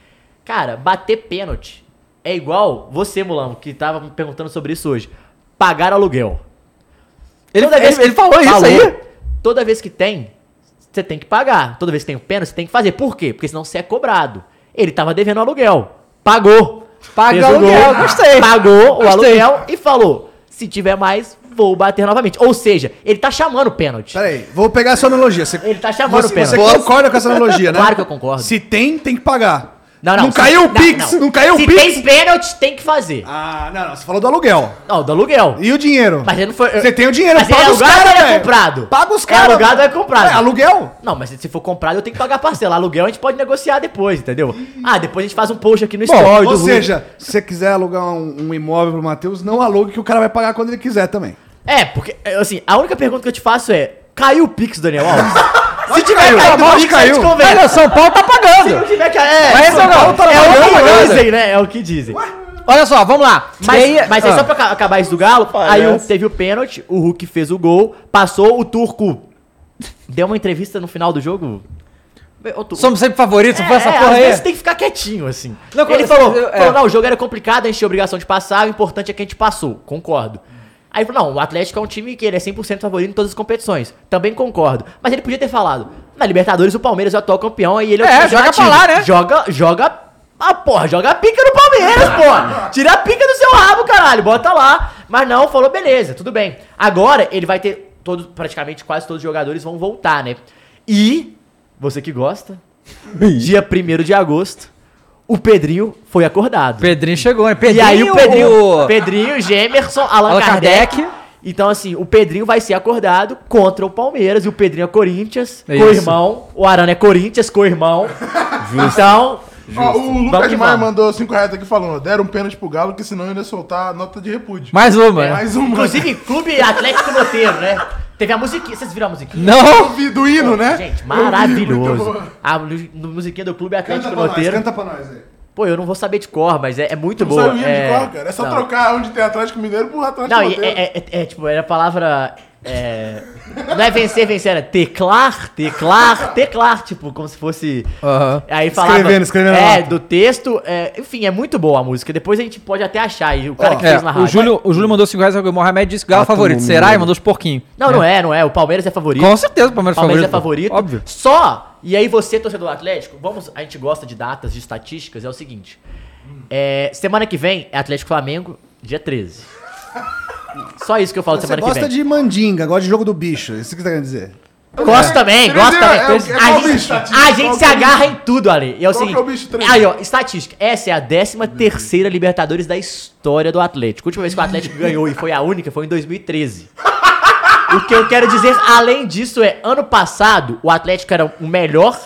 S3: Cara, bater pênalti é igual você, Mulão, que tava me perguntando sobre isso hoje. Pagar aluguel.
S1: Ele, é,
S3: Toda vez
S1: ele,
S3: que-
S1: ele falou isso aí.
S3: Toda vez que tem, você tem que pagar. Toda vez que tem o pênalti, você tem que fazer. Por quê? Porque senão você é cobrado. Ele tava devendo aluguel. Pagou.
S1: Paga
S3: Fez o
S1: aluguel,
S3: gol,
S1: gostei.
S3: Pagou o
S1: Gostei.
S3: aluguel e falou: se tiver mais, vou bater novamente. Ou seja, ele tá chamando o pênalti.
S5: Peraí, vou pegar a sua analogia. Você,
S3: Ele tá chamando o
S5: você,
S3: pênalti.
S5: você concorda com essa analogia, né?
S3: Claro que eu concordo.
S5: Se tem, tem que pagar.
S3: Não,
S5: Não caiu o
S3: se-
S5: Pix, não caiu o
S3: se
S5: Pix.
S3: Se tem pênalti, tem que fazer.
S5: Ah, não, não. Você falou do aluguel.
S3: Não, do aluguel.
S5: E o dinheiro?
S3: Mas ele não foi-
S5: Você tem o dinheiro,
S3: Mas ele é
S5: paga os
S3: alugado
S5: caras,
S3: ou ele é
S5: velho.
S3: comprado?
S5: Paga os
S3: É
S5: caras.
S3: alugado ou é comprado?
S5: É, aluguel.
S3: Não, mas se for comprado, eu tenho que pagar a parcela. Aluguel a gente pode negociar depois, entendeu? Ah, depois a gente faz um post aqui no
S1: Bom,
S3: story
S5: Ou
S3: do Hulk.
S5: seja, se você quiser alugar um, um imóvel pro Matheus, não alugue que o cara vai pagar quando ele quiser também.
S3: É, porque, é, assim, a única pergunta que eu te faço é: caiu o Pix, Daniel Alves? se
S5: caiu,
S3: caído,
S5: acho
S3: o
S5: que
S3: Pix, a gente
S5: caiu.
S3: conversa.
S1: Olha, São Paulo tá
S3: Se não
S1: pagando.
S3: tiver caído. É,
S1: Mas esse é o Galo tá
S3: é o que
S1: pagando.
S3: dizem, né? É o que dizem.
S1: Olha só, vamos lá.
S3: Mas,
S1: E aí-
S3: mas é aí
S1: ah.
S3: só pra ca- acabar isso do Galo, aí o- teve o pênalti, o Hulk fez o gol, passou o Turco. Deu uma entrevista no final do jogo Ou tu-
S1: Somos sempre favoritos, não foi essa
S3: é,
S1: porra
S3: às
S1: aí?
S3: vezes tem que ficar quietinho, assim.
S1: Não,
S3: ele
S1: quando-
S3: falou,
S1: eu- é.
S3: falou, não, o jogo era complicado, a gente tinha obrigação de passar, o importante é que a gente passou, concordo. Aí ele falou, não, o Atlético é um time que ele é 100% favorito em todas as competições, também concordo. Mas ele podia ter falado, na Libertadores o Palmeiras é o atual campeão e ele o
S1: É,
S3: time
S1: joga
S3: alternativo.
S1: pra lá, né?
S3: Joga, joga, ah, porra, joga a pica no Palmeiras,
S1: É.
S3: porra. Tira a pica do seu rabo, caralho, bota lá. Mas não, falou, beleza, tudo bem. Agora ele vai ter, todos, praticamente quase todos os jogadores vão voltar, né? E, você que gosta, Dia 1 de agosto, o Pedrinho foi acordado.
S1: Pedrinho chegou, né?
S3: e
S1: Pedrinho,
S3: aí o Pedrinho,
S1: o-
S3: Pedrinho, Gemerson, Allan,
S1: Allan
S3: Kardec.
S1: Kardec.
S3: Então, assim, o Pedrinho vai ser acordado contra o Palmeiras. E o Pedrinho é Corinthians,
S1: É
S3: co-irmão. O Arana é Corinthians, co-irmão. Então,
S2: Ó, o
S3: Vamos
S2: Lucas
S3: que
S2: Maia
S3: vamos.
S2: mandou 5 reais aqui falando: deram um pênalti pro Galo, que senão ele ia soltar nota de repúdio.
S1: Mais uma.
S2: Mais uma.
S3: um. Inclusive, Clube Atlético Moteiro, né? Teve a musiquinha. Vocês viram a musiquinha?
S1: Não!
S2: Eu vi do hino, né?
S3: Gente,
S2: Muito
S3: maravilhoso.
S2: boa.
S3: A mu- musiquinha do Clube
S2: Canta
S3: Atlético
S2: pra nós,
S3: Moteiro.
S2: canta pra nós aí.
S3: Pô, eu não vou saber de cor, mas é, é muito
S2: Não
S3: boa.
S2: sabe o hino
S3: é...
S2: de cor, cara. É só
S3: não.
S2: trocar onde tem Atlético Mineiro por Atlético
S3: Não, e
S2: Mineiro.
S3: é, é- é- é, tipo, era a palavra. é, não é vencer, vencer, era teclar, teclar, teclar, tipo, como se fosse.
S1: Aham.
S3: Aí falava.
S6: Escrevendo, escrevendo na
S3: É,
S6: lata.
S3: do texto. é, enfim, é muito boa a música. Depois a gente pode até achar aí o cara que
S1: É,
S3: fez na Ah, rádio.
S1: o, Júlio, o Júlio mandou 5 reais, o Mohamed disse Galo favorito. Será? E mandou os porquinhos.
S3: Não, não é, não é. O Palmeiras é favorito.
S1: Com certeza, o Palmeiras,
S3: Palmeiras
S1: favorito.
S3: é favorito.
S1: Óbvio.
S3: Só, e aí você, torcedor do Atlético, vamos, a gente gosta de datas, de estatísticas, é o seguinte. É, semana que vem é Atlético Flamengo, dia 13. Só isso que eu falo
S5: Você
S3: semana que
S5: gosta
S3: vem.
S5: de mandinga, gosta de jogo do bicho. Isso que você tá querendo dizer.
S3: Gosto também,
S2: Quer
S3: gosto
S2: dizer,
S3: também. Então,
S2: é o- é
S3: a
S2: qual
S3: gente,
S2: bicho, Tati?
S3: a gente
S2: Qual
S3: se
S2: que é o
S3: agarra em tudo ali. E é o
S2: Qual
S3: seguinte.
S2: que é o bicho três?
S3: aí, ó, estatística. Essa é a 13 terceira Libertadores da história do Atlético. A última vez que o Atlético ganhou e foi a única foi em 2013. O que eu quero dizer, além disso, é ano passado o Atlético era o melhor,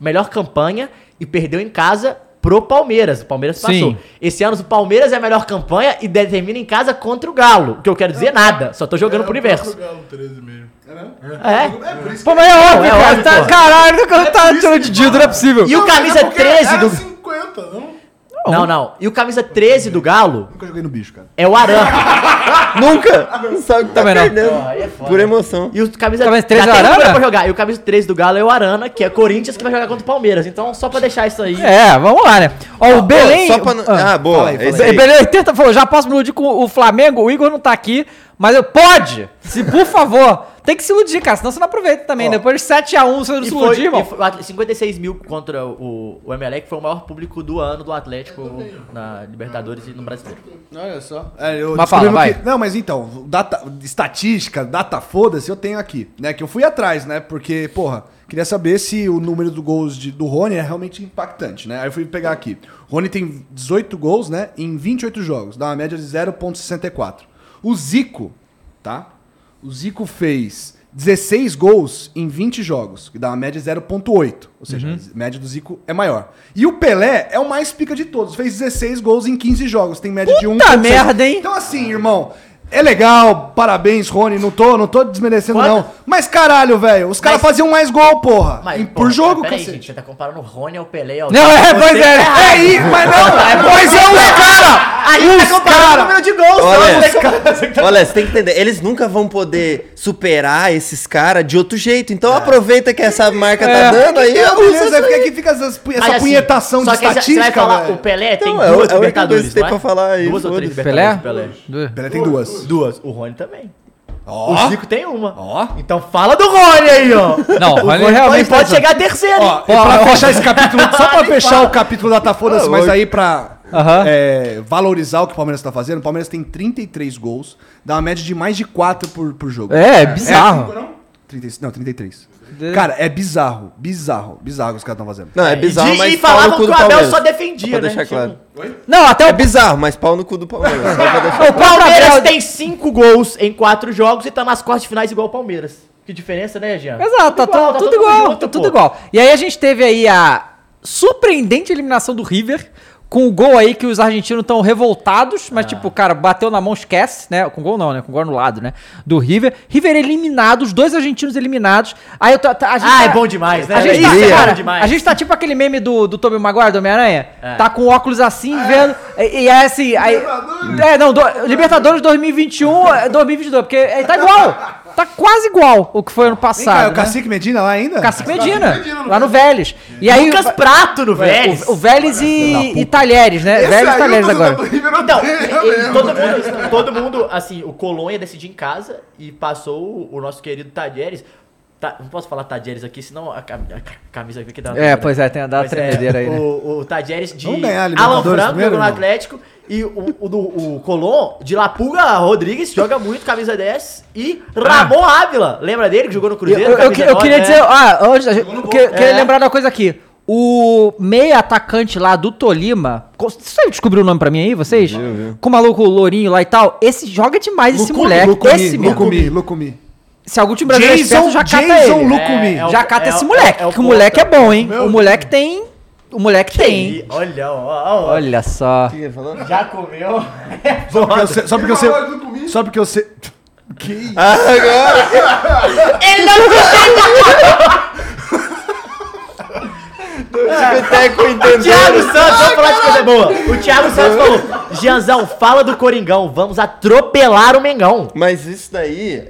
S3: melhor campanha e perdeu em casa pro Palmeiras. O Palmeiras passou.
S1: Sim.
S3: Esse ano o Palmeiras é a melhor campanha e determina em casa contra o Galo. O que eu quero dizer nada, só tô jogando pro universo.
S2: É o Galo 13 mesmo.
S3: É.
S2: É por isso
S1: Pô, mas é óbvio,
S3: é
S1: cara.
S3: óbvio,
S1: tá,
S3: pô.
S1: caralho, o cara tá tirando de Dildo, não é possível.
S3: E o
S2: Não, mas
S3: camisa
S2: é porque
S3: 13
S2: era
S3: do
S2: 50, não?
S3: Não, não. E o camisa 13 do Galo
S5: Nunca joguei no bicho, cara.
S3: é o Arana.
S4: Nunca! Não sabe o que tá
S1: Também não.
S4: perdendo.
S3: aí é foda.
S4: Por emoção.
S3: E o camisa,
S1: Camisa 13
S3: já
S1: é o
S3: tem
S1: Arana?
S3: figura pra jogar. E o camisa 13 do Galo é o Arana, que é Corinthians que vai jogar contra o Palmeiras. Então, só pra deixar isso aí.
S1: É, vamos lá, né? Ó, o Belém.
S4: Só pra não-
S1: Ah.
S4: Ah, boa.
S5: Fala aí,
S3: É
S5: fala
S4: esse
S1: Be-
S4: aí.
S1: Belém 80 falou, já posso me iludir com o Flamengo? O Igor não tá aqui, mas eu pode! Se por favor, tem que se iludir, cara, senão você não aproveita também. né? Depois de 7x1 você não
S3: E
S1: se
S3: foi,
S1: iludir, irmão.
S3: e foi- o Atl- 56 mil contra o, o Emelec foi o maior público do ano do Atlético na Libertadores e no Brasileiro.
S5: Olha só. É, eu
S1: Mas
S5: mas
S1: fala, vai.
S5: Que, não, mas então, data, estatística, data foda-se, eu tenho aqui, né? Que eu fui atrás, né? Porque, porra, queria saber se o número do gols de- do Rony é realmente impactante, né? Aí eu fui pegar aqui. O Rony tem 18 gols, né? Em 28 jogos, dá uma média de 0,64. O Zico, tá? O Zico fez 16 gols em 20 jogos, que dá uma média de 0,8. Ou seja,
S1: Uhum.
S5: a média do Zico é maior. E o Pelé é o mais pica de todos. Fez 16 gols em 15 jogos, tem média de 1.
S1: merda, hein?
S5: Então, assim, irmão. É legal, parabéns, Rony. Não tô, não tô desmerecendo,
S3: Quanto?
S5: não. Mas caralho, velho, os caras
S3: Mas-
S5: faziam mais gol, porra.
S3: Mas,
S5: em-
S3: pô,
S5: por jogo,
S3: peraí,
S5: cacete.
S3: gente, você tá comparando o Rony ao Pelé ao...
S1: Não, é, pois é.
S5: É aí, mas não, é pois é, os cara.
S3: Aí tá comparando o número de gols.
S4: Olha,
S3: não, não tem-
S4: Olha, você tem que entender, eles nunca vão poder superar esses caras de outro jeito.
S3: É.
S4: Então aproveita que essa marca tá dando aí.
S5: É,
S4: abusa
S5: beleza, é
S4: isso
S5: porque
S4: aí.
S5: aqui fica essas- essa
S3: né? Mas, assim,
S5: punhetação
S3: só
S5: de
S3: que aí você-
S5: estatística,
S3: Você vai falar,
S5: velho.
S3: o Pelé tem
S4: Então, é a
S3: duas
S4: única
S3: Libertadores,
S4: coisa que tem
S3: não é?
S4: pra falar aí,
S3: Duas ou três
S4: foda-se.
S1: Pelé?
S3: Libertadores do Pelé.
S5: Pelé tem duas.
S3: Duas. O Rony também.
S5: Ó.
S3: O Zico tem uma. Então fala do Rony aí, ó.
S1: Não,
S3: o
S1: Rony
S3: Rony
S1: realmente
S3: pode, pode
S1: tá-
S3: chegar a terceira,
S5: Ó,
S3: hein?
S5: e pra fechar esse capítulo, só pra fechar o capítulo da Tafodas, mas aí pra
S1: Aham.
S5: é, valorizar o que o Palmeiras tá fazendo, o Palmeiras tem 33 gols, dá uma média de mais de 4 por, por jogo.
S1: É, é bizarro.
S5: 30, não, 33. Cara, é bizarro, bizarro, bizarro o que os caras estão fazendo.
S4: Não, é
S3: E
S4: bizarro,
S3: de- e
S4: mas
S3: falavam que o Abel
S4: Palmeiras.
S3: só defendia,
S4: pra
S3: né?
S4: deixar
S3: Tipo,
S4: claro.
S1: Não, até
S4: É
S1: o Bis.
S4: bizarro, mas pau no cu do Palmeiras. só pra deixar
S1: O
S3: O Palmeiras
S1: Abel-
S3: tem cinco gols em quatro jogos e tá nas quartas de finais igual o Palmeiras. Que diferença, né, Jean?
S1: Exato, tá tudo, tudo
S3: todo mundo
S1: igual,
S3: junto,
S1: tá tudo
S3: pô.
S1: igual. E aí a gente teve aí a surpreendente eliminação do River, com o gol aí que os argentinos estão revoltados,
S3: Ah.
S1: mas tipo, cara, bateu na mão, esquece, né? Com gol não, né? Com gol anulado, né? Do River. River eliminado, os dois argentinos eliminados. Aí eu tô- tá- a gente
S3: Ah,
S1: tá-
S3: é bom demais, né?
S1: A gente, tá,
S3: Alegria.
S1: cara,
S3: Bom demais.
S1: a gente tá tipo aquele meme do, do Tobey Maguire, do Homem-Aranha.
S3: É.
S1: Tá com óculos assim, vendo. E, e é um, assim. Aí, é, não, do- Libertadores 2021, é, 2022, porque é, tá igual. tá quase igual o que foi ano passado.
S5: cá, é o
S1: né?
S5: Cacique Medina lá ainda?
S1: Cacique Medina,
S5: Cacique Medina no
S1: lá no Vélez. E aí,
S3: Lucas Prato no
S1: o-
S3: Vélez.
S1: O, o Vélez e, e Talheres, né?
S3: Esse
S4: é
S1: Vélez e
S3: aí eu
S1: Talheres
S3: tô
S1: agora. É,
S3: Então, e- e todo,
S1: né?
S3: mundo, todo mundo, assim, o Colônia decidiu em casa e passou o, o nosso querido Tadieres. Ta- não posso falar Tadieres aqui, senão a, cam- a ca- camisa aqui dá uma
S1: É,
S3: tremida.
S1: pois é, tem a- dá uma
S3: Mas,
S1: tremedeira aí, né?
S3: O, o Tadieres de
S1: Vamos ganhar a
S3: Alan
S1: Libertadores
S3: Franco
S1: primeiro,
S3: jogou no
S1: irmão?
S3: Atlético e o, o, do, o Colom de Lapuga Rodrigues joga muito camisa 10 e Ramon Ávila, lembra dele que jogou
S1: Ah.
S3: no
S1: Eu,
S3: Cruzeiro?
S1: eu- eu que-
S3: camisa
S1: eu queria
S3: 9,
S1: dizer,
S3: né?
S1: ah, antes, eu que- queria
S3: É.
S1: lembrar de uma coisa aqui. O meia atacante lá do Tolima, co- você descobriu o nome pra mim aí, vocês? Com o maluco lourinho lá e tal, esse joga demais esse
S5: Lucumi,
S1: moleque,
S5: Lucumi,
S1: esse mesmo.
S5: Lucumi, Lucumi.
S1: Se algum time brasileiro é
S5: Jason-
S1: esperto, já cata
S5: Jason
S1: ele.
S5: Lucumi.
S1: É, é o- já cata
S3: é
S1: esse
S3: o-
S1: moleque,
S3: é o
S1: que o moleque é
S3: ponta.
S1: bom, hein?
S3: Meu
S1: o moleque tem, o moleque tem.
S3: Ih, Olha, ó, ó, ó.
S1: Olha só.
S3: Já comeu?
S5: Só porque eu
S1: É.
S5: sei. Só porque eu sei. Só porque eu sei. Que isso?
S3: Ele não
S4: Tipo, Discoteco entendeu.
S3: Thiago Santos, vamos falar de coisa boa. O Thiago Santos falou: Gianzão, fala do Coringão, vamos atropelar o Mengão.
S4: Mas isso daí,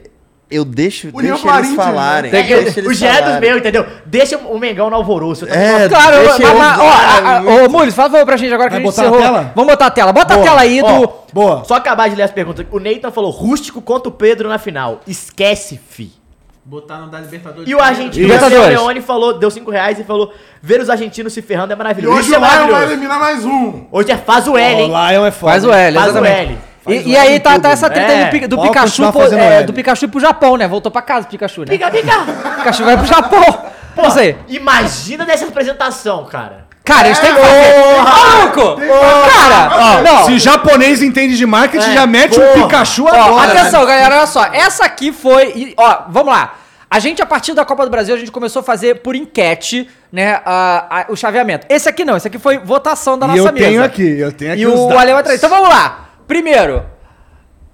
S4: eu deixo,
S3: União
S4: deixo eles
S3: Corinthians,
S4: falarem.
S3: Tem que-
S4: Deixa eles
S3: o Gé é dos
S4: falarem.
S3: meus, entendeu? Deixa o Mengão no alvoroço. tá Eu tô
S4: É,
S3: falando-
S1: Claro,
S4: Deixa
S1: mas,
S4: eu-
S1: mas, ó,
S4: Ah,
S1: a- a- ô, Mules, fala favor pra gente agora
S5: Vai
S1: que a gente
S5: botar na
S1: encerrou.
S5: tela?
S1: Vamos botar a tela. Bota a tela aí
S3: Ó,
S1: do...
S5: Boa.
S3: Só acabar de ler as perguntas. O Nathan falou: rústico contra o Pedro na final. Esquece, fi.
S7: Botar no da Libertadores.
S3: E o argentino
S1: Libertadores.
S3: o Leone falou, deu 5 reais e falou: ver os argentinos se ferrando é
S2: E
S3: maravilhoso.
S2: hoje
S3: Isso é
S2: o Lion vai
S3: maravilhoso.
S2: eliminar mais um.
S3: Hoje é faz o L, hein?
S5: Lion é foda.
S1: Faz o L,
S3: Faz o
S1: exatamente.
S3: L.
S5: Faz
S1: E,
S5: o
S1: e
S5: L
S1: aí
S5: em
S1: tá,
S5: tudo.
S1: tá essa treta aí do,
S3: É.
S1: Pi- do
S5: Pode
S1: Pikachu
S5: continuar
S1: pro,
S5: fazendo
S1: é,
S5: L.
S1: do Pikachu pro Japão, né? Voltou pra casa o Pikachu, né?
S3: Pica, pica!
S1: O Pikachu vai pro Japão. Pô, Não sei.
S3: Imagina dessa apresentação, cara.
S1: Cara, eles têm que fazer. Ô, louco! Cara, ó, não.
S5: Se japonês entende de marketing,
S3: É,
S5: já mete
S3: porra.
S5: um Pikachu
S1: Ó,
S5: agora.
S1: atenção, galera, olha só. Essa aqui foi. e, Ó, vamos lá. A gente, a partir da Copa do Brasil, a gente começou a fazer por enquete, né? a- a- o chaveamento. Esse aqui não, esse aqui foi votação da
S5: E
S1: nossa
S5: eu
S1: mesa.
S5: tenho aqui, eu tenho aqui
S1: E
S5: os
S1: o
S5: dados.
S1: Ale vai trazer. Então vamos lá. Primeiro,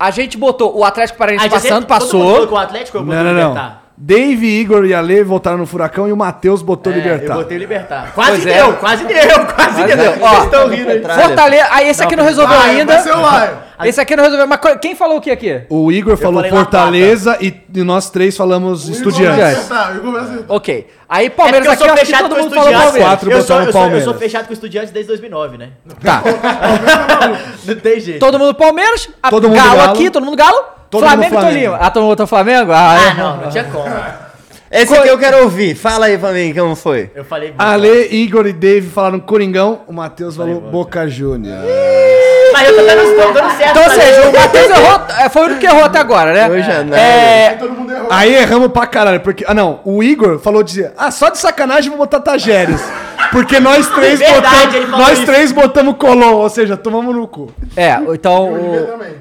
S1: a gente botou o Atlético Paranaense
S3: gente
S1: passando,
S3: sempre- Ah, Todo mundo
S1: passou.
S3: colocou o Atlético, eu
S5: Não,
S3: botei
S5: não,
S3: o
S5: não.
S3: Libertar.
S5: Dave, Igor e Ale votaram no Furacão e o Matheus botou
S3: É,
S5: Libertar.
S3: eu botei o Libertar. Quase
S1: Pois é.
S3: deu, quase deu, quase
S5: é.
S3: deu. É
S1: deu. Ó,
S3: Vocês estão rindo aí.
S4: Petralha.
S1: Fortaleza. Aí esse aqui não resolveu
S2: Vai,
S1: ainda.
S2: vai ser o Lion.
S1: Esse aqui não resolveu. Mas co- quem falou o que aqui?
S5: O Igor falou
S3: falei
S5: Fortaleza e, e nós três falamos Estudiantes.
S2: Eu começo
S1: Ok. Aí
S3: É porque
S1: Palmeiras
S3: eu
S1: aqui,
S3: sou
S1: eu acho que
S3: fechado
S1: todo
S3: com o
S1: mundo falou
S3: Estudiantes.
S1: Palmeiras.
S5: Quatro
S3: Eu sou-
S5: botaram
S3: eu sou- Eu sou
S5: Palmeiras.
S3: fechado com o Estudiantes desde 2009, né?
S1: Tá.
S3: Não tem jeito.
S1: Todo mundo Palmeiras, a-
S5: Todo mundo
S1: Galo,
S5: Galo.
S1: aqui, todo mundo Galo,
S5: Todo
S1: Flamengo,
S5: mundo Flamengo.
S1: e Tolima. Ah, todo mundo botou Flamengo? Ah,
S3: Ah,
S1: é.
S3: não, não tinha como.
S4: Esse aqui eu quero ouvir. Fala aí pra mim como foi.
S3: Eu falei. muito.
S5: Ale, Igor e Dave falaram Coringão, o Matheus falou Boca Júnior.
S3: Mas eu tô dando, tô dando certo.
S1: Então, ou
S3: tá
S1: seja,
S3: ligado?
S1: o Matheus errou, é, foi o único que errou até agora, né?
S4: Eu já não.
S1: É,
S2: Todo mundo errou.
S5: Aí erramos pra caralho, porque. Ah, não. O Igor falou de. Ah, só de sacanagem vou botar Tajeres. Porque nós três
S3: Verdade, ele
S5: botamos.
S3: falou
S5: Nós
S3: isso.
S5: três botamos Colom, ou seja, tomamos no cu.
S1: é, então...
S2: Eu
S1: O...
S2: também.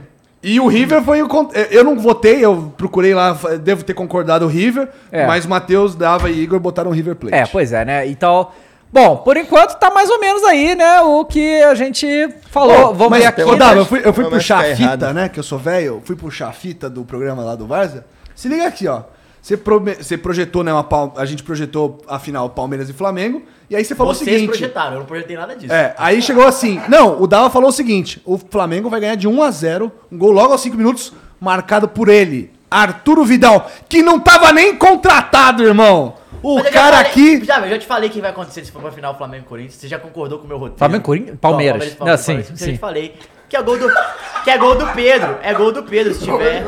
S5: E o River foi o. con- Eu não votei, eu procurei lá, devo ter concordado o River,
S1: É.
S5: mas o Matheus, Dava e Igor botaram o River Plate.
S1: É, pois é, né? Então... Bom, por enquanto tá mais ou menos aí, né? O que a gente falou. Vamos
S5: Mas,
S1: ver aqui. né?
S5: ô, Dava, eu fui, eu fui
S4: Não vai
S5: puxar a
S4: ficar
S5: fita,
S4: errado.
S5: né? Que eu sou velho, eu fui puxar a fita do programa lá do Várzea. Se liga aqui, ó. Você, prome- você projetou, né? Uma pal- A gente projetou a final Palmeiras e Flamengo. E aí você falou o
S3: Vocês
S5: seguinte.
S3: projetaram, eu não projetei nada disso.
S5: É, aí chegou assim. Não, o Dava falou o seguinte: o Flamengo vai ganhar de 1 a 0 um gol logo aos 5 minutos, marcado por ele, Arturo Vidal, que não tava nem contratado, irmão. O
S3: Mas é eu já
S5: cara
S3: falei-
S5: aqui.
S3: Já, eu já te falei que vai acontecer se for pra final Flamengo e Corinthians. Você já concordou com o meu roteiro?
S1: Flamengo e Corinthians? Palmeiras.
S3: Não,
S1: Não, sim,
S3: Palmeiras, Eu já
S1: sim.
S3: te falei. Que é gol do. Que é gol do Pedro. É gol do Pedro, se tiver.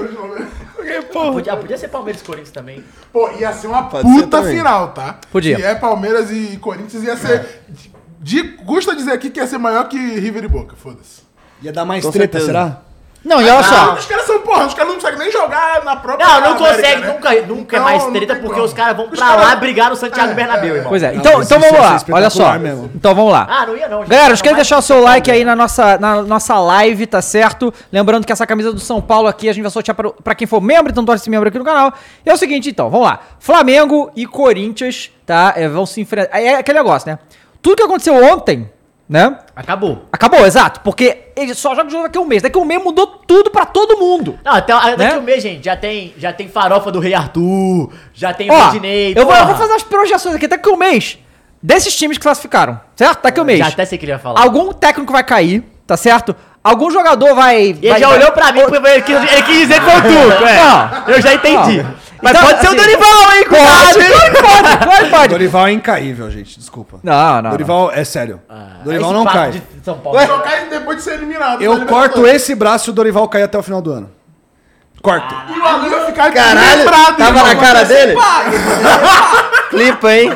S3: podia, ah, podia ser Palmeiras e Corinthians também.
S2: Pô, ia ser uma
S4: Pode ser
S2: puta
S4: também.
S2: final, tá?
S1: Podia.
S2: Se é Palmeiras e Corinthians, ia ser. de- De, custa dizer aqui que ia ser maior que River e Boca, foda-se.
S5: Ia dar mais
S4: Com
S5: treta,
S4: certeza.
S5: será?
S1: Não, e olha
S2: Ah,
S1: só.
S2: os caras são, porra, os caras não conseguem nem jogar na própria.
S3: Não, não
S2: América,
S3: consegue.
S2: né?
S3: Nunca, nunca é
S2: Então,
S3: mais
S2: não
S3: treta
S2: tem
S3: porque
S2: como.
S3: os caras vão
S2: Os
S3: pra
S2: caras-
S3: lá brigar no Santiago Bernabéu, irmão.
S1: Pois é,
S5: Não,
S1: então,
S5: mas
S1: então
S5: isso
S1: vamos
S5: ia
S1: lá.
S5: ser
S1: Olha só.
S5: espetacular mesmo.
S1: Então vamos lá.
S3: Ah, não ia não. gente.
S1: Galera, não esquece
S3: Não,
S1: de
S3: mas-
S1: deixar o seu like aí na nossa, na nossa live, tá certo? Lembrando que essa camisa do São Paulo aqui a gente vai sortear pra, pra quem for membro, então torce membro aqui no canal. E é o seguinte, então, vamos lá. Flamengo e Corinthians, tá? É, vão se enfrentar. É aquele negócio, né? Tudo que aconteceu ontem, né?
S3: Acabou.
S1: Acabou, exato. Porque ele só joga de novo daqui a um mês. Daqui a um mês mudou tudo pra todo mundo.
S3: Não, até, até
S1: Né?
S3: daqui um mês, gente, já tem, já tem farofa do Rei Arthur, já tem
S1: Ó,
S3: Rodinei.
S1: eu vou, eu
S3: porra.
S1: vou fazer as projeções aqui daqui a um mês
S3: tá
S1: desses times que classificaram, certo? Daqui a um mês.
S3: Já até sei o que ele vai falar.
S1: Algum técnico vai cair, tá certo? Algum jogador vai.
S3: Ele já olhou pra mim, porque ele quis, ele quis dizer que foi tu. É. eu já entendi. Mas pode ser o Dorival, hein? Cuidado,
S1: Então,
S3: hein?
S1: assim, Pode, pode, pode, pode.
S5: Dorival é incaível, gente. Desculpa.
S1: Não, não.
S5: Dorival, é sério. Dorival
S3: Ah. esse
S5: não
S3: papo
S5: cai.
S3: de é São Paulo.
S2: Só cai depois de ser eliminado.
S5: Eu
S2: na
S5: corto
S2: Libertadores.
S5: esse braço e o Dorival cair até o final do ano. Corto.
S3: Ah.
S2: E o Alan vai ficar
S4: Caralho,
S2: lembrado,
S4: tava
S2: irmão,
S4: na cara
S2: vai ser
S4: dele?
S2: pago.
S4: Clipa, hein?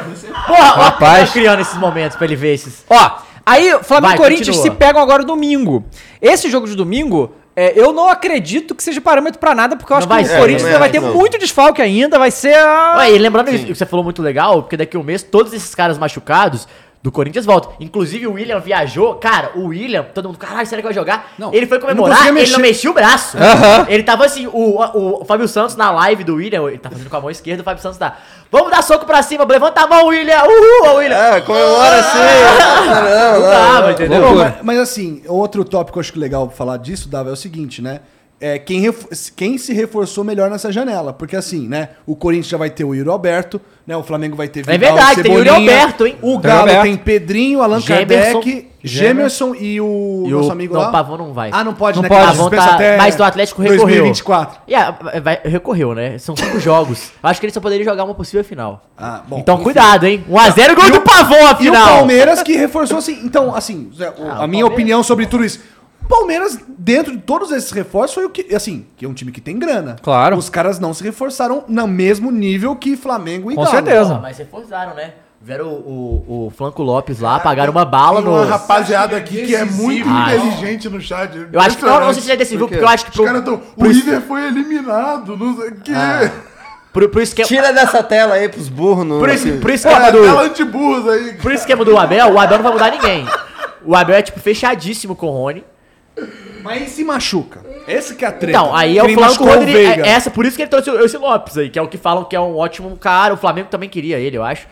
S3: Porra,
S1: Rapaz.
S3: Rapaz. tá criando esses momentos pra ele ver esses.
S1: Ó, aí Flamengo
S3: Vai,
S1: e Corinthians
S3: continua.
S1: se pegam agora domingo. Esse jogo de domingo, é, eu não acredito que seja parâmetro pra nada, porque eu
S3: Não
S1: acho
S3: vai
S1: que
S3: ser, né?
S1: o Corinthians
S4: não
S1: ainda vai
S4: é,
S1: ter
S4: não.
S1: muito desfalque ainda, vai ser. a-
S3: Ué, e lembrando isso que você falou muito legal, porque daqui a um mês todos esses caras machucados do Corinthians voltam. Inclusive o William viajou. Cara, o William, todo mundo, caralho, será que vai jogar?
S5: Não,
S3: ele foi
S5: não
S3: comemorar,
S5: conseguia
S3: ele não
S5: mexer.
S3: mexia o braço.
S1: Aham.
S3: Ele tava assim, o, o, o Fábio Santos na live do William, ele tá fazendo com a mão esquerda, o Fábio Santos tá. Vamos dar soco pra cima, levanta a mão, William! Uhul, William!
S5: É,
S3: Ah, é
S4: Ah, comemora assim.
S3: não
S1: Ah,
S3: dava, entendeu?
S5: Bom, mas, mas assim, outro tópico que eu acho que legal falar disso, Dava, é o seguinte, né? É, quem, refor- quem se reforçou melhor nessa janela? Porque assim, né? O Corinthians já vai ter o Yuri Alberto, né? O Flamengo vai ter
S3: É verdade, tem Yuri
S5: Cebolinha,
S3: Alberto, hein?
S5: O
S1: Yuri
S5: Galo
S1: Alberto.
S5: tem Pedrinho, Allan
S3: Gemerson.
S5: Kardec, Gemerson e o
S3: E o-
S5: nosso amigo
S3: não,
S5: lá.
S3: o Pavão não vai.
S5: Ah, não pode,
S1: Não
S5: né?
S1: pode.
S5: Cara,
S3: Pavão
S5: dispensa
S3: tá-
S5: até
S3: mas do Atlético recorreu.
S5: 2024.
S3: E, ah, vai- recorreu, né? São cinco jogos. Eu acho que ele só poderia jogar uma possível final.
S5: Ah, bom.
S3: então cuidado, hein? 1x0 gol do Pavão Ah, a
S5: E o
S3: final.
S5: Palmeiras que reforçou assim. Então, assim, Zé, o- a minha opinião sobre tudo isso. O Palmeiras, dentro de todos esses reforços, foi o que. Assim, que é um time que tem grana.
S1: Claro.
S5: Os caras não se reforçaram no mesmo nível que Flamengo e
S1: Com
S5: Galo.
S1: certeza.
S3: Mas reforçaram, né? Vieram o, o, o Flanco Lopes lá, pagaram uma bala
S2: Tem
S3: no.
S2: uma rapaziada aqui que é muito
S3: Ah,
S2: inteligente no chat.
S3: Eu acho que. Não, não sei se ele é decisivo, porque eu acho que
S2: Os
S3: pro,
S2: caras tão. O River foi eliminado, não sei o quê.
S5: Ah.
S3: pro, pro esquema.
S4: Tira dessa tela aí pros burros. No...
S3: Pro, es- pro
S2: É, tela
S3: esquema do.
S2: antiburros aí.
S3: Pro esquema do Abel, o Abel não vai mudar ninguém. O Abel é, tipo, fechadíssimo com o Rony.
S5: Mas se machuca. Esse que é a treta.
S3: Então, aí é o
S5: Quem
S3: Flamengo
S5: machucou o
S3: Rodrigues.
S5: Veiga.
S3: É essa, por isso que ele trouxe o- esse Lopes aí, que é o que falam que é um ótimo cara. O Flamengo também queria ele, eu acho.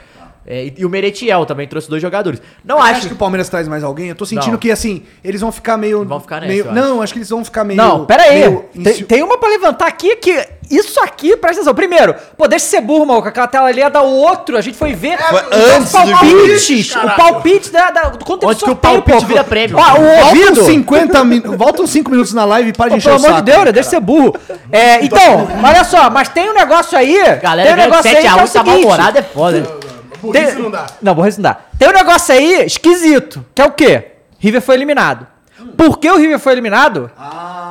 S3: É, e, e o Meretiel também trouxe dois jogadores. Não
S5: Acho,
S3: acho.
S5: que o Palmeiras traz mais alguém. Eu tô sentindo
S3: Não.
S5: que, assim, eles vão ficar meio.
S3: Vão ficar nessa,
S5: meio-
S3: eu acho.
S5: Não, acho que eles vão ficar meio.
S1: Não, pera aí.
S5: meio
S1: Tem,
S5: insu-
S1: tem uma pra levantar aqui que. Isso aqui, presta atenção. Primeiro, pô, deixa de ser burro, maluco. Aquela tela ali é da outro. A gente foi ver
S4: antes
S1: os
S4: do
S1: palpites. O palpite da. da do quanto
S3: Onde que o
S1: sorteio,
S3: palpite
S1: pô.
S3: vira prêmio.
S1: Ó, o
S5: Voltam
S1: ouvido.
S5: 50 minutos. Voltam 5 minutos na live e para de
S1: Tá Pô, pelo
S5: encher o
S1: amor de
S5: saco.
S1: Deus, né? deixa de ser burro. É, então, olha só, mas tem um negócio aí.
S3: Galera,
S1: tem um
S3: ganhou de
S1: negócio aí
S3: 7
S1: que é
S3: a
S1: o
S3: 1 tá
S1: seguinte.
S3: mal-humorado, é foda.
S2: Por
S1: Tem-
S2: isso não dá.
S1: Não, burrice não dá. Tem um negócio aí esquisito, que é o quê? River foi eliminado. Por que o River foi eliminado?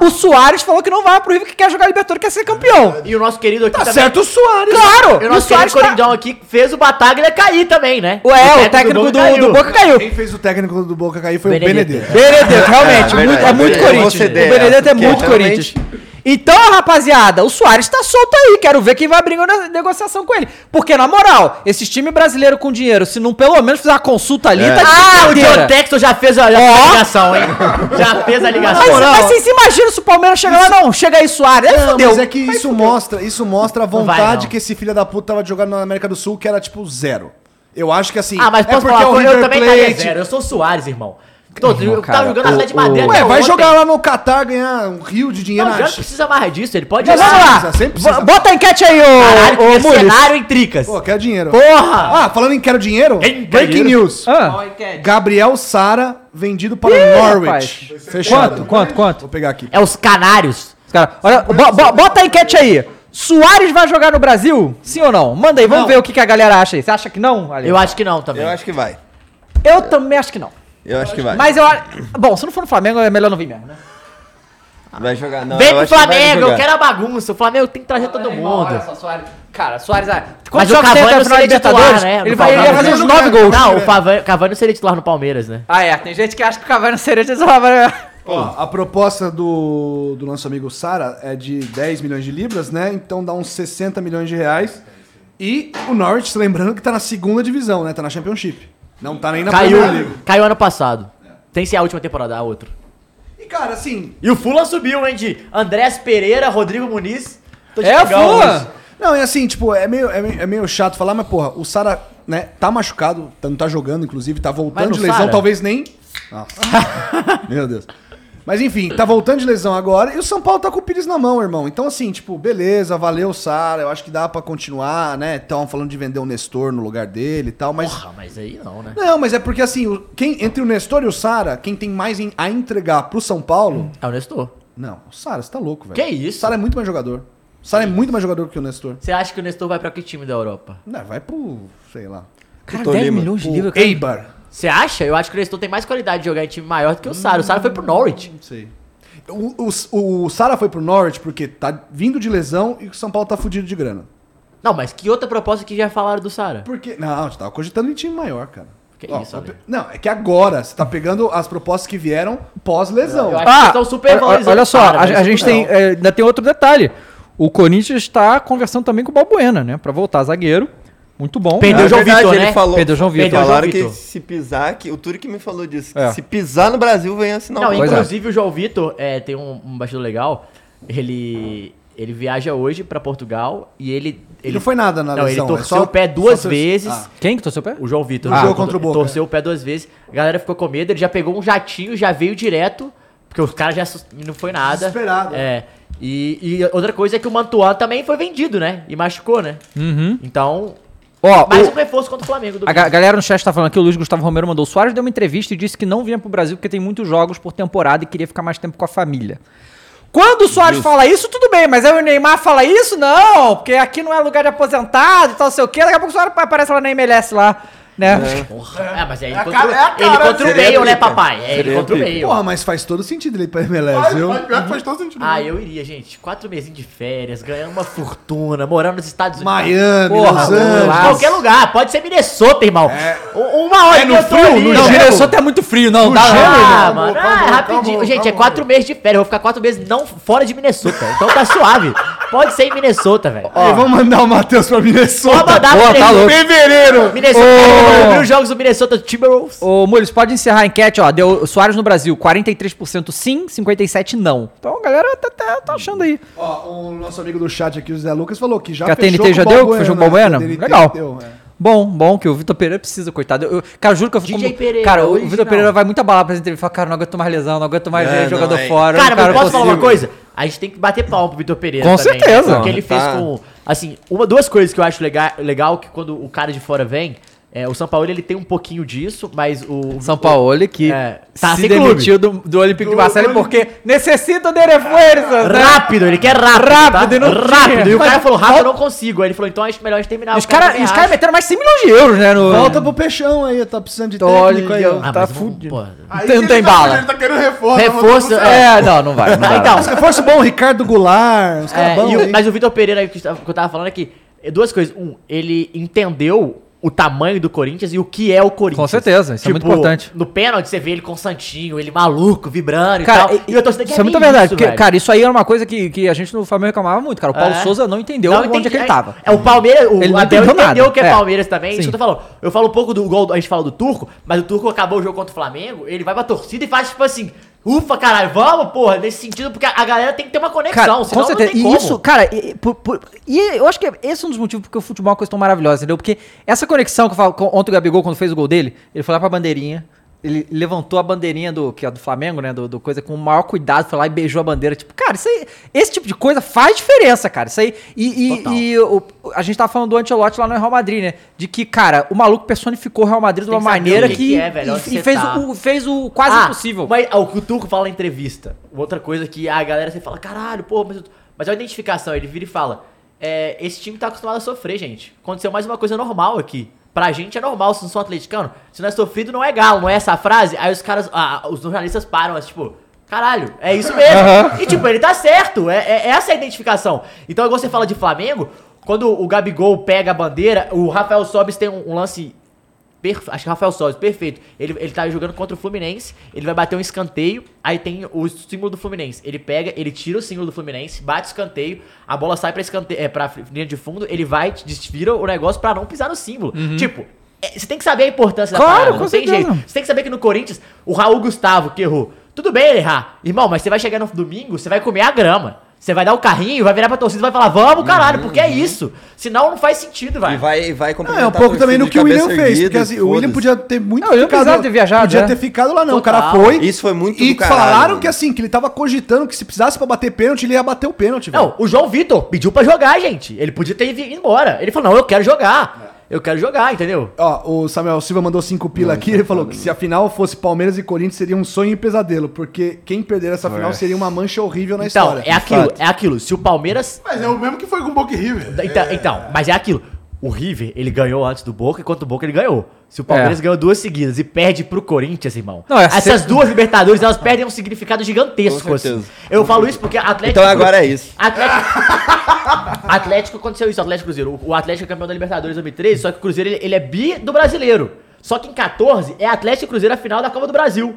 S1: O Soares falou que não vai pro River que quer jogar Libertadores, quer ser campeão.
S3: E o nosso querido aqui
S5: Tá
S3: também.
S5: certo o Soares.
S1: Claro!
S3: E o
S1: e o
S3: nosso querido
S1: Soares tá...
S3: Corindão aqui fez o Bataglia cair também, né?
S1: Ué, o técnico do, do Boca caiu.
S5: Quem fez o técnico do Boca cair foi o
S3: Benedetto.
S5: Benedetto.
S1: Benedetto, realmente, muito-
S4: É,
S1: é,
S4: verdade,
S1: muito
S4: verdade.
S1: Corinthians.
S4: Você
S1: o
S4: der,
S1: Benedetto é
S4: porque
S1: muito
S4: realmente-
S1: Corinthians. Então, rapaziada, o Soares tá solto aí. Quero ver quem vai brigar na negociação com ele. Porque, na moral, esses time brasileiro com dinheiro, se não pelo menos fizer uma consulta ali, tá de
S3: Ah, o
S1: brincadeira.
S3: John Texton já fez a, já fez a ligação, hein? Já fez a ligação.
S1: Mas,
S3: Não,
S1: mas vocês imaginam se o Palmeiras chegar lá? Não, chega aí, Soares. Aí
S5: Não,
S1: fudeu.
S5: mas é que isso mostra, isso mostra a
S3: vai,
S5: vontade
S3: não.
S5: que esse filho da puta tava jogando na América do Sul, que era tipo zero. Eu acho que assim.
S3: Ah, mas
S5: é
S3: posso
S5: porque
S3: falar,
S1: um
S5: o
S3: uma coisa? eu
S5: River
S3: também estaria
S5: Plate-
S3: zero. Eu sou o Soares, irmão. Tô, eu
S1: cara,
S3: tava jogando Atlético de
S1: o-
S3: Madrid.
S1: o-
S3: até
S5: Ué, vai
S3: ontem.
S5: jogar lá no Catar, ganhar um rio de dinheiro.
S3: Não, já
S5: na-
S3: não precisa mais disso, ele pode
S1: Mas vamos lá.
S5: precisa, sempre precisa.
S1: Bo- Bota a enquete aí, ô, ô
S3: Caralho, que
S1: Mules.
S3: cenário em tricas.
S5: Pô, quero dinheiro.
S3: Porra!
S5: Ah, falando em quero dinheiro,
S3: Em
S5: breaking
S3: dinheiro.
S5: news.
S1: Ah,
S5: Gabriel Sara vendido para
S1: Ih,
S5: o Norwich. Fechado.
S1: quanto, quanto, quanto?
S5: Vou pegar aqui.
S3: É os canários.
S1: Os cara, olha, bo- bo- bota a enquete aí. Soares vai jogar no Brasil? Sim ou não? Manda aí, vamos
S5: Não.
S1: ver o que, que a galera acha aí. Você acha que não, Ale?
S3: Eu acho que não também.
S4: Eu acho que vai.
S1: Eu também acho que não.
S4: Eu acho que vai.
S1: Mas eu acho. Bom, se não for no Flamengo, é melhor não vir mesmo, né?
S4: Vai jogar, não.
S3: Vem
S4: eu
S3: pro
S4: acho que vai
S3: Flamengo,
S4: jogar.
S3: eu quero a bagunça. O Flamengo tem que trazer todo mundo.
S1: Cara, Soares.
S3: Mas
S1: Quantos
S3: o
S1: jogos tem
S3: Cavani
S1: até
S3: não
S1: a final da
S3: seria
S1: Libertadores?
S3: titular, né?
S1: Ele
S3: No
S1: vai ele vai
S3: Palmeiras.
S1: fazer uns
S5: Não,
S1: 9 gols.
S3: Não, o Cavani, Cavani não seria titular no Palmeiras, né?
S1: Ah, é. Tem gente que acha que o Cavani seria titular. mas-
S5: Ó, a proposta do, do nosso amigo Sara é de 10 milhões de libras, né? Então dá uns 60 milhões de reais. E o Norwich, lembrando que tá na segunda divisão, né? Tá na Championship. Não tá nem na
S3: Caiu,
S5: Premier League.
S3: caiu ano passado. Tem que ser a última temporada, a outra.
S5: E, cara, assim...
S3: E o Fula subiu, hein, de Andrés Pereira, Rodrigo Muniz. Tô de
S1: É,
S3: legal
S1: Fula!
S3: hoje.
S5: Não, é assim, tipo, é meio, é meio, é meio chato falar, mas, porra, o Sara, né? Tá machucado, tá- não tá jogando, inclusive. Tá
S3: Vai
S5: voltando
S3: no
S5: de lesão,
S3: Sara.
S5: talvez nem... Nossa. Ah, Meu Deus. Mas enfim, tá voltando de lesão agora e o São Paulo tá com o Pires na mão, irmão. Então, assim, tipo, beleza, valeu, Sara. Eu acho que dá pra continuar, né? Estavam falando de vender o Nestor no lugar dele e tal, mas.
S3: Ah, mas aí não, né?
S5: Não, mas é porque assim, o- quem, entre o Nestor e o Sara, quem tem mais em- a entregar pro São Paulo.
S3: É o Nestor.
S5: Não, o Sara, você tá louco, velho.
S3: Que isso?
S5: O Sara é muito mais jogador. O Sara é muito mais jogador que o Nestor.
S3: Você acha que o Nestor vai pra que time da Europa?
S5: Não, vai pro. sei lá.
S3: Cara,
S5: Pro
S3: 10
S5: Tolima.
S3: milhões de
S5: Pro
S3: livros, cara.
S5: Eibar.
S3: Você acha? Eu acho que o Nestor tem mais qualidade de jogar em time maior do que o Sara. O Sara foi pro Norwich. Não
S5: sei. O, o, o Sara foi pro Norwich porque tá vindo de lesão e o São Paulo tá fudido de grana.
S3: Não, mas que outra proposta que já falaram do Sara?
S5: Porque. Não, a gente tava cogitando em time maior, cara.
S3: Que
S5: Ó,
S3: isso, Ale?
S5: Não, é que agora você tá pegando as propostas que vieram pós-lesão.
S3: Eu acho que estão
S1: Ah, olha- olha,
S3: supervalorizando o
S1: só,
S3: cara,
S1: a,
S3: velho.
S1: a gente tem, é, ainda tem outro detalhe. O Corinthians está conversando também com o Balbuena, né? Pra voltar zagueiro. Muito bom.
S4: Perdeu
S1: né?
S4: o João Vitor, né?
S1: Perdeu o João Vitor.
S4: Falaram que se pisar, que, o Turi que me falou disso, que
S1: É.
S4: se pisar no Brasil, vem assinar
S3: Não,
S4: o
S5: é.
S4: contrato.
S3: inclusive o João Vitor é, tem um, um bastidor legal. Ele. Ele viaja hoje pra Portugal e ele. ele
S5: não foi nada na
S3: Não,
S5: lesão,
S3: ele
S5: é
S3: torceu
S5: só-
S3: o pé duas
S5: só torce-
S3: vezes.
S5: Ah.
S1: Quem que torceu o pé?
S3: O João Vitor.
S5: No
S3: Ah,
S5: jogo contra o Boca.
S3: Torceu o pé duas vezes. A galera ficou com medo, ele já pegou um jatinho, já veio direto. Porque os caras já. assust- Não foi nada.
S5: Desesperado.
S3: É. E, e outra coisa é que o Mantuan também foi vendido, né? E machucou, né?
S1: Uhum.
S3: Então.
S1: Ó,
S3: mais
S1: o-
S3: um reforço contra o Flamengo. Do
S1: A ga- galera no chat tá falando que o Luiz Gustavo Romero mandou. O Soares deu uma entrevista e disse que não vinha pro Brasil porque tem muitos jogos por temporada e queria ficar mais tempo com a família. Quando o Soares
S8: Justo.
S1: fala isso, tudo bem, mas aí o Neymar fala isso? Não, porque aqui não é lugar de aposentado e tal, sei o quê. Daqui a pouco o Soares aparece lá na MLS lá, né?
S3: É, mas é ele
S1: a
S3: contra,
S1: cara- é a
S3: ele
S1: cara
S3: contra o
S1: dele.
S3: meio, né,
S1: Seria
S3: papai? É ele
S1: pica.
S3: contra o meio.
S5: Porra, mas faz todo sentido ele ir pra MLS, viu?
S3: Ah, eu iria, gente. Quatro meses de férias, ganhando uma fortuna, morando nos Estados Unidos.
S5: Miami, Los Angeles.
S3: Qualquer lugar, pode ser Minnesota, irmão. U- Uma hora
S1: É
S3: que
S1: no
S3: eu tô
S1: frio,
S3: ali. né?
S1: no Não, gelo? Minnesota é muito frio, não, dá-
S3: Ah,
S1: calma,
S3: mano,
S1: calma,
S3: ah, é
S1: calma,
S3: rapidinho.
S1: calma,
S3: gente, é quatro meses de férias, eu vou ficar quatro meses não fora de Minnesota. Então tá suave. Pode ser em Minnesota, velho.
S5: Aí vamos mandar o Matheus pra Minnesota.
S3: Pode mandar
S1: Boa,
S3: pro
S1: tá louco.
S5: Fevereiro.
S3: Minnesota,
S1: Ô.
S3: eu vi os jogos do Minnesota Timberwolves.
S1: Ô, Mules, pode encerrar a enquete, ó. Deu Soares no Brasil, 43% sim, 57% não. Então a galera tá, tá- tá achando aí.
S5: Ó, o nosso amigo do chat aqui, o Zé Lucas, falou que já
S1: que a
S5: fechou
S1: TNT já
S5: com o
S1: deu? que
S5: Balbuena,
S1: Fechou o
S5: né?
S1: Balbuena?
S5: A TNT
S1: Legal.
S5: deu, é.
S1: Bom, bom, que o Vitor Pereira precisa, coitado. Eu, eu- cara, eu juro que eu fico.
S3: DJ
S1: como-
S3: Pereira,
S1: cara, o
S3: original.
S1: Vitor Pereira vai muito abalar pra essa entrevista. Fala, cara, não aguento mais lesão, não aguento mais
S3: É, não,
S1: jogador
S3: é.
S1: fora.
S3: Cara, mas
S1: não
S3: posso falar uma
S1: consigo.
S3: coisa? A gente tem que bater palma pro Vitor Pereira.
S1: Com
S3: também, né?
S1: certeza.
S3: Porque ele fez
S1: Tá.
S3: com. Assim, uma, duas coisas que eu acho legal, legal que quando o cara de fora vem. É, o São Paulo ele tem um pouquinho disso, mas o.
S1: São Paulo que
S3: tá
S1: se
S3: sem clube.
S1: demitiu do, do Olympique de Marseille porque necessita de reforças. né?
S3: Rápido, ele quer rápido. tá?
S1: Rápido, e não tinha.
S3: rápido. E o cara
S1: Mas
S3: falou, rápido, eu não consigo. Aí ele falou, então acho melhor a gente terminar.
S1: Os
S3: O cara
S1: caras
S3: também
S1: cara é
S3: acha.
S1: meteram mais 100 milhões de euros, né? No,
S5: Volta pro Peixão aí, tá precisando de técnico aí. ó.
S3: Ah,
S1: Olha, tá fudido.
S5: Aí
S1: Não
S5: ele
S1: tem
S5: tá-
S1: bala.
S5: ele tá querendo reforço,
S3: Reforço,
S5: mas não
S1: é,
S5: consegue.
S1: não, não vai. Não vai.
S5: Então, os reforços bons, Ricardo Goulart, os
S3: É,
S5: caras bons.
S3: e o-
S5: hein?
S3: mas o Vitor Pereira, aí que eu tava- que eu tava falando aqui, é duas coisas. Um, ele entendeu o tamanho do Corinthians e o que é o Corinthians. Tipo,
S1: Com certeza, isso é muito importante.
S3: No pênalti você vê ele com o Santinho, ele maluco, vibrando
S1: Cara,
S3: e tal. E, eu tô sentindo
S1: Isso é muito verdade. porque, cara, isso aí era uma coisa que, que a gente no Flamengo reclamava muito, cara. O Paulo
S3: É.
S1: Souza não entendeu
S3: Não
S1: onde
S3: entendi,
S1: é que
S3: é-
S1: ele tava.
S3: É o Palmeiras, o
S1: Ele não
S3: Abel
S1: entendeu
S3: entendeu,
S1: nada.
S3: que é,
S1: É.
S3: Palmeiras também, isso
S1: Sim.
S3: que eu tô falando. Eu falo um pouco do gol, a gente fala do Turco, mas o Turco acabou o jogo contra o Flamengo, ele vai pra torcida e faz tipo assim, ufa, caralho, vamos, porra, nesse sentido, porque a galera tem que ter uma conexão,
S1: Cara,
S3: senão
S1: com certeza.
S3: não tem
S1: E
S3: como.
S1: isso, cara, e, e- por- por- e eu acho que esse é um dos motivos porque o futebol é uma coisa tão maravilhosa, entendeu? Porque essa conexão que eu falo, com- ontem o Gabigol, quando fez o gol dele, ele foi lá pra bandeirinha, ele levantou a bandeirinha do, que é do Flamengo, né? Do, do coisa com o maior cuidado, foi lá e beijou a bandeira. Tipo, cara, isso aí, esse tipo de coisa faz diferença, cara. Isso aí. E, e- e o- a gente tava falando do Ancelotti lá no Real Madrid, né? De que, cara, o maluco personificou o Real Madrid de
S3: Tem
S1: uma
S3: que saber
S1: maneira
S3: o
S1: que.
S3: que que é, velho, onde
S1: e
S3: você
S1: e fez,
S3: tá.
S1: o, fez o quase impossível.
S3: Mas ah, o que o Turco fala na entrevista. Outra coisa que a galera sempre fala, caralho, pô, mas, eu- mas é uma identificação. Ele vira e fala: é, esse time tá acostumado a sofrer, gente. Aconteceu mais uma coisa normal aqui. Pra gente é normal, se não sou atleticano, se não é sofrido, não é galo, não é essa a frase? Aí os caras, ah, os jornalistas param, mas, tipo, caralho, é isso mesmo.
S1: Aham.
S3: E tipo, ele tá certo, é, é- essa é a identificação. Então, igual você fala de Flamengo, quando o Gabigol pega a bandeira, o Rafael Sobis tem um- um lance Perfe- Acho que Rafael Soares, perfeito. Ele, ele tá jogando contra o Fluminense, ele vai bater um escanteio, aí tem o símbolo do Fluminense. Ele pega, ele tira o símbolo do Fluminense, bate o escanteio, a bola sai pra, escanteio, é, pra linha de fundo, ele vai, desvira o negócio pra não pisar no símbolo. Tipo, é, você tem que saber a importância
S1: Uhum. Claro,
S3: da parada,
S1: com
S3: não tem
S1: certeza.
S3: jeito. Você tem que saber que no Corinthians, o Raul Gustavo que errou. Tudo bem ele errar. Irmão, mas você vai chegar no domingo, você vai comer a grama. Você vai dar o carrinho, vai virar pra torcida e vai falar, vamos, caralho, porque
S1: Uhum.
S3: é isso. Senão não faz sentido, vai. E
S4: vai, vai
S5: Não, é um pouco também no que o William fez, porque assim, o William podia ter muito
S1: Não, ele não precisava ter viajado,
S5: podia
S1: né?
S5: ter ficado lá não, o
S1: Total.
S5: cara foi.
S1: Isso foi muito
S5: E
S1: do caralho,
S5: falaram
S1: mano.
S5: que assim, que ele tava cogitando que se precisasse pra bater pênalti, ele ia bater o pênalti, velho.
S3: Não, o João Vitor pediu pra jogar, gente. Ele podia ter ido embora. Ele falou, não, eu quero jogar. Eu quero jogar, entendeu?
S5: Ó, o Samuel Silva mandou cinco pila aqui,
S1: é
S5: ele falou que se a final fosse Palmeiras e Corinthians seria um sonho e um pesadelo, porque quem perder essa final
S3: É.
S5: seria uma mancha horrível na
S3: Então,
S5: história.
S3: é aquilo, é aquilo. Se o Palmeiras.
S2: Mas é o mesmo que foi com o Boca e River.
S3: Então, então, mas é aquilo. O River, ele ganhou antes do Boca, enquanto o Boca ele ganhou. Se o Palmeiras
S1: É.
S3: ganhou duas seguidas e perde pro Corinthians, irmão.
S1: Não, é
S3: essas
S1: ser-
S3: duas Libertadores, elas perdem um significado gigantesco.
S4: Com
S3: assim.
S4: certeza.
S3: Eu falo isso porque Atlético.
S4: Então agora é isso.
S3: Atlético. Atlético aconteceu isso, Atlético Cruzeiro. O Atlético é campeão da Libertadores em 2013, só que o Cruzeiro ele, ele é bi do brasileiro. Só que em 14 é Atlético e Cruzeiro a final da Copa do Brasil.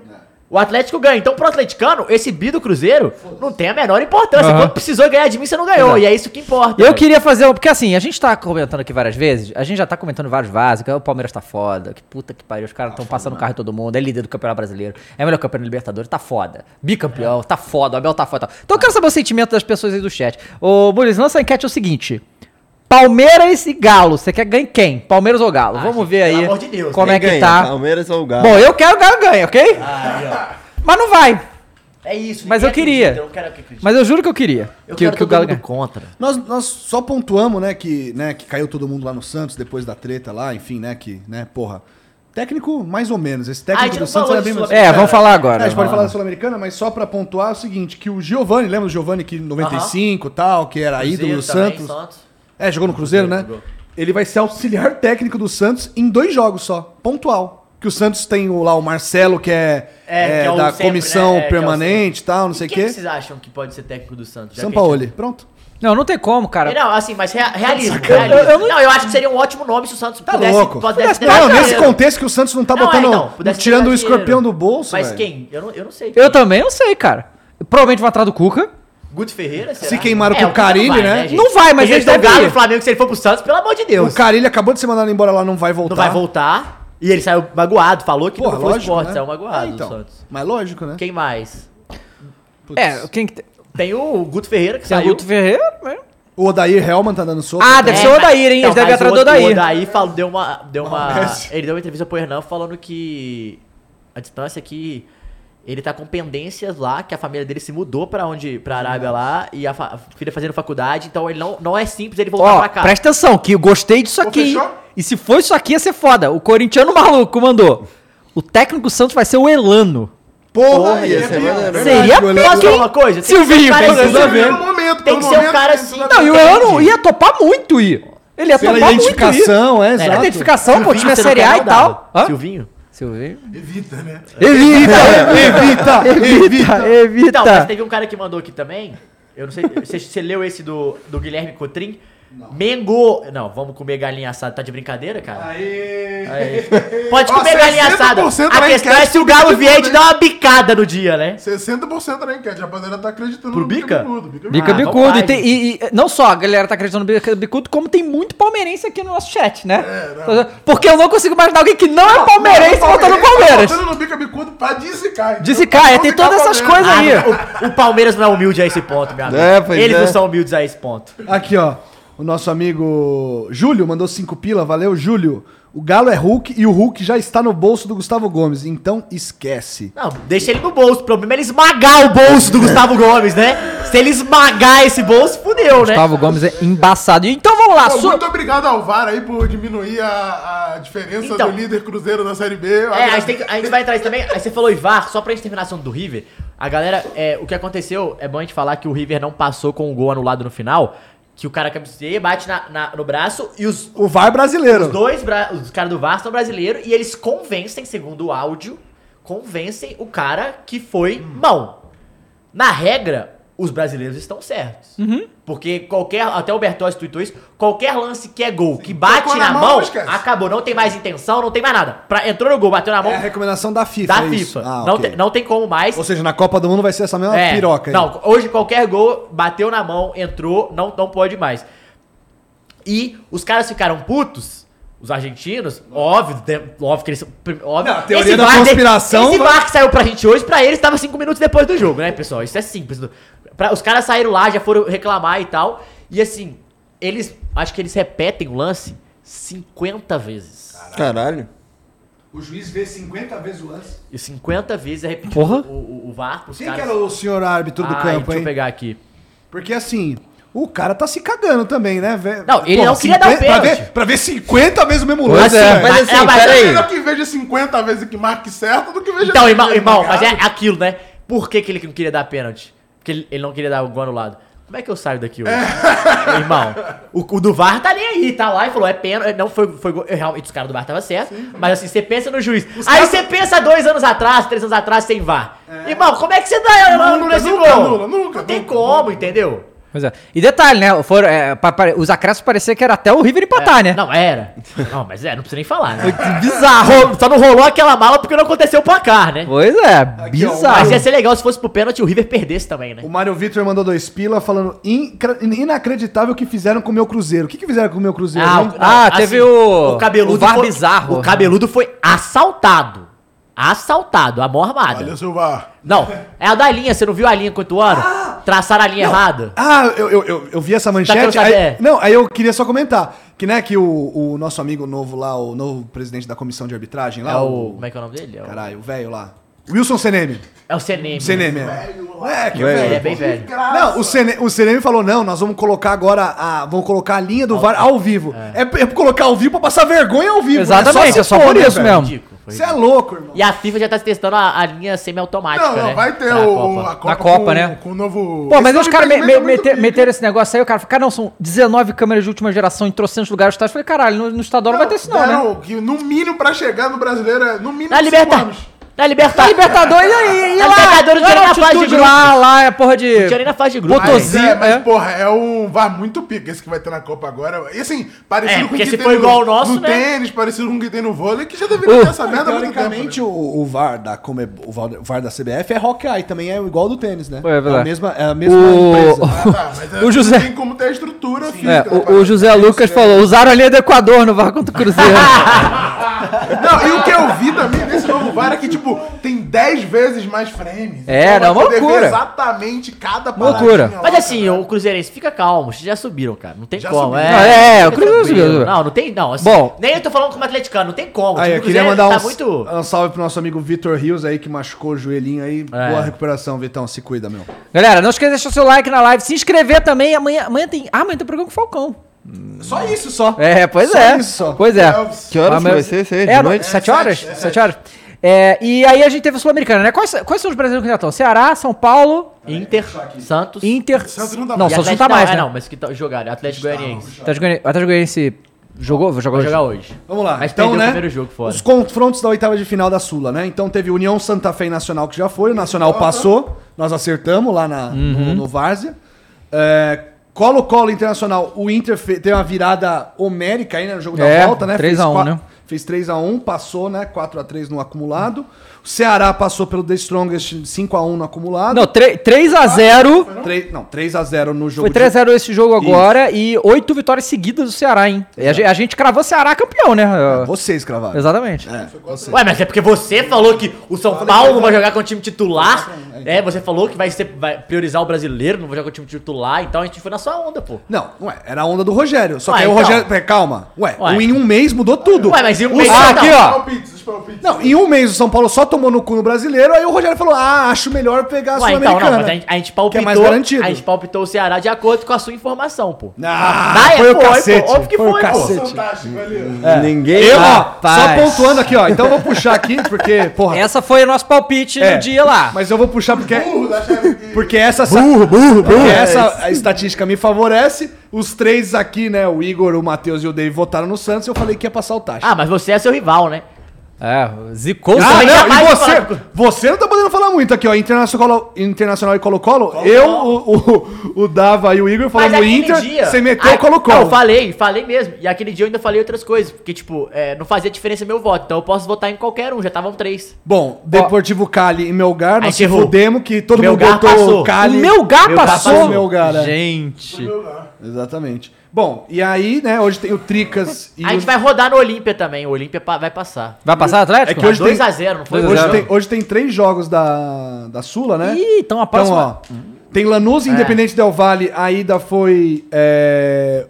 S3: O Atlético ganha. Então, pro atleticano, esse bi do Cruzeiro não tem a menor importância.
S1: Aham.
S3: Quando precisou ganhar de mim, você não ganhou.
S1: Exato.
S3: E é isso que importa.
S1: Eu
S3: velho.
S1: queria fazer. um- Porque assim, a gente tá comentando aqui várias vezes, a gente já tá comentando vários vasos, que o Palmeiras tá foda, que puta que pariu, os caras estão passando o carro em todo mundo, é líder do Campeonato Brasileiro, é melhor campeão da Libertadores, tá foda. Bicampeão, tá foda, o Abel tá foda. Então eu quero saber o sentimento das pessoas aí do chat. Ô, Muniz, lança a enquete é o seguinte. Palmeiras e Galo, você quer ganhar quem? Palmeiras ou Galo? Vamos ver aí
S4: pelo amor de Deus,
S1: como
S4: quem
S1: é que
S4: ganha,
S1: tá.
S4: Palmeiras ou Galo?
S1: Bom, eu quero o Galo ganha, ok? Mas não vai.
S3: É isso.
S1: Mas eu
S3: ninguém
S1: queria.
S3: acredita, eu não quero que acredite.
S1: Mas eu juro que eu queria.
S3: Eu
S1: que,
S3: quero
S1: que o
S3: todo
S1: Galo
S3: mundo
S1: ganhe.
S3: contra.
S5: Nós, nós só pontuamos, né que, né, que caiu todo mundo lá no Santos depois da treta lá, enfim, né, que, né, porra. Técnico, mais ou menos. Esse
S3: Ah, a
S5: técnico do
S3: gente não
S5: Santos
S3: falou
S5: era
S3: de
S5: bem...
S1: Sul-Americana. É, vamos falar agora,
S5: É, a gente pode
S1: vamos
S5: falar
S1: lá.
S5: da Sul-Americana, mas só pra pontuar é o seguinte, que o Giovani, lembra do Giovani que em 95 e tal, que era
S3: Cruzeiro
S5: ídolo do
S3: também,
S5: Santos? É, jogou no Cruzeiro, né? Ele vai ser auxiliar técnico do Santos em dois jogos só, pontual. Que o Santos tem o, lá o Marcelo, que é,
S3: É, que
S5: é
S3: é o
S5: da
S3: sempre,
S5: comissão
S3: né? É, que é o
S5: permanente e tal, não sei o
S3: Quem
S5: quê.
S3: vocês acham que pode ser técnico do Santos? já
S5: São
S3: que a gente-
S5: Paulo, pronto.
S1: Não, não tem como, cara.
S3: Não, assim, mas rea- realismo.
S1: Eu- eu-
S3: realismo.
S1: eu
S3: não... eu acho que seria um ótimo nome se o Santos
S5: Tá louco.
S3: pudesse
S5: não,
S3: ter-
S5: nesse contexto que o Santos não tá
S3: Não, é,
S5: botando,
S3: então, pudesse
S5: tirando
S3: ter
S5: o
S3: dinheiro.
S5: escorpião do bolso,
S3: Mas
S5: velho.
S3: quem? Eu não, eu não sei.
S1: Eu também não sei, cara. Provavelmente vai atrás do Cuca.
S3: Guto Ferreira, será?
S5: Se queimaram
S3: É,
S5: com o
S3: Guto não
S5: Carille,
S3: vai,
S5: né?
S3: gente?
S1: Não vai, mas
S3: Tem
S1: eles
S3: gente do
S1: devem
S3: Galo
S1: ir.
S3: e Flamengo, se ele for pro Santos, pelo amor de Deus.
S5: O Carilho acabou de ser mandado embora lá, não vai voltar.
S3: Não vai voltar. E ele saiu magoado, falou que
S5: Porra,
S3: não foi
S5: lógico,
S3: esporte,
S5: né?
S3: saiu magoado
S5: É, então.
S3: do Santos.
S5: Mas lógico, né?
S3: Quem mais?
S1: É, quem que tem?
S3: Tem o Guto Ferreira que
S1: Tem o
S3: saiu.
S1: Guto Ferreira? né?
S5: O Odair Helman tá dando soco.
S1: Ah, deve ser o Odair, hein? Eles devem ir atrás do Odair.
S3: daí É. O Odair falou, deu uma, deu uma,
S5: Parece.
S3: ele deu uma entrevista pro Hernan falando que a distância que ele tá com pendências lá, que a família dele se mudou pra onde, pra Arábia lá, e a, fa- a filha fazendo faculdade, então ele não, não é simples ele voltar
S1: Ó,
S3: pra cá.
S1: presta atenção, que eu gostei disso aqui. hein?
S2: fechou?
S1: E se for isso aqui, ia ser foda. O corintiano maluco mandou. O técnico do Santos vai ser o Elano.
S4: Porra, ia
S3: é
S4: ser maneiro.
S1: Seria
S3: Posso falar
S1: pior
S3: uma coisa? Tem que ser
S1: Silvinho,
S3: um cara
S1: precisa
S3: assim,
S1: ver.
S2: Pelo momento,
S3: Tem
S2: pelo
S3: que ser um
S2: momento,
S3: cara
S2: tem que
S3: assim.
S2: ser
S1: Não, e o Elano ia topar muito ir. Ele ia
S5: Pela
S1: topar muito ir.
S5: identificação, é,
S1: É,
S5: exato.
S1: identificação, pô,
S3: Silvinho,
S1: time é
S3: você não
S1: Série
S3: quer
S1: A e
S3: não, Dado?
S1: tal. Hã?
S3: Silvinho?
S1: Silvinho.
S2: Evita, né?
S1: Evita, evita, evita,
S3: Então, mas
S1: evita.
S3: teve um cara que mandou aqui também. Eu não sei. você, você leu esse do, do Guilherme Cotrim? Mengo. Não, vamos comer galinha assada. Tá de brincadeira,
S5: é.
S3: cara? Aí. Pode
S2: Ó,
S3: comer galinha assada.
S2: 60%
S3: A
S2: lá em
S3: questão é
S2: casa,
S3: se o Galo
S2: tudo
S3: vier e
S2: bem.
S3: te dar uma bicada no dia, né?
S2: 60% na enquete, a rapaziada tá acreditando
S3: Pro Bica?
S2: bicudo, bica
S1: Bica
S3: Ah,
S1: bicudo. E,
S3: vamos lá,
S1: tem- e- e não só a galera tá acreditando no bica bicudo, como tem muito palmeirense aqui no nosso chat, né? Porque eu não consigo imaginar alguém que não é palmeirense votando no Palmeiras.
S2: Tá botando no bica bicudo pra dissicar.
S1: Dissicar, é, tem todas essas coisas
S3: Ah,
S1: aí.
S3: o, o Palmeiras não é humilde a esse ponto, meu amigo.
S4: É, pois
S3: Eles
S4: é.
S3: não são humildes a esse ponto.
S5: Aqui, ó. O nosso amigo Júlio mandou cinco pila. Valeu, Júlio. O Galo é Hulk e o Hulk já está no bolso do Gustavo Gomes. Então esquece.
S3: Não, deixa ele no bolso. O problema é ele esmagar o bolso do Gustavo Gomes, né? Se ele esmagar esse bolso, fudeu, né?
S1: Gustavo Gomes é embaçado. Então vamos lá,
S2: Pô,
S1: sua-
S2: Muito obrigado ao VAR aí por diminuir a, a diferença
S3: Então.
S2: do líder Cruzeiro da Série B. Eu
S3: É, a
S2: agradeço.
S3: gente, tem que- a gente vai entrar isso também. Aí você falou Ivar, só pra gente terminar a assunto do River. A galera, é, o que aconteceu, é bom a gente falar que o River não passou com o gol anulado no final. Que é o cara cabeceia, bate na- na- no braço e os
S5: O VAR brasileiro.
S3: os dois, bra- os caras do VAR são brasileiros e eles convencem, segundo o áudio, convencem o cara que foi
S5: Hum.
S3: mão. Na regra, os brasileiros estão certos. Porque qualquer, até o Bertozzi tweetou isso, qualquer lance que é gol, que bate
S2: Tocou
S3: na,
S2: na mão,
S3: mão,
S2: esquece.
S3: acabou, não tem mais intenção, não tem mais nada. Pra, entrou no gol, bateu na mão,
S5: É a recomendação da FIFA.
S3: da
S5: é isso?
S3: FIFA.
S5: Ah,
S3: não,
S5: ok.
S3: tem, não tem como mais.
S5: Ou seja, na Copa do Mundo vai ser essa mesma
S3: É,
S5: piroca aí.
S3: Não, hoje qualquer gol, bateu na mão, entrou, não, não pode mais. E os caras ficaram putos Os argentinos, óbvio, de- óbvio que eles são. prim- Óbvio,
S5: Não, a teoria da
S3: VAR de-
S5: conspiração
S3: Esse
S5: vai-
S3: VAR que saiu pra gente hoje, pra eles tava cinco minutos depois do jogo, né, pessoal? Isso é simples. Pra- os caras saíram lá, já foram reclamar e tal. E assim, eles. Acho que eles repetem o lance 50 vezes.
S4: Caralho.
S5: O juiz vê 50 vezes o lance.
S3: E 50 vezes é repetido
S5: Porra.
S3: O, o, o VAR. pros
S5: Quem
S3: caras.
S5: que era o senhor árbitro do
S3: Ai,
S5: campo,
S3: Ah, deixa eu
S5: hein?
S3: pegar aqui.
S5: Porque assim, o cara tá se cagando também, né, velho?
S3: Não, ele não queria dar o
S5: pra
S3: pênalti.
S5: ver, pra ver 50 vezes o mesmo
S3: Pois
S5: lance,
S3: é,
S5: velho.
S3: mas assim, É, mas-
S2: É
S3: peraí.
S2: melhor que veja 50 vezes e que marque certo do que veja...
S3: Então, irmão,
S2: 50
S3: irmão mas é
S2: marcado.
S3: aquilo, né? Por que, que ele não queria dar pênalti? Porque ele, ele não queria dar o gol anulado. Como é que eu saio daqui hoje?
S2: É.
S3: irmão, o, o do VAR tá nem aí, tá lá e falou, é pênalti. Não, foi, foi gol. é, Realmente, os caras do VAR tava certo. Mas assim, você pensa no juiz. aí você pensa dois anos atrás, três anos atrás, sem VAR. Irmão, como é que você dá anula esse gol?
S2: nunca anula,
S3: não tem como, entendeu?
S1: Pois é. E detalhe, né? Foram, é, pa- pa- os acréscimos parecia que era até o River empatar, né?
S3: É, Não, era. Não, mas é, não precisa nem falar, né?
S1: Bizarro.
S3: Só não rolou aquela mala porque não aconteceu o placar, né?
S1: Pois é,
S3: Mas
S1: bizarro.
S3: ia ser legal se fosse pro pênalti e o River perdesse também, né?
S5: O Mário Vitor mandou dois pila falando "Incra- inacreditável o que fizeram com o meu Cruzeiro. O que, que fizeram com o meu Cruzeiro?
S3: Ah,
S5: hein?
S3: o- assim, O cabeludo foi, O cabeludo foi assaltado. Assaltado, a mão armada. Olha,
S2: Silva.
S3: Não, é a da linha, você não viu a linha quanto ano?
S2: Ah!
S3: Traçaram a linha
S5: Não.
S3: errada.
S5: Ah, eu, eu, eu, eu vi essa manchete.
S3: tá querendo saber?
S5: aí- não, aí eu queria só comentar. Que, né, que o, o nosso amigo novo lá, o novo presidente da comissão de arbitragem lá.
S3: É o- como é que é o nome dele? É o-
S5: Caralho, o velho lá. Wilson Seneme.
S3: É o CNM.
S5: Seneme, é. É, que velho.
S3: Ele é bem velho.
S5: Não, o Sene- o Seneme falou, não, nós vamos colocar agora a... Vamos colocar a linha do VAR ao vivo. É, pra- é pra colocar ao vivo pra passar vergonha ao vivo. né?
S1: Exatamente,
S5: se
S1: é só
S5: for,
S1: por
S5: né,
S1: isso
S5: velho?
S1: mesmo.
S3: Ridículo, foi
S5: Você é louco, irmão.
S3: E a FIFA já tá testando a, a linha semi-automática,
S2: Não, não,
S3: né?
S2: vai ter
S3: Pra
S2: o- a
S1: Na Copa,
S2: com-
S1: né?
S2: Com o novo...
S1: Pô, mas
S2: Esse
S1: os caras me,
S2: infelizmente, é
S1: me-
S2: muito
S1: meter- meteram esse negócio aí, o cara falou, cara, não, são 19 câmeras de última geração em trocentos lugares do estádio. Eu falei, caralho, no, no estadual não, vai ter isso não, né?
S2: Deram que no mínimo pra chegar no brasileiro é no mínimo
S3: Na
S2: cinco
S3: Liberta-
S2: anos.
S3: Na Libertadores.
S1: Libertadores, e aí? E
S3: Na
S1: lá?
S3: Tá. Libertadores, não
S1: Lá
S3: tinha
S1: na
S3: nem na fase de
S1: altitude
S3: grupo.
S1: lá, lá, é porra de...
S3: Não tinha nem na fase de grupo.
S2: Mas,
S1: Potosí,
S2: é, mas
S1: é.
S2: porra, é um VAR muito pica esse que vai ter na Copa agora. E assim, parecido
S3: É,
S2: com o
S3: porque
S2: que
S3: se
S2: tem
S3: for
S2: no,
S3: igual ao nosso,
S2: no
S3: né?
S2: tênis, parecido com o que tem no vôlei, que já deveria
S1: Uh.
S2: ter essa merda há muito tempo. né?
S5: Teoricamente, o, o VAR da como é- o VAR, o VAR da CBF é Hawkeye, também é igual ao do tênis, né?
S1: Pô, é verdade.
S5: a mesma, é a mesma
S1: O-
S5: empresa.
S1: Ah, tá, mas é- O José-
S2: Não tem como ter a estrutura física.
S1: É, o, o José Lucas falou, usaram a linha do Equador no VAR contra o Cruzeiro.
S3: Ah!
S2: Não, e o que eu vi também desse novo VAR é que, tipo, tem 10 vezes mais frames.
S1: É,
S2: Então
S1: não,
S2: vai poder ver
S1: loucura.
S2: Exatamente cada
S1: Loucura.
S2: paradinha lá.
S3: Mas assim, o Cruzeirense, fica calmo, vocês já subiram, cara. Não tem
S2: Já
S3: como,
S2: subiram.
S1: Não, é, é, o
S3: Fica
S1: Cruzeiro
S3: tranquilo.
S1: subiu, subiu.
S3: Não, não tem, não. assim,
S1: Bom.
S3: Nem eu tô falando como atleticano, não tem como.
S5: Aí,
S3: O
S5: eu
S3: time do
S5: queria
S3: Cruzeiro
S5: mandar um,
S3: tá muito...
S1: Ah,
S5: um salve pro nosso amigo Vitor Rios aí, que machucou o joelhinho aí.
S1: É.
S5: Boa recuperação, Vitão. Se cuida, meu.
S1: Galera, não esqueça de deixar o seu like na live, se inscrever também, amanhã, amanhã tem... Ah, amanhã tem programa com o Falcão.
S5: Só isso, só.
S1: É, pois
S5: Só
S1: é.
S5: isso, só.
S1: Pois é.
S4: Que horas
S1: Ah,
S4: que
S1: mas-
S4: vai ser isso aí? De
S1: É, à
S4: noite?
S1: noite, 7 horas? 7 horas. É, e aí a gente teve o Sul-Americana, né? Quais, quais são os brasileiros que já estão? Ceará, São Paulo,
S3: Inter, Santos...
S1: Inter.
S3: Santos
S1: não, Santos não
S3: Atlético-
S1: tá mais,
S3: é,
S1: né?
S3: Não, mas que tá- jogaram, Atlético Goianiense.
S1: Atlético Goianiense- Atlético Goianiense jogou? Vai jogar
S3: Vai
S1: hoje?
S3: jogar hoje.
S5: Vamos lá.
S3: Mas
S5: então,
S3: perdeu
S5: né?
S3: o primeiro jogo fora.
S5: Os confrontos da oitava de final da Sula, né? Então teve União Santa Fé e Nacional que já foi, o Nacional passou, nós acertamos lá na, no, no Várzea. É, Colo-Colo Internacional, o Inter fe- teve uma virada homérica aí né, no jogo
S1: É,
S5: da volta, né?
S1: 3 a 1,
S5: qua-
S1: né?
S5: Fez 3x1, passou, né? 4x3 no acumulado. O Ceará passou pelo The Strongest 5x1 no acumulado.
S1: Não, 3x0.
S5: Tre- não, 3x0 no jogo.
S1: Foi
S5: de-
S1: 3x0 esse jogo
S5: Isso.
S1: agora e 8 vitórias seguidas do Ceará, hein? E a, ge- a gente cravou o Ceará campeão, né?
S5: Vocês cravaram.
S1: Exatamente.
S3: Ué, mas é porque você falou que o São Paulo vai jogar com o time titular. É, você falou que vai, ser, vai priorizar o brasileiro, não vai jogar com o time titular, então a gente foi na sua onda, pô.
S5: Não, ué, era a onda do Rogério. Só
S3: Ué,
S5: que aí o
S3: então.
S5: Rogério. Pera, calma. Ué,
S3: Ué.
S5: o em um mês mudou tudo.
S3: Ué, mas em um
S5: O
S3: mês-
S5: São-
S1: Ah, aqui,
S2: Os
S1: ó.
S2: palpites, os palpites.
S5: Não, em um mês o São Paulo só tomou no cu no brasileiro, aí o Rogério falou: ah, acho melhor pegar a
S3: Ué, então não,
S5: Sul-Americana.
S3: mas a gente, a gente palpitou.
S5: Que é mais garantido.
S3: A gente palpitou o Ceará de acordo com a sua informação, pô.
S5: Ah,
S3: Daí,
S5: foi o
S3: pô,
S5: cacete,
S3: pô, óbvio que
S5: foi o
S3: foi,
S5: cacete.
S3: pô.
S2: Fantástico ali. ó.
S1: é.
S4: Ninguém.
S5: Eu, ó, só
S1: Rapaz.
S5: pontuando aqui, ó. Então eu vou puxar aqui, porque, porra.
S1: Essa foi o nosso palpite
S5: É,
S1: no dia lá.
S5: Mas eu vou puxar porque. é
S2: Burro da chave de-
S5: Porque essa.
S4: Burro, burro, burro.
S5: Porque essa a estatística me favorece. Os três aqui, né? O Igor, o Matheus e o Dave votaram no Santos. Eu falei que ia passar o Taxa.
S3: Ah, mas você é seu rival, né?
S1: É, zicou o
S5: ah,
S1: Flamengo.
S5: não, e
S1: Jamais
S5: você,
S1: falar-
S5: você não tá podendo falar muito aqui, ó. Internacional, Internacional e Colo-Colo. Eu, o, o, o Dava e o Igor
S3: Mas é
S5: falando
S3: aquele
S5: Inter,
S3: dia-
S5: você meteu
S3: Ah,
S5: o Colo-Colo.
S3: Não, falei, falei mesmo. E aquele dia eu ainda falei outras coisas. Porque, tipo, é, não fazia diferença meu voto. Então eu posso votar em qualquer um, já estavam três.
S5: Bom, Deportivo Cali e Melgar,
S3: Aí
S5: nós se
S3: ferrou.
S5: fudemos que todo
S3: Melgar
S5: mundo botou
S3: passou.
S5: o Cali.
S3: O Melgar
S5: Melgar
S3: passou?
S5: o Melgar, é.
S1: Gente.
S5: Exatamente. Bom, e aí, né, hoje tem o Tricas e
S3: a gente
S5: o-
S3: vai rodar no Olímpia também. O Olímpia pa- vai passar.
S1: Vai passar o Atlético?
S5: É que hoje
S3: 2
S5: tem-
S3: a 0 não foi?
S5: hoje, Tem, hoje tem três jogos da, da Sula, né?
S1: Ih, então a próxima-
S5: Então, ó, tem Lanús e
S1: É.
S5: Independente Del Valle. A ida foi é,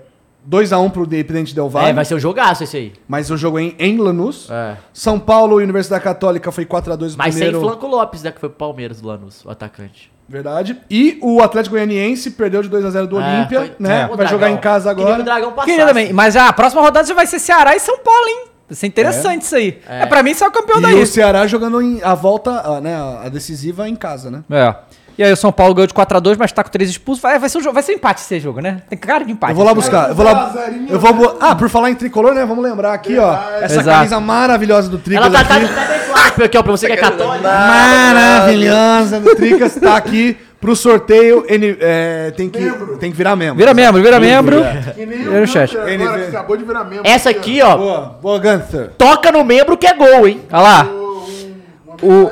S5: 2x1 pro Independente Del Valle.
S3: É, vai ser um jogaço esse aí.
S5: Mas o jogo é em, em Lanús.
S3: É.
S5: São Paulo e Universidade Católica foi 4x2
S3: Mas
S5: primeiro.
S3: sem Flanco Lopes, né? Que foi pro Palmeiras, o Lanús, o atacante.
S5: Verdade. E o Atlético Goianiense perdeu de 2x0 do
S3: É,
S5: Olímpia,
S3: foi-
S5: né?
S3: é.
S5: Vai
S3: O Dragão.
S5: jogar em casa
S3: Queria
S5: agora.
S3: que o Dragão passasse.
S1: Queria também. Mas a próxima rodada já vai ser Ceará e São Paulo, hein? Vai ser interessante isso aí. É. pra mim, você é o campeão
S5: e
S1: daí.
S5: o Ceará jogando em- a volta, a, né, a decisiva em casa, né?
S1: É. E aí o São Paulo ganhou de 4x2, mas tá com 3 expulsos. Vai, vai ser um jogo, vai ser um empate esse jogo, né? Tem cara de empate.
S5: Eu vou lá
S1: esse
S5: buscar.
S1: jogo.
S5: Eu vou lá. Eu vou. bo- Ah, por falar em tricolor, né? Vamos lembrar aqui, ó. Essa
S1: Exato.
S5: camisa maravilhosa do Tricas.
S3: Ela tá, tá,
S5: aqui.
S3: tá bem clara, aqui, ó, pra você que é católico.
S5: Maravilhosa do Tricas. Tá aqui pro sorteio. N- é, tem, que, tem que virar membro.
S1: Vira membro, vira membro.
S5: é.
S2: Que nem
S1: Vira o chat.
S2: Gunther agora, que acabou de virar membro.
S3: Essa aqui, ó.
S5: Boa, boa, Gunther.
S3: Toca no membro que é gol, hein?
S1: Olha lá. O,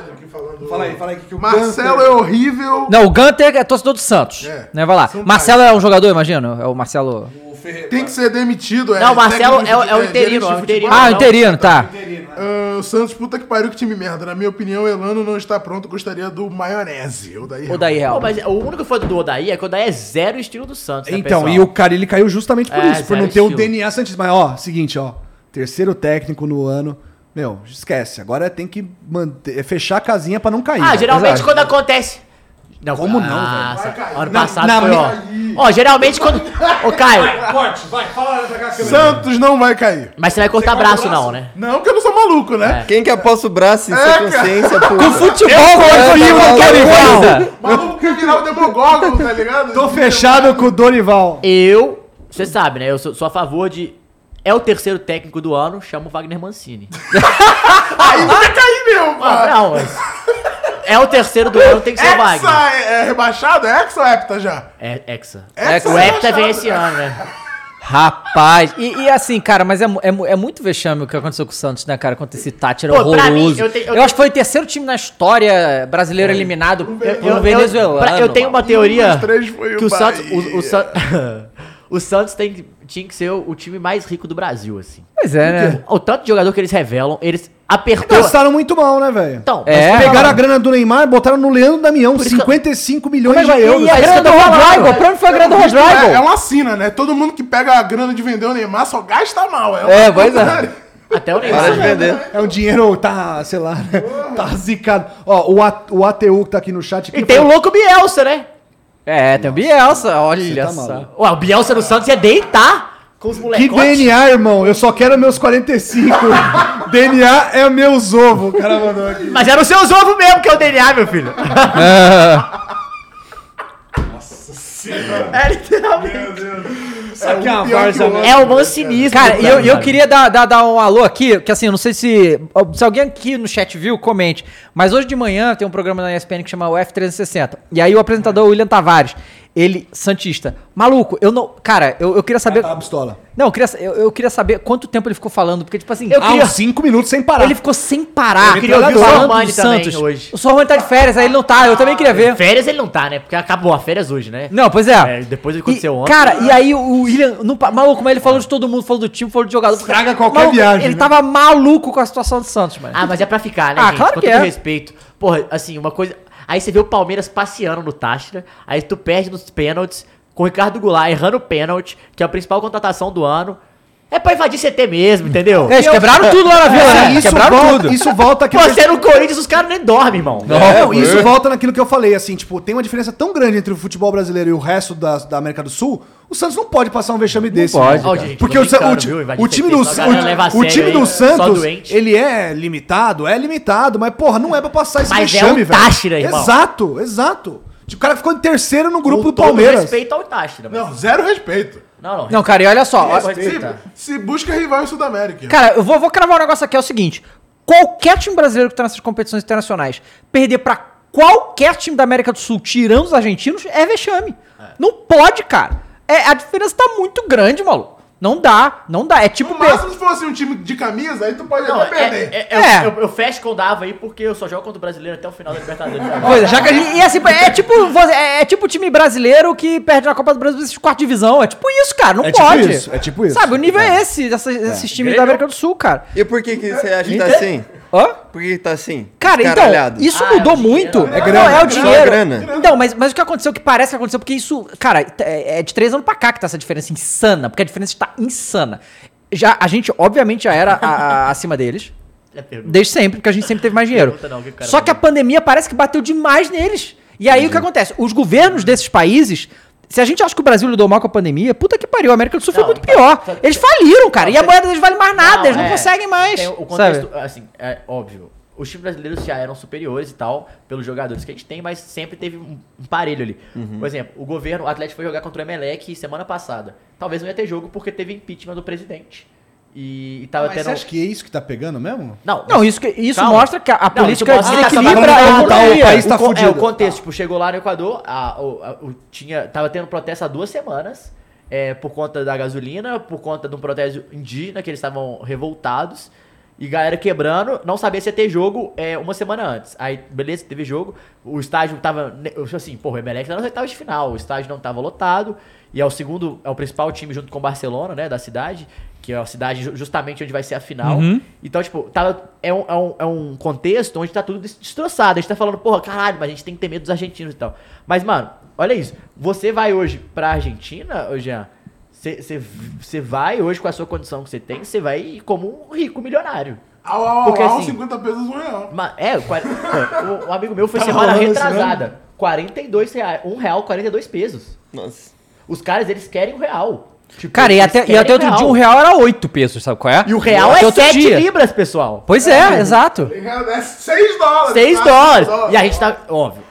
S5: Fala aí, fala aí. Que o
S2: Marcelo é horrível.
S1: não, o Gunter é torcedor do Santos. Né, vai lá. Marcelo é um jogador, imagino? É o Marcelo.
S2: Tem que ser demitido.
S3: Não, o Marcelo
S2: técnico
S3: é o- é o
S2: de-
S3: interino,
S2: gerente de
S3: é o interino.
S2: futebol.
S1: Ah, o interino, tá.
S2: Ah, o Santos, puta que pariu, que time merda. Na minha opinião, o Elano não está pronto. Gostaria do maionese. Ou daí.
S1: O daí real.
S3: Pô, mas é, o único foi do Odaí é que o Odaí é zero estilo do Santos, né,
S5: Então,
S3: pessoal?
S5: e o cara ele caiu justamente por
S3: É,
S5: isso, por
S3: zero
S5: não ter o
S3: estilo.
S5: DNA Santista. Mas, ó, seguinte, ó. Terceiro técnico no ano. Meu, esquece. Agora tem que manter, é fechar a casinha pra não cair.
S3: Ah,
S5: né?
S3: geralmente
S5: Exato.
S3: quando acontece... Não,
S5: Como não,
S3: nossa, Ah, Ano
S5: Na-
S3: passado
S5: na
S3: foi,
S5: mi-
S3: ó. Ó, geralmente quando... Ô, Caio,
S6: Corte, vai, fala pra cá,
S2: Santos não vai cair.
S3: mas você vai cortar braço não, né?
S2: Não, porque eu não sou maluco,
S1: É.
S2: né?
S4: Quem que aposta o braço em
S2: É,
S4: sua consciência, pô?
S1: Com futebol,
S3: É.
S2: O maluco quer virar o Demogorgon, tá ligado?
S5: Tô fechado com o Dorival.
S3: Eu, você sabe, né? Eu sou, sou a favor de. É o terceiro técnico do ano, chama o Wagner Mancini.
S2: Aí vai cair mesmo,
S3: Ah,
S2: cara.
S3: não, mas. É o terceiro do ano, tem que ser o Wagner.
S2: Hexa é, é rebaixado? É Hexa ou Hepta já?
S3: É, Hexa.
S2: Hexa
S3: O
S2: é
S3: Hepta vem
S2: rebaixado.
S3: esse ano, né?
S1: Rapaz, e, e assim, cara, mas é, mu- é, mu- é muito vexame o que aconteceu com o Santos, né, cara? Quando esse Tati era
S3: Pô, pra
S1: horroroso.
S3: mim, eu
S1: eu,
S3: tenho- eu tenho-
S1: acho que foi o terceiro time na história brasileira eliminado por um
S3: eu,
S1: venezuelano.
S3: pra- eu tenho uma
S2: Um
S3: teoria
S2: dos três foi o
S3: que o
S2: Bahia.
S3: Santos. O, o San- o Santos tem, que- tinha que ser o, o time mais rico do Brasil, assim.
S1: Pois é, né?
S3: O tanto de jogador que eles revelam, eles apertou.
S5: Gastaram muito mal, né, velho?
S3: Então,
S1: É.
S3: mas-
S5: Pegaram a grana do Neymar e botaram no Leandro Damião.
S3: isso que eu-
S5: 55 milhões
S1: Mas,
S5: de euros.
S1: é e a grana do Rodrigo? Pra mim foi a grana do
S5: tá
S2: É, é
S1: Rodrigo.
S2: uma sina, né? Todo mundo que pega a grana de vender o Neymar só gasta mal. uma
S1: É, pois é.
S2: puta-
S3: Até o
S4: Para de
S3: Neymar.
S4: vender.
S5: É um dinheiro, tá, sei lá, né? Tá zicado. Ó, o, A- o ATU que tá aqui no chat. aqui
S3: E tem o
S1: um
S5: falou-
S3: louco Bielsa, né?
S1: É, tem o Bielsa, olha
S5: tá
S1: só.
S5: maluco.
S3: Ué, o Bielsa no Santos ia deitar com os
S5: Que
S3: molecotes.
S5: DNA, irmão? Eu só quero meus 45. DNA é meus ovos. O cara mandou aqui.
S3: Mas era o seu ovo mesmo que é o DNA, meu filho. É, literalmente.
S5: Isso aqui é uma
S2: pior que o
S5: farsa,
S2: outro.
S5: né?
S3: É o mancinismo.
S1: Cara, e
S3: pra
S1: eu,
S3: mim,
S1: eu
S3: sabe?
S1: queria dar, dar, dar um alô aqui, que assim, eu não sei se, se alguém aqui no chat viu, comente. Mas hoje de manhã tem um programa na ESPN que chama o F360. E aí o apresentador William Tavares, ele, Santista. Maluco, eu não. Cara, eu, eu queria saber.
S2: Tá,
S5: Ah, pistola.
S1: Não, eu queria, eu, eu queria saber quanto tempo ele ficou falando, porque, tipo assim,
S3: Eu
S1: ah,
S3: queria-
S1: uns
S5: 5 minutos sem parar.
S1: Ele ficou sem parar.
S3: Eu queria ouvir o
S1: falando
S3: Sormani
S1: do
S3: também
S1: Santos.
S3: hoje.
S1: O Sormani tá de férias, aí ele não tá. Eu também queria ver.
S3: Férias ele não tá, né? Porque acabou a férias hoje, né?
S1: Não, pois é.
S3: É, depois do que aconteceu
S1: E,
S3: ontem.
S1: Cara, e aí o William, não pa- maluco, mas ele falou de todo mundo, falou do time, falou de jogador.
S5: Estraga qualquer
S1: Maluco,
S5: viagem,
S1: Ele
S5: né?
S1: tava maluco com a situação do Santos, mano.
S3: Ah, mas é pra ficar, né,
S1: Ah, claro
S3: Com
S1: que
S3: todo
S1: é.
S3: respeito. Porra, assim, uma coisa... Aí você vê o Palmeiras passeando no Táchira, aí tu perde nos pênaltis, com o Ricardo Goulart errando o pênalti, que é a principal contratação do ano. É pra invadir CT mesmo, entendeu?
S1: É, eles quebraram tudo lá na vila,
S5: Cara,
S1: né?
S5: isso,
S1: Quebraram
S5: volta,
S1: tudo.
S5: isso volta aqui.
S3: Pô, você é no Corinthians, os caras nem dormem, irmão.
S5: É,
S1: É,
S5: Não, isso volta naquilo que eu falei, assim, tipo, tem uma diferença tão grande entre o futebol brasileiro e o resto da, da América do Sul, o Santos não pode passar um vexame desse.
S1: pode,
S5: né?
S3: Ó, gente,
S5: Porque
S3: tô
S5: o, Sa-
S3: brincando,
S5: o ti-
S3: viu? Invadiu
S5: o time
S3: CT,
S5: do,
S3: só a galera leva a
S5: o, o
S3: sério
S5: time do
S3: aí, só
S5: Santos,
S3: doente.
S5: ele é limitado, é limitado, mas porra, não é pra passar esse
S3: Mas é
S5: vexame,
S3: um
S5: velho.
S3: Táchira, irmão.
S5: Exato, exato. Tipo, o cara ficou em terceiro no grupo
S3: Com
S5: do
S3: todo
S5: Palmeiras.
S3: respeito ao Táchira. mas-
S2: Não, zero respeito.
S3: Não, não.
S1: Não, cara, e olha só. ó-
S2: Se, se busca rival em Sudamérica.
S1: Cara, eu vou, vou cravar um negócio aqui, é o seguinte. qualquer time brasileiro que tá nessas competições internacionais perder pra qualquer time da América do Sul, tirando os argentinos, é vexame. Não pode, cara. É, a diferença tá muito grande, maluco. Não dá, não dá. É tipo.
S2: No máximo, se fosse um time de camisa, aí tu pode
S3: Não,
S2: até
S3: é,
S2: perder.
S3: é- é- Eu, eu fecho com o Dava aí porque eu só jogo contra o brasileiro até o final da Libertadores.
S1: Pois é, já que a gente- e assim, é tipo, você- é, é tipo o time brasileiro que perde na Copa do Brasil esses quarto divisão. É tipo isso, cara. Não
S5: É tipo
S1: pode.
S5: isso, é tipo isso.
S1: Sabe, o nível é, esse, dessas- esses times da América do Sul, cara.
S4: E por que, que você acha que tá
S1: Inter-
S4: assim?
S1: Hã?
S4: Por que que tá assim?
S1: Cara,
S4: Escaralhado.
S1: então, isso mudou muito.
S4: né? É
S1: Não,
S4: grana.
S1: é o
S4: Só
S1: dinheiro.
S4: grana.
S1: Então, mas, mas o que aconteceu, que parece que aconteceu, porque isso, cara, t- é é de três anos pra cá que tá essa diferença insana, porque a diferença está insana. Já, a gente, obviamente, já era a- a- acima deles.
S3: É pergunta.
S1: Desde sempre, porque a gente sempre teve mais dinheiro.
S3: Pergunta não, o que o cara Uhum.
S1: Só que a pandemia parece que bateu demais neles. E aí o que acontece? Os governos desses países. Se a gente acha que o Brasil lidou mal com a pandemia, puta que pariu, a América do Sul foi muito
S3: tá-
S1: pior. eles faliram, cara. e a moeda deles vale mais nada, eles não
S3: é,
S1: conseguem mais.
S3: tem o
S1: sabe?
S3: contexto, assim, é óbvio. Os times brasileiros já eram superiores e tal, pelos jogadores que a gente tem, mas sempre teve um um parelho ali.
S5: Uhum.
S3: Por exemplo, o governo, o Atlético foi jogar contra o Emelec semana passada. Talvez não ia ter jogo porque teve impeachment do presidente. E, e tava
S5: Mas
S3: tendo.
S5: você acha que é isso que tá pegando mesmo?
S3: Não,
S1: Não, isso que- isso mostra que a- a política
S3: isso mostra que tá
S1: desequilibra
S3: acabando
S1: a
S3: com
S1: economia.
S3: economia.
S1: O país tá
S3: con- É,
S1: fudido.
S3: o contexto, tipo, chegou lá no Equador, a, o, a- o- tinha, tava tendo protesto há duas semanas, é, por conta da gasolina, por conta de um protesto indígena, que eles estavam revoltados, e galera quebrando, não sabia se ia ter jogo é, uma semana antes. Aí, beleza, teve jogo, o estádio tava, ne- eu assim, porra, o Emelec tá nas oitavas de final, o estádio não tava lotado, e é o segundo, é o principal time junto com o Barcelona, né, da cidade, que é a cidade ju- justamente onde vai ser a final.
S1: Uhum.
S3: Então, tipo, tá, é, um, é, um, é um contexto onde tá tudo des- destroçado. A gente tá falando, porra, caralho, mas a gente tem que ter medo dos argentinos e tal. Mas, mano, olha isso. Você vai hoje pra Argentina, ô Jean, você- você você vai hoje com a sua condição que você tem, você vai como um rico milionário.
S2: Au, au, au,
S3: Porque,
S2: au,
S3: assim,
S2: 50 pesos, um real.
S3: Ma- é, o quar- o- um amigo meu foi
S2: Tá
S3: semana
S2: rolando esse
S3: retrasada. 42 reais, um real, 42 pesos.
S4: Nossa.
S3: Os caras, eles querem um real. Tipo,
S1: Cara, e
S3: eles
S1: até, e
S3: querem é
S1: até outro dia um real era oito pesos, sabe qual é?
S3: E o real é sete libras, pessoal.
S1: Pois é, exato.
S2: É 6 dólares.
S3: 6
S2: cara,
S3: dólares.
S2: seis dólares.
S3: E a gente tá. Óbvio.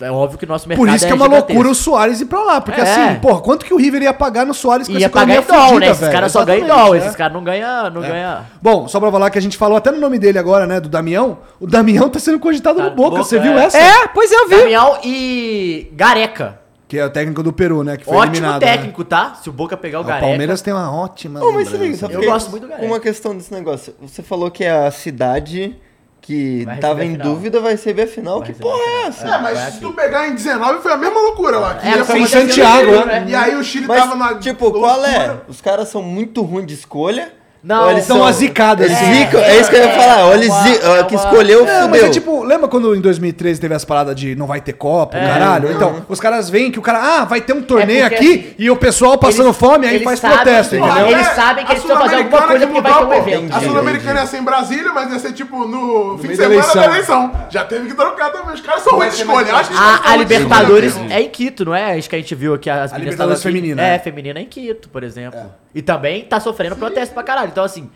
S3: É óbvio que o nosso mercado
S5: Por isso que é uma
S3: gigantesco.
S5: loucura o Soares ir pra lá. Porque
S3: É.
S5: assim, porra, quanto que o River ia pagar no Soares
S3: Ia pagar em
S5: economia
S3: dólar, né?
S5: fudida,
S3: Esses
S5: velho?
S3: caras só ganham em
S5: Exatamente,
S3: dólar.
S5: né?
S3: Esses caras não ganham. Não ganha...
S5: Bom, só pra falar que a gente falou até no nome dele agora, né? Do Damião. O Damião tá sendo cogitado no Boca, você viu essa?
S1: É, pois eu vi.
S3: Damião e Gareca.
S5: Que é o técnico do Peru, né? Que foi
S3: Ótimo
S5: eliminado.
S3: técnico, tá? Se o Boca pegar o
S5: Né? O
S3: Gareca.
S5: Palmeiras tem uma ótima.
S4: Não, mas se liga,
S5: lembrança.
S4: só
S3: Eu
S4: fiquei
S3: gosto muito do Gareca.
S4: Uma questão desse negócio. Você falou que é a cidade que
S3: Vai
S4: tava
S3: receber
S4: em
S3: a final.
S4: dúvida vai receber a final. que
S3: receber a
S4: porra é
S2: É,
S4: essa?
S2: mas se tu pegar em 19 foi a mesma loucura lá. que
S3: assim. É,
S2: ia
S3: foi
S2: acontecer
S3: em Santiago,
S2: no Chile,
S3: né?
S2: E aí o Chile
S4: Mas,
S2: tava na.
S4: tipo, qual é? Os caras são muito ruins de escolha.
S3: Não,
S4: Ou
S5: São as zicadas,
S4: Eles
S5: assim.
S4: zicam, é, isso que eu ia falar. Ou eles
S3: uma-
S4: zi-
S3: é
S4: ah, que
S3: uma-
S4: escolheu,
S5: É, mas
S4: fudeu.
S5: é tipo, lembra quando em 2013 teve as paradas de não vai ter Copa,
S1: É,
S5: caralho? Então, os caras veem que o cara, ah, vai ter um torneio
S3: É porque,
S5: aqui
S3: assim,
S5: e o pessoal passando
S3: eles-
S5: fome, aí
S3: eles
S5: faz
S3: sabem-
S5: protesto,
S3: Porra,
S5: entendeu?
S3: Eles sabem que
S2: a
S3: eles precisam fazer alguma
S2: Sul-Americana
S3: coisa
S2: que
S3: porque vai ter um
S2: mudou, pô.
S3: evento.
S2: A Sul-Americana ia ser em Brasília, mas ia ser tipo no, fim de
S5: meio da
S2: semana da
S5: eleição.
S2: eleição. Já teve que trocar também. Os caras são ruins de escolha. Acho que os
S5: Ah, é
S2: caras
S3: A,
S2: são
S3: a
S2: ruins de escolha
S3: Libertadores
S2: mesmo.
S3: é em Quito, não é? Acho que a gente viu aqui as
S5: A
S3: meninas
S5: Libertadores
S3: estavam aqui.
S5: feminina, É.
S3: É,
S5: né?
S3: feminina em Quito, por exemplo. E também tá sofrendo protesto pra caralho. Então, assim,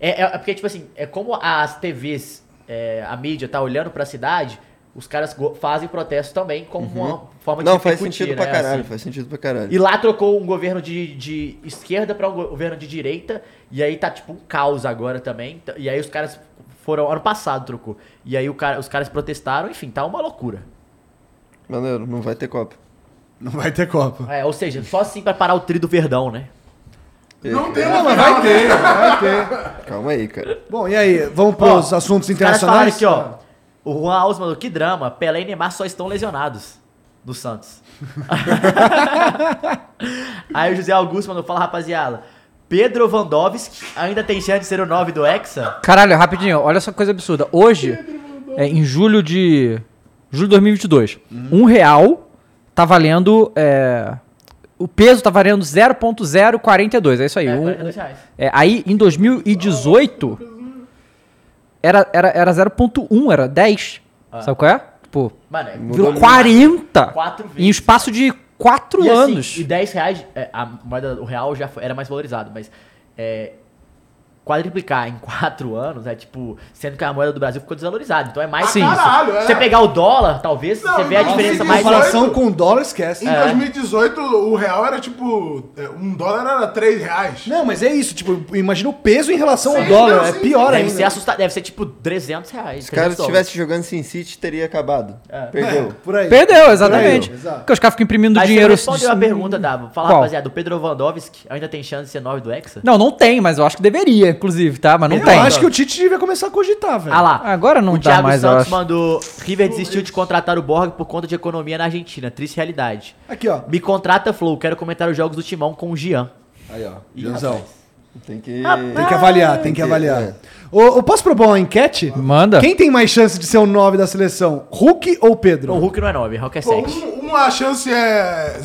S3: é, é- é porque, tipo assim, é como as TVs, é, a mídia tá olhando pra cidade, os caras go- fazem protesto também como uma forma de
S4: Uhum. Não, faz
S3: repercutir,
S4: sentido pra
S3: né,
S4: caralho.
S3: assim.
S4: Faz sentido pra caralho.
S3: E lá trocou um governo de, de esquerda pra um go- governo de direita. E aí tá tipo um caos agora também. T- E aí os caras foram. Ano passado trocou. E aí o cara- os caras protestaram, enfim, tá uma loucura.
S4: Maneiro, não vai ter Copa.
S5: Não vai ter Copa.
S3: É, ou seja, só assim pra parar o tri do Verdão, né?
S2: Não tem uma final,
S5: Vai ter, vai ter.
S4: Calma aí, cara.
S5: Bom, e aí, vamos pros
S3: Ó,
S5: assuntos
S3: Os caras falaram
S5: internacionais?
S3: aqui, ó. O Juan Alves mandou, que drama, Pelé e Neymar só estão lesionados do Santos. Aí o José Augusto mandou, fala rapaziada, Pedro Vandovski ainda tem chance de ser o 9 do Hexa?
S1: Caralho, rapidinho, olha só que coisa absurda. Hoje, é, em julho de. julho de 2022,
S5: Uhum.
S1: um real tá valendo. é, o peso tá valendo 0,042, é isso aí.
S3: É,
S1: um-
S3: 42 reais.
S1: é, aí em 2018 era, era, era 0,1, era 10.
S3: Ah.
S1: Sabe qual é? Tipo,
S3: Mano, é
S1: virou
S4: muito.
S1: 40
S3: Quatro vezes.
S1: em um espaço de 4
S3: E, assim,
S1: anos.
S3: e 10 reais, é, a moeda, o real já foi- era mais valorizado, mas é, quadriplicar em quatro anos é tipo, sendo que a moeda do Brasil ficou desvalorizada. Então é mais
S5: Ah,
S3: que isso.
S5: caralho, é.
S3: Você pegar o dólar, talvez, você vê a diferença mais.
S5: Inflação com dólar, esquece.
S2: Em 2018, o real era tipo. é, Um dólar era 3 reais.
S5: Não, mas é isso, tipo, imagina o peso em relação ao
S3: Sim,
S5: dólar,
S3: não,
S5: é
S3: sim,
S5: pior
S3: deve
S5: ainda.
S3: Ser assusta- Deve ser tipo 300 reais.
S4: Se o cara
S3: 300
S4: estivesse jogando Sin City, teria acabado.
S3: É.
S5: É,
S4: Perdeu.
S1: Perdeu, exatamente.
S4: Perdeu.
S1: Porque os caras ficam imprimindo
S3: Aí
S1: dinheiro. assim.
S3: Você respondeu a pergunta da. Vou falar,
S1: Qual?
S3: rapaziada, do Pedro Vandovski ainda tem chance de ser 9 do Hexa?
S1: Não, não tem, mas eu acho que deveria, inclusive, tá? Mas não
S3: Eu
S1: tem.
S3: acho que o
S5: Tite devia começar a cogitar, velho.
S3: Ah lá.
S1: Agora não
S3: o
S1: dá
S3: Thiago
S1: mais, eu
S3: Santos
S1: acho.
S3: mandou. River desistiu de contratar o Borg por conta de economia na Argentina. Triste realidade.
S5: Aqui, ó.
S3: Me contrata, Flow. Quero comentar os jogos do Timão com o Gian.
S5: Aí, ó.
S3: Ih,
S5: Gianzão.
S2: É.
S4: Tem que.
S5: Tem que avaliar, tem que avaliar. Ô, ô, posso propor uma enquete? Manda. Quem tem mais chance de ser o 9 da seleção? Hulk ou Pedro?
S3: O Hulk não é 9, o Hulk é 7.
S2: Um- Uma chance é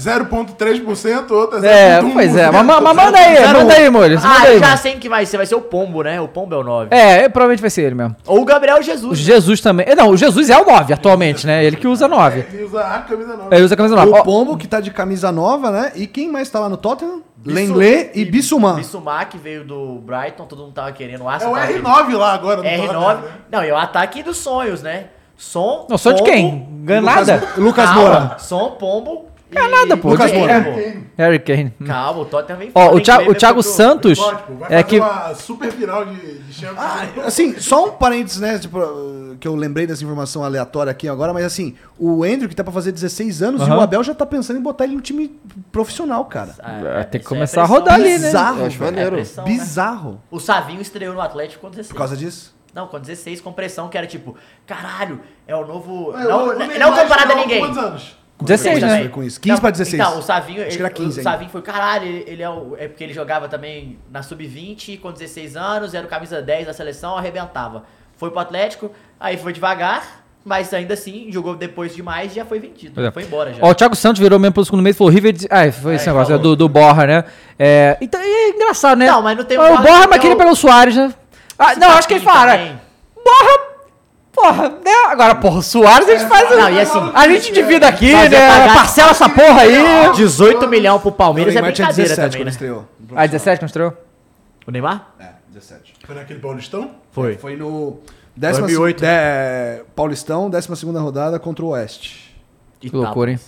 S2: 0,3%, outra
S1: É,
S2: 0,1%.
S1: pois é, mas- mas- mas manda aí,
S2: Zero-
S1: manda aí, Molho.
S3: Ah,
S1: manda aí,
S3: já
S1: mano.
S3: sei que vai ser. Vai ser o Pombo, né? O Pombo é o 9.
S1: É, é, provavelmente vai ser ele mesmo.
S3: Ou o Gabriel Jesus. né?
S1: Jesus também. Eh, Não, o Jesus é o 9 atualmente, né? Ele que usa 9.
S2: Ele usa a camisa nova.
S1: Ele usa a camisa nova.
S5: O
S1: Ó,
S5: Pombo, que tá de camisa nova, né? E quem mais tá lá no Tottenham? Lenglet e Bissouma.
S3: Bissumar, que veio do Brighton, todo mundo tava querendo. O
S2: É
S3: Arsenal
S2: o
S3: tava
S2: R9 lá agora. não
S3: querendo.
S2: tá?
S3: R9. Não, e o ataque dos sonhos, né? Som.
S1: Não, só de
S3: Pombo,
S1: quem? Ganha
S3: Lucas-
S1: nada?
S5: Lucas
S3: Calma,
S5: Moura.
S3: Som, Pombo.
S1: Ganha nada, pô.
S3: Lucas
S1: De-
S3: Moura.
S1: é, Harry Kane. Hum.
S3: Calma, o Tottenham vem
S1: Ó, o
S3: vem-
S1: Thiago-
S3: vem-
S1: o Thiago
S3: vem-
S1: Santos
S2: Lógico, vai fazer
S1: é que-
S2: uma super final de, de Champions.
S5: Assim, só um parênteses, né? Tipo, uh, que eu lembrei dessa informação aleatória aqui agora, mas assim, o Andrew que tá pra fazer 16 anos e
S1: Aham.
S5: o Abel já tá pensando em botar ele no time profissional, cara.
S3: Ah,
S1: É, tem que começar a rodar ali, né?
S5: Bizarro,
S4: Eu acho
S5: velho.
S4: maneiro. É
S3: pressão, né?
S5: Bizarro.
S3: O Savinho estreou no Atlético com 16.
S5: Por causa disso?
S3: Não, com 16, com pressão, que era tipo, caralho, é o novo.
S2: Ué,
S3: não
S2: o- o
S3: não-
S2: Neymar
S3: não comparado a
S2: estreou com
S3: ninguém.
S2: Quantos anos?
S1: 16,
S5: Foi
S1: né?
S5: com isso. 15 pra 16.
S3: Então, o Savinho,
S5: Acho
S3: ele,
S5: que era 15
S3: o
S5: ainda.
S3: Savinho foi, caralho, ele, ele é, o- é porque ele jogava também na sub-20, com 16 anos, era o camisa 10 da seleção, arrebentava. Foi pro Atlético, aí foi devagar, mas ainda assim, jogou depois demais e já foi vendido.
S1: Pois é.
S3: Foi embora já.
S1: Ó, o Thiago Santos virou mesmo pelo segundo mês e falou River. des- Ah, foi esse
S3: É,
S1: negócio, é
S3: falou.
S1: do, do Borra, né? É, então é engraçado, né?
S3: Não, mas não tem
S1: o
S3: o
S1: Borra. O
S3: Borra,
S1: Borra,
S3: não
S1: mas
S3: tem
S1: queria
S3: o-
S1: pegar o Soares, né? Ah,
S3: Esse
S1: não, acho que ele
S3: Papinho
S1: fala.
S3: também.
S1: né? Borra. Porra, né? Agora, porra, o Soares a gente faz.
S3: Não,
S1: o-
S3: e assim,
S1: a gente divide aqui,
S3: fazer
S1: né?
S3: pagar-
S1: Parcela essa porra aí.
S3: 18 milhão pro
S5: O
S3: Palmeiras é
S5: Neymar tinha
S3: brincadeira
S5: 17
S3: também,
S5: quando
S3: né?
S5: estreou.
S1: Ah, 17 construiu?
S3: O Neymar?
S5: É, 17.
S2: Foi naquele Paulistão?
S3: Foi.
S5: Foi no... Décima,
S3: 2008.
S1: né?
S5: dé- Paulistão, 12 rodada contra o Oeste.
S3: E
S1: Que
S3: tá.
S1: loucura, hein?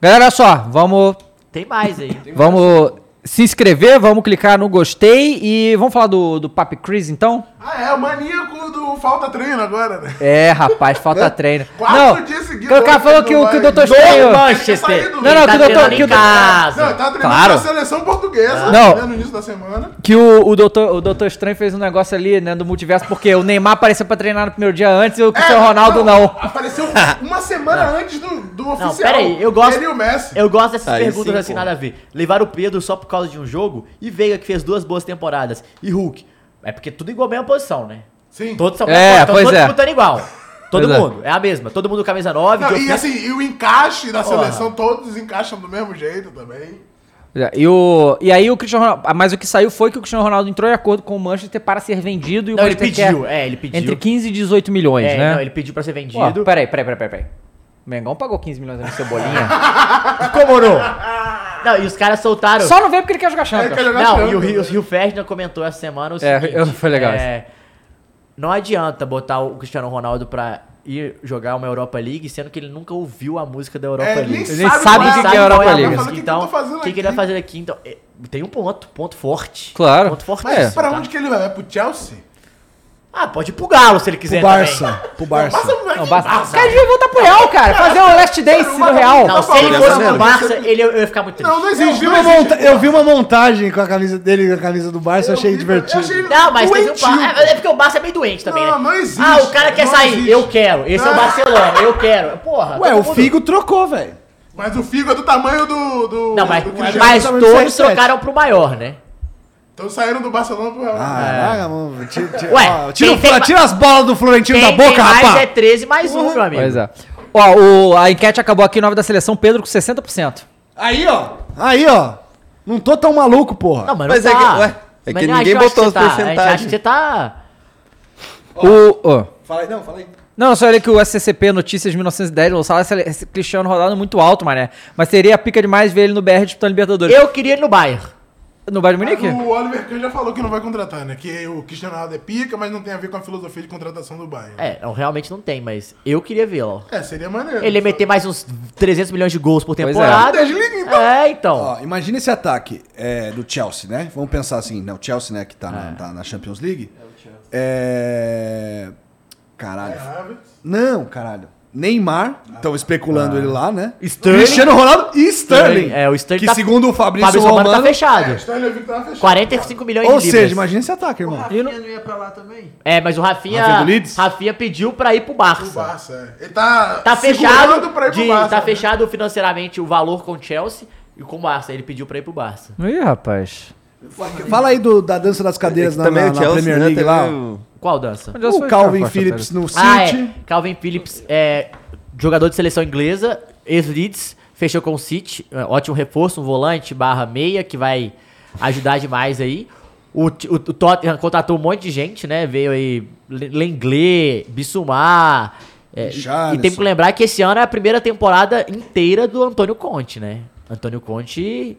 S1: Galera, olha só, vamos,
S3: Tem mais aí.
S1: vamos se inscrever, vamos clicar no gostei e vamos falar do, do Papi Cris, então?
S2: Ah, é, o maníaco do Falta Treino agora, né?
S1: É, rapaz, falta treino.
S2: Quatro
S1: não,
S2: dias seguidos,
S1: o cara
S2: hoje
S1: falou
S2: que
S1: que,
S2: não
S1: o, que o
S2: vai.
S1: doutor
S2: Do
S1: estranho...
S3: Manchester.
S1: Não, não,
S3: Ele tá
S1: que o doutor-
S3: treinando
S1: que o
S3: em
S1: doutor-
S2: Não,
S3: casa.
S1: tá-
S2: ele tava treinando
S1: Claro.
S2: a seleção portuguesa
S1: Não.
S2: né, no início da semana.
S1: Que o, o, doutor, o doutor Estranho fez um negócio ali, né, do multiverso, porque o Neymar apareceu pra treinar no primeiro dia antes e o Cristiano Ronaldo não.
S2: É, Apareceu uma semana antes do, do
S3: Não,
S2: oficial.
S3: peraí, eu gosto.
S2: Ele e o Messi.
S3: Eu gosto dessas
S4: Aí
S3: perguntas
S4: sim,
S3: assim,
S4: pô.
S3: nada a ver. Levaram o Pedro só por causa de um jogo e Veiga que fez duas boas temporadas. E Hulk. É porque tudo igual a mesma posição, né?
S2: Sim.
S3: Todos são
S1: É,
S3: então
S1: pois
S3: todos
S1: é.
S3: disputando igual. Todo
S1: Pois é.
S3: mundo, é. a mesma. Todo mundo camisa 9,
S2: Não,
S3: de
S2: e
S3: ofensa.
S2: assim, e o encaixe da seleção, todos encaixam do mesmo jeito também.
S1: E, o, e aí o Cristiano Ronaldo... ah, Mas o que saiu foi que o Cristiano Ronaldo entrou em acordo com o Manchester para ser vendido e o
S3: Não, ele
S1: Manchester
S3: pediu,
S1: quer
S3: é, ele pediu.
S1: Entre 15 e 18 milhões,
S3: é,
S1: né?
S3: não, ele pediu pra ser vendido.
S1: Ó, peraí, peraí, peraí, peraí, peraí. O Mengão pagou 15 milhões no Cebolinha.
S3: Como não? Não, e os caras soltaram.
S1: Só não veio porque ele quer jogar
S2: É, que
S1: Champions.
S2: ele joga
S3: Não,
S2: tanto,
S3: e o Rio,
S2: né?
S3: o Rio Ferdinand comentou essa semana o
S1: É,
S3: seguinte.
S1: eu- foi legal
S3: é, não adianta botar o Cristiano Ronaldo pra ir jogar uma Europa League, sendo que ele nunca ouviu a música da Europa
S2: É, ele
S3: League.
S2: nem
S1: Ele nem sabe
S2: qual
S1: o que
S2: a
S1: que é
S2: música,
S1: a Europa
S2: mas
S1: League.
S2: fala,
S3: Mas
S2: "O que que eu tô
S3: então,
S2: fazendo
S3: o que, que ele vai
S2: aqui?"
S3: fazer aqui? Então, é, tem um ponto, ponto forte.
S1: Claro.
S3: Ponto forte. tá?
S1: Mas
S2: Pra onde que ele vai? Vai pro Chelsea?
S3: Ah, pode ir pro Galo se ele quiser
S5: Pro Barça. Pro Barça.
S2: Passa, vai
S1: Não,
S2: que
S1: basta.
S2: passa.
S1: Cara, ele devia voltar pro Real, cara. Fazer o Last Dance no Real.
S3: Não, se ele
S2: Tá
S3: fosse
S2: falando.
S3: pro Barça, ele, eu ia ficar muito triste.
S2: Não, não existe.
S5: Eu vi,
S2: não
S5: uma
S2: existe.
S5: monta- eu vi uma montagem com a camisa dele e com a camisa do Barça, eu achei
S2: vi,
S5: divertido.
S2: eu achei-
S3: Não, mas teve um
S2: Doentio.
S3: Barça. É porque o Barça é meio doente também,
S2: Não,
S3: né?
S2: não existe.
S3: Ah, o cara quer
S2: Não
S3: sair.
S2: existe.
S3: Eu quero. Esse é o
S2: Ah.
S3: Barcelona. Eu quero. Porra.
S5: Ué,
S3: todo
S5: o
S3: mundo-
S5: Figo trocou, velho.
S2: Mas o Figo é do tamanho do. do
S3: Não, mas,
S2: do Cristiano.
S3: mas
S5: também
S3: todos
S5: 17.
S3: trocaram pro maior, né?
S2: Então saíram do Barcelona pro Real.
S5: Ah,
S4: é.
S2: Madrid.
S5: larga a mão, ti- ti-
S3: Ué,
S5: ó, Ah, tira,
S3: quem
S5: o-
S3: tem-
S5: tira as bolas do Florentino da
S3: Quem
S5: boca,
S3: tem mais
S5: rapaz.
S3: é 13 mais um, meu amigo.
S1: Pois é. Ó, o- a enquete acabou aqui, nova da seleção, Pedro com 60%.
S5: Aí, ó. Aí, ó. Não tô tão maluco, porra.
S3: Não, mas não
S4: Mas é
S3: tá.
S4: que- ué, é
S3: Mas
S4: que
S3: eu
S4: ninguém
S3: acho
S4: botou
S3: você
S4: as
S3: tá. A gente acha
S4: percentagens.
S3: que você tá...
S1: O, ó.
S5: Fala aí, não, fala aí.
S1: Não, só olhei que o SCP Notícias de 1910 lançou esse é esse é Cristiano Ronaldo muito alto, mané. Mas seria a pica demais ver ele no BR disputando Libertadores.
S3: Eu Ah, queria ir no Bayern.
S1: No Bayern Munique?
S2: O Oliver Kahn já falou que não vai contratar, né? Que o Cristiano Ronaldo é pica, mas não tem a ver com a filosofia de contratação do Bayern.
S3: É, não, realmente não tem, mas eu queria vê-lo.
S2: É, seria maneiro.
S3: Ele ia meter mais uns 300 milhões de gols por temporada. É, então.
S5: Ó, Ah, imagina esse ataque é, do Chelsea, né? Vamos pensar assim, né? O Chelsea, né, que tá,
S3: É.
S5: na, tá na Champions League. É o Chelsea. Caralho.
S2: É
S5: Não, caralho. Neymar, estão especulando ele lá, né?
S3: Ah, tá. Sterling.
S5: Cristiano Ronaldo e Sterling.
S3: Sterling, é, o Sterling
S5: Que
S3: tá-
S5: segundo o Fabrício,
S3: Fabrício Romano tá fechado.
S2: É, o Sterling Oliveira tava fechado.
S3: 45 milhões
S5: tá Ou
S3: de
S5: seja,
S3: libras.
S5: imagina esse ataque, irmão.
S7: não ia pra lá também?
S3: É, mas o Rafinha,
S5: Rafinha do Leeds?
S3: Rafinha pediu pra ir pro Barça.
S2: Barça, é. Ele tá,
S3: Tá
S2: segurando
S3: fechado,
S2: pra ir pro
S3: de-
S2: Barça,
S3: tá
S2: né?
S3: fechado financeiramente o valor com o Chelsea e com o Barça. Ele pediu pra ir pro Barça.
S1: Ih, rapaz.
S5: Fala aí do- da dança das cadeiras na,
S3: também
S5: na-
S3: o
S5: na
S3: Chelsea,
S5: Premier
S3: né,
S5: League
S3: teve
S5: lá.
S3: o- Qual dança?
S5: O Chelsea Calvin foi- Phillips no City.
S3: Ah, é. Calvin Phillips é jogador de seleção inglesa, ex-Leeds, fechou com o City. é, Ótimo reforço, um volante barra meia que vai ajudar demais aí. O, t- o, o Tottenham contratou um monte de gente, né? Veio aí Le- Lenglet, Bissumar. é, e- e tem que
S5: Richarlison.
S3: lembrar que esse ano é a primeira temporada inteira do Antônio Conte, né? Antônio Conte,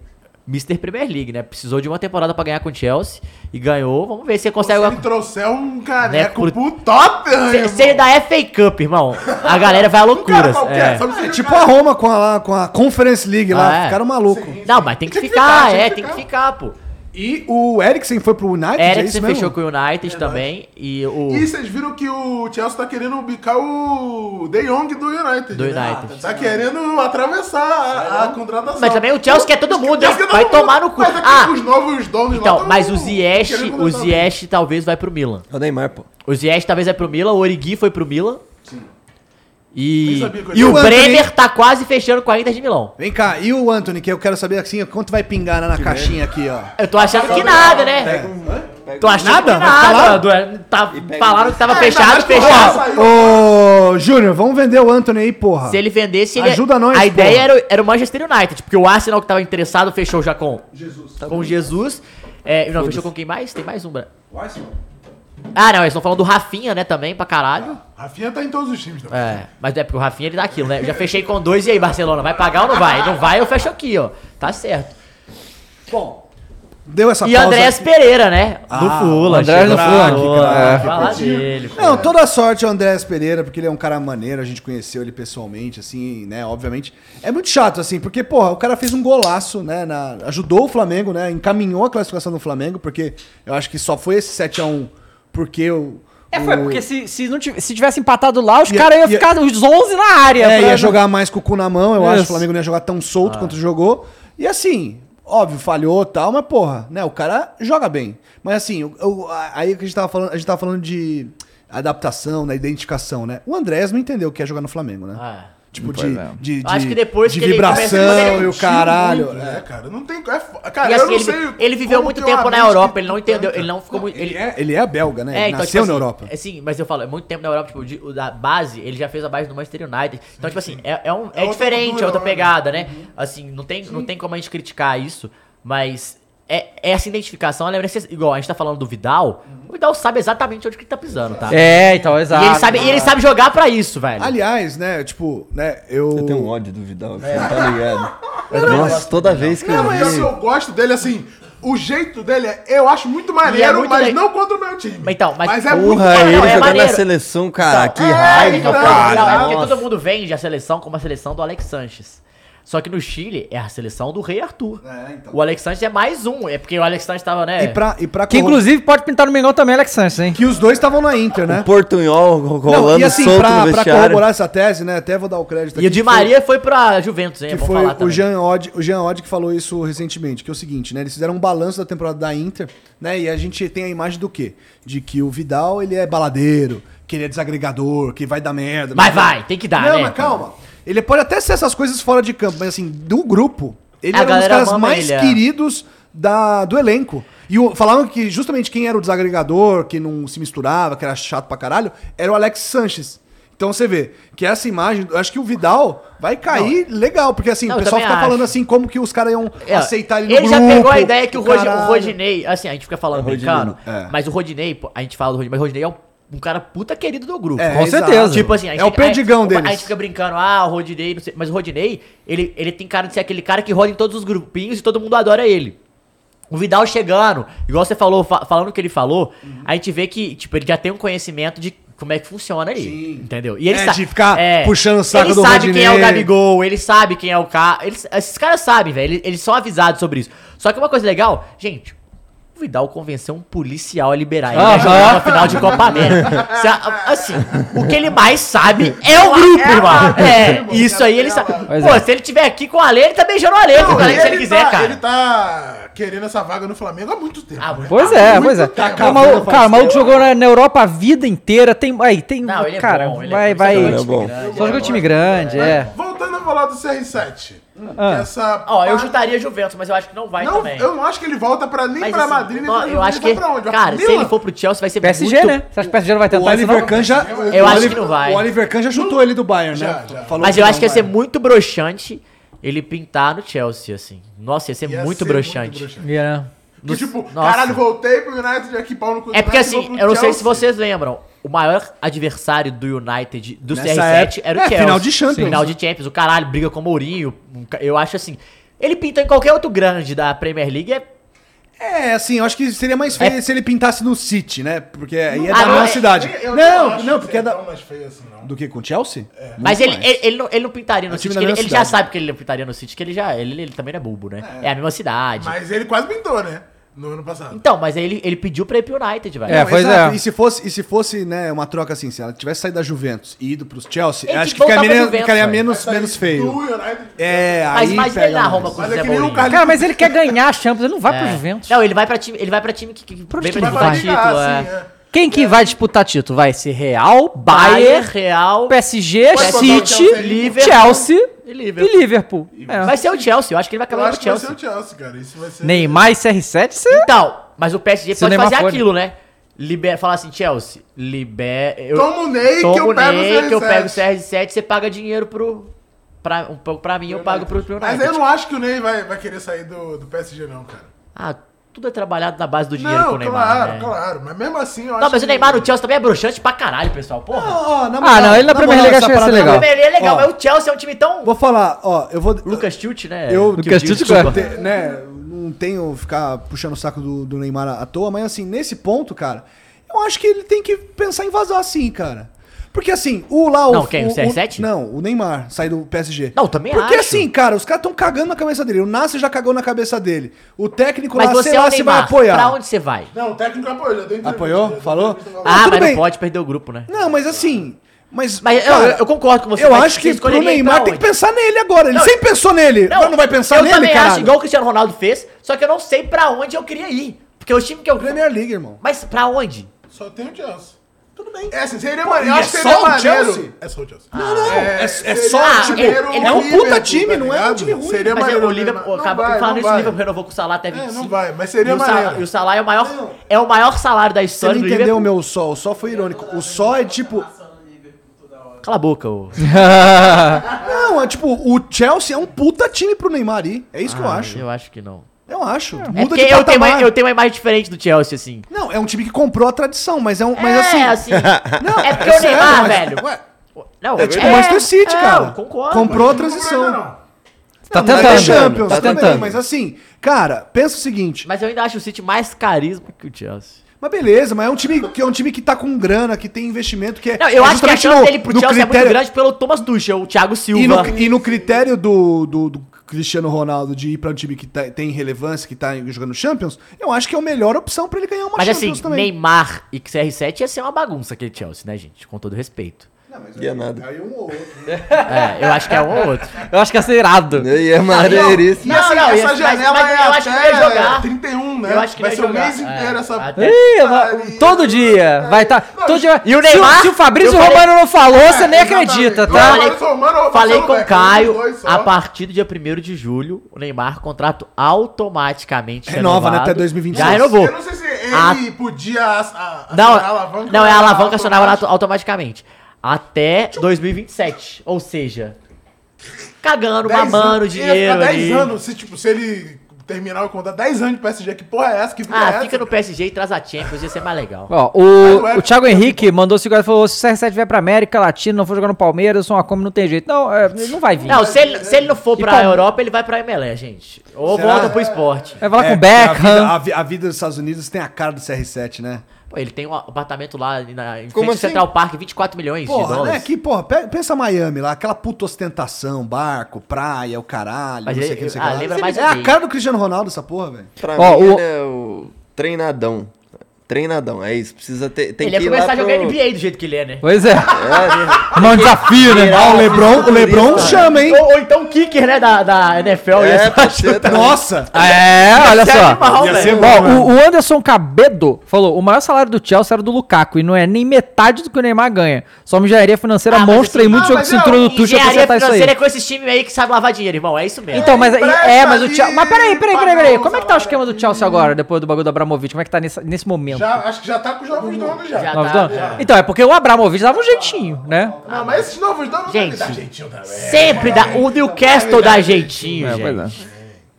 S3: Mr. Premier League, né? Precisou de uma temporada pra ganhar com o Chelsea e ganhou. Vamos ver se ele consegue.
S2: Se ele trouxer um caneco
S3: Né,
S2: pro Tottenham,
S3: Se, se ele dá FA Cup, irmão, a galera vai à loucura.
S2: qualquer,
S3: é.
S2: sabe se
S5: É tipo a Roma com a, com a Conference League lá.
S3: Ah, é?
S5: Ficaram malucos.
S3: Não, mas tem que ficar, é, tem que ficar, pô.
S5: E o Eriksen foi pro United? é isso
S3: Eriksen
S5: mesmo?
S3: fechou com o United também e o...
S2: E vocês viram que o Chelsea tá querendo bicar o De Jong do United.
S3: Do
S2: né?
S3: United.
S2: Tá querendo atravessar a, a contratação.
S3: Mas também o Chelsea quer todo mundo, hein?
S2: Chelsea quer
S3: Vai
S2: todo mundo.
S3: tomar no cu.
S2: Mas é que
S3: Ah,
S2: os novos donos lá
S3: Então,
S2: tão
S3: mas o Ziyech,
S2: querendo
S3: o
S2: contratar
S3: Ziyech talvez vai pro Milan.
S4: É O Neymar, pô.
S3: O Ziyech talvez vai pro Milan, o Origi foi pro Milan. Sim.
S5: Nem
S3: E,
S5: sabia que eu
S3: e o
S5: tinha-
S3: Bremer tá quase fechando com a Inter de Milão.
S5: Vem cá, e o Anthony, que eu quero saber assim, ó, quanto vai pingar né, na caixinha aqui, ó.
S3: Eu tô achando que nada, né? Tô achando
S5: Nada?
S3: que tá?
S5: Vai falar? Ah, tá
S3: nada. do- Tá, falaram que tava fechado, fechado.
S5: Ô, Júnior, vamos vender o Anthony aí, porra.
S3: Se ele vendesse, ele
S5: Ajuda nós,
S3: A
S5: porra.
S3: ideia era, o- era o Manchester United, porque o Arsenal que tava interessado fechou já com Jesus. tá com Jesus. É, não, fechou com quem mais? Tem mais um. Bra- Ah, não, eles estão falando do Rafinha, né, também, pra caralho.
S2: Rafinha tá em todos os times. Né?
S3: É, mas é porque o Rafinha ele dá aquilo, né? Eu já fechei com dois, e aí, Barcelona, vai pagar ou não vai? Não vai, eu fecho aqui, ó. Tá certo. Bom,
S5: Deu essa
S3: e
S5: pausa.
S3: Andrés Pereira, né?
S5: Ah,
S3: do Fula.
S5: Andrés
S3: chegou
S5: do
S3: no
S5: Fula, que craque,
S3: Fala
S5: pô.
S3: dele.
S5: Não, toda a sorte ao Andrés Pereira, porque ele é um cara maneiro, a gente conheceu ele pessoalmente, assim, né, obviamente. É muito chato, assim, porque, porra, o cara fez um golaço, né, na- ajudou o Flamengo, né, encaminhou a classificação do Flamengo, porque eu acho que só foi esse 7x1 porque o...
S1: É, foi,
S5: o-
S1: porque se, se, não tivesse, é. se tivesse empatado lá, os
S5: Ia-
S1: caras iam
S5: ia-
S1: ficar os 11 na área.
S5: É,
S1: pra-
S5: ia jogar mais com o cu na mão, eu acho.
S1: Isso. Ah.
S5: O Flamengo não ia jogar tão solto quanto jogou. E assim, óbvio, falhou e tal, mas porra, né? O cara joga bem. Mas assim, o- o- a- aí que a gente tava falando, a gente tava falando de adaptação, né? Identificação, né? O Andrés não entendeu o que é jogar no Flamengo, né? Tipo,
S3: Pois
S5: de,
S3: é.
S5: de, de,
S3: Acho que depois
S5: de
S3: que ele
S5: vibração
S3: começa a fazer
S5: e o
S3: muito,
S5: caralho.
S2: muito,
S5: é.
S2: né, cara? Não tem. É, fo- cara,
S3: E
S2: eu
S3: assim,
S2: não
S3: ele,
S2: sei.
S3: ele viveu
S2: como
S3: muito
S2: tem uma
S3: tempo na
S2: mente que-
S3: Europa, ele não entendeu, ele não ficou muito. Ele,
S5: Ele é belga, né? Ele Nasceu
S3: tipo
S5: na
S3: assim,
S5: Europa.
S3: é, Sim, mas eu falo, é muito tempo na Europa, tipo, de- o da base, ele já fez a base no Manchester United. Então, tipo assim, é, é um- é
S8: outra
S3: diferente,
S8: cultura,
S3: é outra
S8: né?
S3: pegada, né?
S5: Uhum.
S3: Assim, não tem, não tem como a gente criticar isso, mas é, essa identificação, ela é necess- igual a gente tá falando do Vidal,
S5: Uhum.
S3: o Vidal sabe exatamente onde que ele tá pisando, tá?
S1: É, então, exato.
S3: E ele sabe, e ele sabe jogar pra isso, velho.
S5: Aliás, né, tipo, né, eu. Você tem um
S4: ódio do Vidal, você não tá ligado. Nossa, toda vez que
S2: Não,
S4: eu
S2: mas
S5: é
S2: assim, eu
S4: vi...
S2: gosto dele assim. O jeito dele é, eu acho muito maneiro,
S3: E é muito
S2: mas
S3: le-
S2: não contra o meu time.
S3: Mas então, mas-
S2: é muito
S4: Porra, ele
S3: não, é
S4: jogando na
S3: maneiro.
S4: seleção, cara, que
S3: É,
S4: raiva,
S3: então,
S4: cara.
S3: não, é porque
S4: Nossa.
S3: todo mundo vende a seleção como a seleção do Alex Sanches. Só que no Chile é a seleção do Rei Arthur. O Alex Sanches é mais um. É porque o Alex Sanches tava, né?
S5: então. E pra, e pra
S1: Que inclusive pode pintar no Mengão também, Alex Sanches, hein?
S5: Que os dois estavam na Inter, né?
S4: O Portunhol rolando
S5: Não, e assim,
S4: solto
S5: pra,
S4: no
S5: pra
S4: vestiário.
S5: corroborar essa tese, né? Até vou dar o crédito
S3: E o Di
S5: que
S3: Maria foi pra Juventus,
S5: foi,
S3: hein? É
S5: que
S3: bom
S5: foi
S3: falar
S5: o
S3: também.
S5: Jean Odd, o Jean Odd que falou isso recentemente, que é o seguinte, né? Eles fizeram um balanço da temporada da Inter, né? E a gente tem a imagem do quê? De que o Vidal, ele é baladeiro, que ele é desagregador, que vai dar merda.
S3: Mas vai, tem que dar,
S5: Não,
S3: né?
S5: mas calma. Ele pode até ser essas coisas fora de campo, mas assim, do grupo, ele
S3: A
S5: era um dos
S3: galera
S5: caras
S3: ama
S5: mais
S3: ele, é.
S5: queridos da, do elenco. E o- falavam que justamente quem era o desagregador, que não se misturava, que era chato pra caralho, era o Alex Sanches. Então você vê que essa imagem, eu acho que o Vidal vai cair legal, porque assim,
S3: Não,
S5: o
S3: eu
S5: pessoal
S3: também
S5: fica
S3: acho.
S5: falando assim como que os caras iam
S3: É,
S5: aceitar ele
S3: ele
S5: no
S3: já
S5: grupo.
S3: pegou a ideia que o, Rod, o
S5: caralho.
S3: Rodinei, assim, a gente fica falando brincando,
S5: Rodinei, é.
S3: mas o Rodinei, pô, a gente fala do Rodinei, mas o Rodinei é um, um cara puta querido do grupo.
S5: É, Com exato. certeza.
S3: Tipo assim, a
S5: É
S3: gente
S5: o
S3: fica- a-
S5: perdigão
S3: uma-
S5: deles.
S3: A gente fica brincando, ah, o Rodinei, não sei, mas o Rodinei, ele, ele tem cara de ser aquele cara que roda em todos os grupinhos e todo mundo adora ele. O Vidal chegando, igual você falou, fa- falando o que ele falou, a gente vê que, tipo, ele já tem um conhecimento de como é que funciona ali. Entendeu? E ele
S5: É,
S3: sa-
S5: de ficar puxando o saco
S3: ele
S5: do
S3: sabe quem é o
S5: Rodinei.
S3: Gabigol, ele sabe quem é o cara. Eles, esses caras sabem, velho. Eles, eles são avisados sobre isso. Só que uma coisa legal, gente. O Vidal convenceu um policial a liberar
S5: Ah,
S3: ele
S1: Aham.
S3: a jogar uma final de Copa América. Se a- Assim, o que ele mais sabe é o grupo, irmão. É, isso aí ele sabe. Pô,
S1: é.
S3: se ele tiver aqui com o Ale, ele tá beijando o Ale,
S2: Não,
S3: com o Ale, se ele
S2: ele
S3: quiser,
S2: tá-
S3: cara. Ah,
S2: Ele tá querendo essa vaga no Flamengo há muito tempo. né?
S1: Pois
S2: Há
S1: é,
S2: muito
S1: pois é.
S2: tempo.
S1: Cara, o maluco- cara, o maluco jogou na, na Europa a vida inteira. Tem. Aí, tem.
S2: Não, ele é
S1: cara,
S2: bom, ele é
S1: vai,
S2: bom.
S1: vai.
S2: Ele é bom.
S1: Só jogou time grande, é.
S2: Voltando a falar do CR7.
S1: Ah.
S2: Essa
S3: Ó, eu
S2: parte-
S3: chutaria Juventus, mas eu acho que não vai
S2: Não,
S3: também.
S2: eu não acho que ele volta pra, nem
S3: Mas,
S2: pra
S3: assim,
S2: Madrid, nem
S3: não,
S2: pra
S3: eu acho
S2: nem
S3: que,
S2: pra onde? Vai pra
S3: cara, se
S2: Milan?
S3: ele for pro Chelsea, vai ser
S1: PSG,
S3: muito...
S1: né? Você acha que o PSG não vai tentar
S5: O Oliver Kahn já.
S3: Eu
S5: o
S3: acho
S5: Oliver-
S3: que não vai.
S5: O Oliver Kahn já chutou ele do Bayern, né? Falou
S3: Mas eu
S5: não
S3: acho que
S5: vai.
S3: ia ser muito broxante ele pintar no Chelsea, assim. Nossa, ia ser
S2: Ia
S3: muito
S2: ser
S3: broxante.
S2: muito broxante.
S1: Ia.
S2: Que, tipo,
S3: Nossa.
S2: caralho, voltei pro United aqui, pau no cu do
S3: É porque
S2: United, vou
S3: assim,
S2: pro
S3: eu não sei se
S2: Chelsea.
S3: vocês lembram, o maior adversário do United, do
S5: Nessa
S3: CR7,
S5: época-
S3: era o
S5: é,
S3: Chelsea.
S5: final de Champions.
S3: Final de Champions, o caralho, briga com o Mourinho. um ca- Eu acho assim, ele pinta em qualquer outro grande da Premier League, é
S5: É, assim, eu acho que seria mais feio se ele pintasse no City, né? Porque aí é
S3: Ah,
S5: da
S3: não,
S5: minha
S3: é-
S5: cidade.
S2: Eu
S5: não,
S2: acho
S5: não,
S2: que
S5: porque é
S2: seria
S5: da.
S2: tão mais feio assim, não. É.
S5: Do que com o Chelsea? Muito
S3: Mas ele,
S5: mais.
S3: ele, ele não, ele não pintaria no
S5: É o time
S3: City,
S5: da
S3: que ele,
S5: minha
S3: ele já
S5: cidade.
S3: sabe que ele não pintaria no City, que ele já. Ele, ele também não é bobo, né? É, a mesma cidade.
S2: Mas ele quase pintou, né? No ano passado.
S3: Então, mas aí ele, ele pediu pra ir pro United, velho.
S5: Não, É,
S1: é.
S5: exato. E se fosse, e se fosse né, uma troca assim, se ela tivesse saído da Juventus e ido pros Chelsea,
S3: Ele
S5: eu acho
S3: tinha
S5: que
S3: que
S5: ficaria
S3: voltar pra
S5: menos,
S3: Juventus,
S5: ficaria
S3: velho.
S5: menos, menos
S2: Do
S5: feio.
S2: United.
S5: É,
S3: Mas
S5: aí
S3: mais ele
S5: pega
S3: na
S5: mais.
S3: Roma com o
S2: Olha
S3: Zé
S2: é que nem o
S3: Mourinho.
S2: Carlinhos.
S1: Cara, mas ele quer ganhar a Champions, ele não vai pro
S3: É.
S1: Juventus.
S3: Não, ele vai pra time. Ele vai pra time que, que, que
S1: onde que
S3: pra
S1: ele
S3: disputar
S1: vai?
S3: título,
S2: Ah, sim,
S3: é.
S2: é.
S1: Quem que vai disputar título? Vai ser Real,
S3: Bayern,
S1: Bayern,
S3: Real,
S1: PSG,
S2: Pode botar o
S1: City,
S2: Chelsea,
S1: Liverpool,
S2: Liverpool.
S1: Chelsea
S3: e
S1: e
S3: Liverpool.
S1: Liverpool. É.
S3: Vai ser o Chelsea, eu acho que ele vai
S2: Eu
S3: acabar
S2: acho
S3: no
S2: que vai
S3: Chelsea.
S2: ser um o Chelsea, cara. Isso vai ser...
S1: Neymar e CR7, você...
S3: Então, mas o PSG
S1: Se o
S3: pode
S1: Neymar
S3: fazer
S1: for, né?
S3: aquilo, né? Libera, falar assim, Chelsea, libera. Eu,
S2: Toma o Ney
S3: toma
S2: que eu
S3: o
S2: pego o
S3: Ney, que eu
S2: CR7.
S3: pego o CR7, você paga dinheiro pro. Pra, um pouco pra mim, eu pago pro pro
S2: É Mas
S3: United.
S2: eu não acho que o Ney vai, vai querer sair do, do PSG, não, cara.
S3: Ah, tudo é trabalhado na base do dinheiro com
S2: Não,
S3: o Neymar.
S2: claro,
S3: né?
S2: claro. Mas mesmo assim, eu acho
S3: Não, mas o
S2: que-
S3: Neymar no Chelsea também é broxante pra caralho, pessoal. Porra.
S5: Ó, ó, na
S1: Ah, não, ele na Premier
S5: moral,
S1: League
S5: essa
S1: achei essa
S5: parada-
S3: O
S1: legal.
S3: Premier é legal,
S5: Ó.
S3: mas o Chelsea é um time tão.
S5: Vou falar, ó, eu vou.
S3: Lucas Tilt, né?
S5: Eu
S1: Lucas
S5: que-
S1: Tite,
S5: que-
S1: cara.
S5: te- né, não tenho ficar puxando o saco do, do Neymar à toa, mas assim, nesse ponto, cara, eu acho que ele tem que pensar em vazar sim, cara. Porque assim, o lá o.
S3: Não, quem? O CR7?
S5: não, o Neymar sai do PSG.
S3: Não, também
S5: Porque
S3: acho.
S5: assim, cara, os caras estão cagando na cabeça dele. O Nasser já cagou na cabeça dele. O técnico
S3: Mas
S5: lá,
S3: você
S5: sei
S3: é o
S5: lá, se vai
S3: Neymar.
S5: apoiar.
S3: Pra onde você vai?
S2: Não, o técnico apoiou. já deu entrevista, já
S5: Apoiou?
S2: deu
S5: Falou?
S2: entrevista lá.
S3: Ah,
S5: tudo
S3: mas não
S5: bem.
S3: pode perder o grupo, né?
S5: Não, mas assim. Mas,
S3: Mas eu- eu concordo com você,
S5: Eu
S3: mas
S5: acho
S3: você
S5: que pro
S3: escolheria ir pra
S5: Neymar tem
S3: onde?
S5: que pensar nele agora. Ele
S3: Não,
S5: sempre pensou nele. Não, não vai pensar
S3: eu
S5: nele,
S3: também
S5: cara.
S3: acho igual o Cristiano Ronaldo fez, só que eu não sei pra onde eu queria ir. Porque o time que eu.
S5: Premier League, irmão.
S3: Mas pra onde?
S2: Só tem o Chelsea. Tudo bem. É, assim, seria maneiro.
S5: e
S2: Eu acho que
S5: é
S2: seria
S5: só o
S2: maneiro.
S5: Chelsea?
S2: É só o Chelsea.
S5: Não, não. É, é
S2: Seria
S5: só
S3: ah,
S5: tipo,
S3: ele- ele
S5: é um
S2: Liverpool,
S5: puta time,
S2: tá
S5: não é um
S2: ligado?
S5: time ruim.
S2: Seria
S3: Mas é,
S5: né?
S2: maneiro.
S3: o Liverpool,
S2: Não
S3: acaba
S2: vai,
S3: falando
S2: não
S3: isso, o
S2: vai.
S3: Liverpool renovou com o Salah até
S2: É,
S3: 25.
S2: não vai, mas seria
S3: e o Salah,
S2: maneiro.
S3: e o Salah é o maior, é o maior salário da
S5: Você não
S3: história do
S5: entendeu o
S3: Liverpool.
S5: meu só, o só foi irônico. O só é tipo.
S3: Cala a boca, ô.
S5: Não, é tipo, o Chelsea é um puta time pro Neymar ir. É isso que eu
S3: Ah,
S5: acho.
S3: Eu acho que não.
S5: Eu acho.
S3: É
S5: Muda
S3: porque
S5: de
S3: eu tenho,
S5: patamar.
S3: uma, eu tenho uma imagem diferente do Chelsea, assim.
S5: Não, é um time que comprou a tradição, mas é um. Mas assim.
S3: é, assim.
S5: Não,
S3: é porque
S5: é
S3: o Neymar,
S5: sério, mas-
S3: velho. Não,
S5: É tipo o Manchester City,
S3: é,
S5: cara.
S3: Eu concordo.
S5: Comprou a
S2: Não,
S5: transição.
S2: não.
S1: Tá
S5: Não, mas
S1: tentando.
S5: é Champions,
S1: tá
S5: tudo bem,
S1: tentando.
S5: Mas assim, cara, pensa o seguinte.
S3: Mas eu ainda acho o City mais carisma que o Chelsea.
S5: Mas beleza, mas é um time que é um time que tá com grana, que tem investimento, que é.
S3: Não, eu
S5: é
S3: acho que a
S5: justamente
S3: chance
S5: no-
S3: dele pro
S5: no
S3: Chelsea é muito
S5: critério-
S3: grande pelo Thomas Tuchel, o Thiago
S5: E
S3: Silva.
S5: no, e no critério do, do, do Cristiano Ronaldo de ir pra um time que tá- tem relevância, que tá jogando Champions, eu acho que é a melhor opção pra ele ganhar uma
S3: Mas
S5: Champions
S3: assim,
S5: também.
S3: Neymar e CR7 ia ser uma bagunça aquele Chelsea, né, gente? Com todo respeito.
S4: E é nada.
S5: Aí um ou outro.
S3: É, eu acho que é um ou outro.
S1: Eu acho que ia ser irado.
S2: um
S4: E é maneiríssimo.
S2: E assim,
S3: Não, não,
S2: essa
S3: ia- mas-
S2: janela
S3: mas
S2: é
S3: eu acho que não ia
S2: até
S3: jogar.
S2: 31, né?
S3: Eu acho que
S2: vai
S3: não
S2: ser
S3: ia
S2: o mês
S3: jogar,
S2: inteiro
S3: é,
S2: essa...
S3: até-
S1: Ih, vai- todo dia vai estar. todo dia.
S3: E o
S1: Se
S3: Neymar?
S1: Se o Fabrício
S3: Eu falei- É,
S1: Romano não falou, você nem
S2: exatamente.
S1: acredita,
S2: Eu
S1: tá?
S2: falei- Romano ou
S3: Falei
S2: Marcelo
S3: com o
S2: Becker, um
S3: Caio,
S2: dos dois só.
S3: a partir do dia 1 de julho, o Neymar contrato automaticamente
S5: Renova,
S3: renovado.
S5: né, até 2026.
S3: Já renovou.
S2: Eu não sei se ele
S3: A-
S2: podia ac- a-
S3: Não,
S2: acionar a alavanca.
S3: não, é a alavanca acionava
S2: automática.
S3: auto- automaticamente. Até 2027. Ou seja, cagando,
S2: Dez
S3: mamando
S2: anos. Ia
S3: dinheiro
S2: ficar
S3: ali.
S2: 10 anos, se, tipo, se ele terminar o contrato 10 anos de PSG. Que porra é essa? Que vida é
S3: Ah,
S2: essa?
S3: fica no PSG e traz a Champions, ia ser mais legal.
S1: Ó,
S3: Mas
S1: o,
S3: não é
S1: o Thiago Henrique mandou mandou segurar e falou: se o CR7 vier pra América Latina, não for jogar no Palmeiras, só uma Kombi não tem jeito. Não, é, ele não vai vir.
S3: Não, se ele, se ele não for pra
S1: como?
S3: Europa, ele vai pra Emelé, gente. Ou
S5: Será?
S3: volta pro esporte.
S1: Vai falar
S5: É,
S1: com o
S5: porque a vida-
S1: Beckham.
S5: A, vi- a vida dos Estados Unidos tem a cara do CR7, né?
S3: Pô, ele tem um apartamento lá na, em
S5: Como
S3: frente ao
S5: assim?
S3: Central Park, 24 milhões de
S5: Porra,
S3: dólares.
S5: né? Que, porra, pe- pensa Miami lá, aquela puta ostentação, barco, praia, o caralho,
S3: Mas
S5: não sei
S3: ele-
S5: o que, não sei o
S3: ah,
S5: que lá.
S3: lembra
S5: Você-
S3: mais
S5: É
S3: o
S5: a
S3: Ney.
S5: cara do Cristiano Ronaldo essa porra, velho.
S4: Pra
S5: Ó,
S4: mim,
S5: o-
S4: ele é o treinadão. Treinadão, é isso. Precisa ter. Tem
S3: ele ia
S4: que ir lá
S3: começar a jogar
S4: pro-
S3: NBA do jeito que ele é, né?
S1: Pois é.
S4: É.
S1: Mas um desafio, né?
S4: Tirar
S1: Ah, o Lebron-
S5: o Lebron
S4: futurista.
S5: chama, hein?
S3: Ou, ou então o kicker, né, da, da NFL.
S1: É,
S3: ia só
S1: pode ser
S3: chutar.
S1: também.
S5: Nossa! Ah,
S1: É, olha
S3: Ia ser
S1: só.
S3: animal,
S1: Ia
S3: velho.
S1: ser bom, o, o Anderson Cabedo falou: o maior salário do Chelsea era o do Lukaku e não é nem metade do que o Neymar ganha. Só uma engenharia financeira
S3: Ah,
S1: monstra
S3: assim,
S1: e muito jogo de cintura do Tuchel pra
S3: é Engenharia
S1: acertar tá isso
S3: financeira é
S1: aí.
S3: com esses times aí que sabe lavar dinheiro, irmão. É isso mesmo.
S1: Então, mas é, mas o Chelsea. Mas peraí, peraí, peraí, peraí. Como é que tá o esquema do Chelsea agora, depois do bagulho do Abramovich? Como é que tá nesse, nesse momento?
S2: Já, acho que já tá com os novos donos já.
S1: Novos
S3: tá,
S1: donos? Então, é porque o Abramovich dava um jeitinho, né?
S2: Não, mas esses novos donos
S3: Gente,
S2: dá jeitinho também.
S3: Sempre dá. O Newcastle dá jeitinho,
S1: É, pois
S3: gente.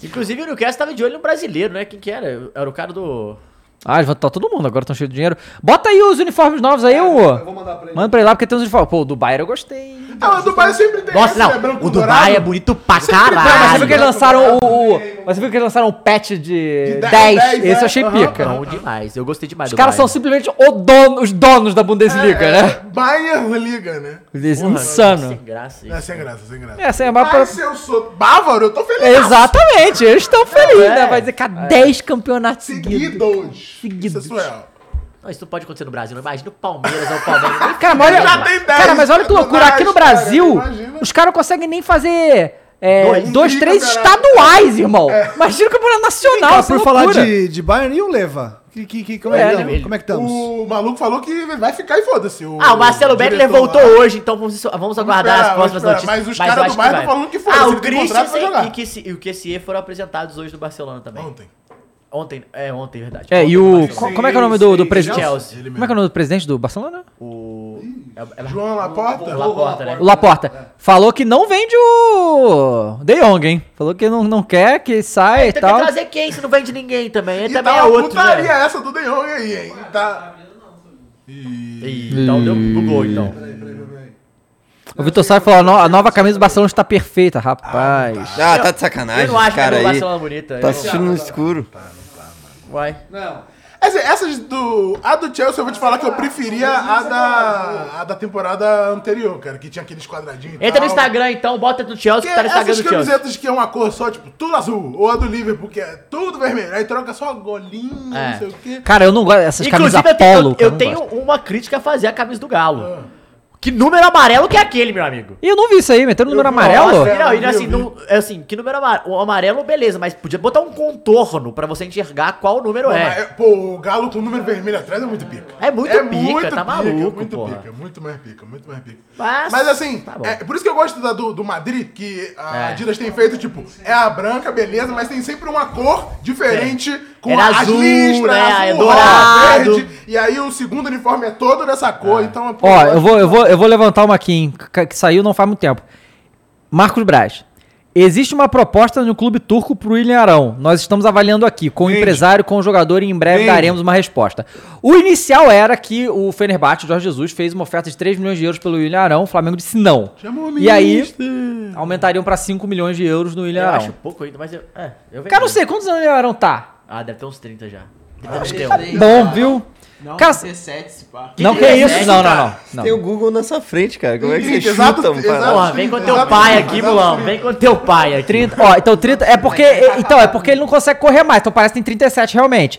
S3: Inclusive, o Newcastle tava de olho no brasileiro, né? Quem que era? Era o cara do...
S1: Ah, eles vão tá todo mundo agora, tão cheio de dinheiro. Bota aí os uniformes novos aí, ô. Manda pra ele lá, porque tem uns uniformes. Pô, o do Bayern eu gostei.
S2: Ah, o Dubai sempre tem
S1: Nossa,
S2: esse,
S1: não,
S2: né, branco
S1: o
S2: com
S1: Dubai
S2: dourado.
S1: é bonito pra
S2: Sempre
S3: Ah,
S2: tem
S1: Não, mas você
S2: branco
S1: viu
S2: com
S1: que eles
S2: dourado.
S1: lançaram o, o- Mas você viu que eles lançaram um patch de 10?
S3: 10,
S1: Esse
S3: né?
S1: eu achei
S3: Aham.
S1: pica.
S3: Bom demais, eu gostei demais
S1: Os caras são
S3: Bayern.
S1: simplesmente o dono- os donos da Bundesliga,
S3: É.
S1: né?
S2: É, Bayern Liga, né?
S1: Eles- insano.
S3: Sem graça.
S2: É, sem graça, sem graça.
S1: É, sem a
S2: Mas
S1: mapa-
S2: se eu sou bávaro, eu tô feliz.
S1: Exatamente, eles estão felizes, né? Vai dizer que há
S3: É.
S1: 10 campeonatos seguidos.
S2: Seguidos. é
S1: Seguidos.
S3: Não, isso não pode acontecer no Brasil. não Imagina o Palmeiras, é o Palmeiras.
S1: Cara, mas olha,
S3: Já tem
S1: cara, mas olha que loucura. Aqui no Brasil, os caras não conseguem nem fazer é,
S3: Dois, É.
S1: dois,
S3: sim,
S1: três
S3: campeonato.
S1: estaduais, irmão. Imagina o campeonato nacional.
S5: Cara,
S3: é
S1: essa
S5: Então, por falar
S1: loucura.
S5: de, de Bayern e o Leva. Que, que, que- como,
S1: É,
S5: é, que
S1: né,
S5: tamo?
S1: velho?
S5: como é que estamos?
S2: O maluco falou que vai ficar e foda-se.
S3: Ah, o Marcelo Bettler
S2: diretor
S3: voltou
S2: lá.
S3: hoje, então vamos, vamos aguardar
S2: esperar,
S3: as próximas
S2: vamos
S3: notícias.
S2: esperar. Mas os
S3: eu
S2: caras do
S3: acho
S2: Bayern
S3: vai.
S2: tão falando que foda-se,
S3: Ah,
S2: ele
S3: o
S2: tem contrato
S3: Christensen
S2: pra jogar.
S3: e, Kessie- e o Kessier foram apresentados hoje do Barcelona também. Ontem. Ontem, é ontem, verdade.
S1: É,
S3: Ontem,
S1: e o.
S3: Barcelona.
S1: co- como é que é o nome do, do presidente?
S3: Chelsea.
S1: Como é que é o nome do presidente do Barcelona?
S3: O. É, é,
S2: João Laporta?
S3: Laporta, né?
S1: O Laporta. Falou que não vende o. De Jong, hein? Falou que não, não quer, que saia e
S3: É, Tem que
S1: tal.
S3: trazer quem se não vende ninguém também. Ele
S2: E
S3: também
S2: tá
S3: é
S2: uma
S3: outro.
S2: putaria
S3: Né?
S2: essa do De Jong aí, hein? Tá...
S3: Ih, então deu bugou, então.
S1: O Vitor Sá falou: a, no- a nova camisa do Barcelona está perfeita, rapaz.
S4: Ah, tá de sacanagem.
S3: Eu não acho
S4: esse
S3: que
S4: cara
S3: é do
S4: aí.
S3: Barcelona bonita, eu-
S4: Tá assistindo no escuro.
S3: Vai.
S2: Não. Essas do. A do Chelsea eu vou te falar que eu preferia a da. A da temporada anterior, cara, que tinha aqueles quadradinhos. e
S3: Entra no
S2: tal.
S3: Instagram então, bota no Chelsea, que tá no Instagram
S2: essas
S3: do Chelsea.
S2: camisetas que é uma cor só, tipo, tudo azul, ou a do Liverpool, que é tudo vermelho, aí troca só a golinha,
S3: É.
S2: não sei o quê.
S1: Cara, eu não gosto dessas camisas
S3: eu tenho,
S1: polo.
S3: eu- eu tenho uma crítica a fazer à camisa do Galo.
S2: Ah.
S3: Que número amarelo que é aquele, meu amigo?
S1: E eu não vi isso aí, metendo número amarelo?
S3: Nossa, não, e assim, não, é assim, que número amarelo? O amarelo, beleza, mas podia botar um contorno pra você enxergar qual número
S2: Pô, mas
S3: é.
S2: é- pô, o Galo com o número vermelho atrás é muito pica.
S3: É muito pica, tá maluco,
S2: muito
S3: porra.
S2: pica, muito mais pica, muito mais pica.
S3: Mas-
S2: Mas, assim,
S3: tá bom.
S2: é, por isso que eu gosto da do, do Madrid, que a
S3: É.
S2: Adidas tem feito, tipo, é a branca, beleza, mas tem sempre uma cor diferente, com
S3: É. Era
S2: as
S3: azul,
S2: listras,
S3: né, é
S2: rosa,
S3: dourado.
S2: e aí o segundo uniforme é todo dessa cor, então... pô,
S1: Ó,
S2: gosto.
S1: eu vou, eu, vou, eu vou levantar uma aqui, hein, que- que saiu não faz muito tempo. Marcos Braz. Existe uma proposta no clube turco pro William Arão. Nós estamos avaliando aqui, com o empresário, com o jogador, e em breve
S5: Vende.
S1: daremos uma resposta. O inicial era que o Fenerbahçe, o Jorge Jesus, fez uma oferta de 3 milhões de euros pelo William Arão, o Flamengo disse não.
S2: Chamou
S1: E aí, aumentariam pra 5 milhões de euros no William
S3: Eu acho
S1: Arão.
S3: pouco ainda, mas eu. É, eu vejo.
S1: Cara, não sei, quantos anos o William Arão tá?
S3: Ah, deve ter uns 30 já. Deve ter
S1: Tá
S3: uns 30.
S1: bom, viu?
S7: Não,
S1: Cara,
S7: 17, se pá.
S1: Não,
S3: é
S1: que isso? Não, não, não.
S4: Você
S1: não.
S4: tá. Tem o Google na sua frente, cara. Como é que você
S2: Exato,
S4: chuta, um
S2: exato.
S4: parado?
S3: Porra, vem com
S2: Exato,
S3: teu
S2: exato,
S3: pai
S2: exato,
S3: aqui,
S2: exato.
S3: Mulão. Vem com teu pai aqui.
S1: 30, ó, então 30, é porque, é- então, é porque ele não consegue correr mais, então parece que tem 37 realmente.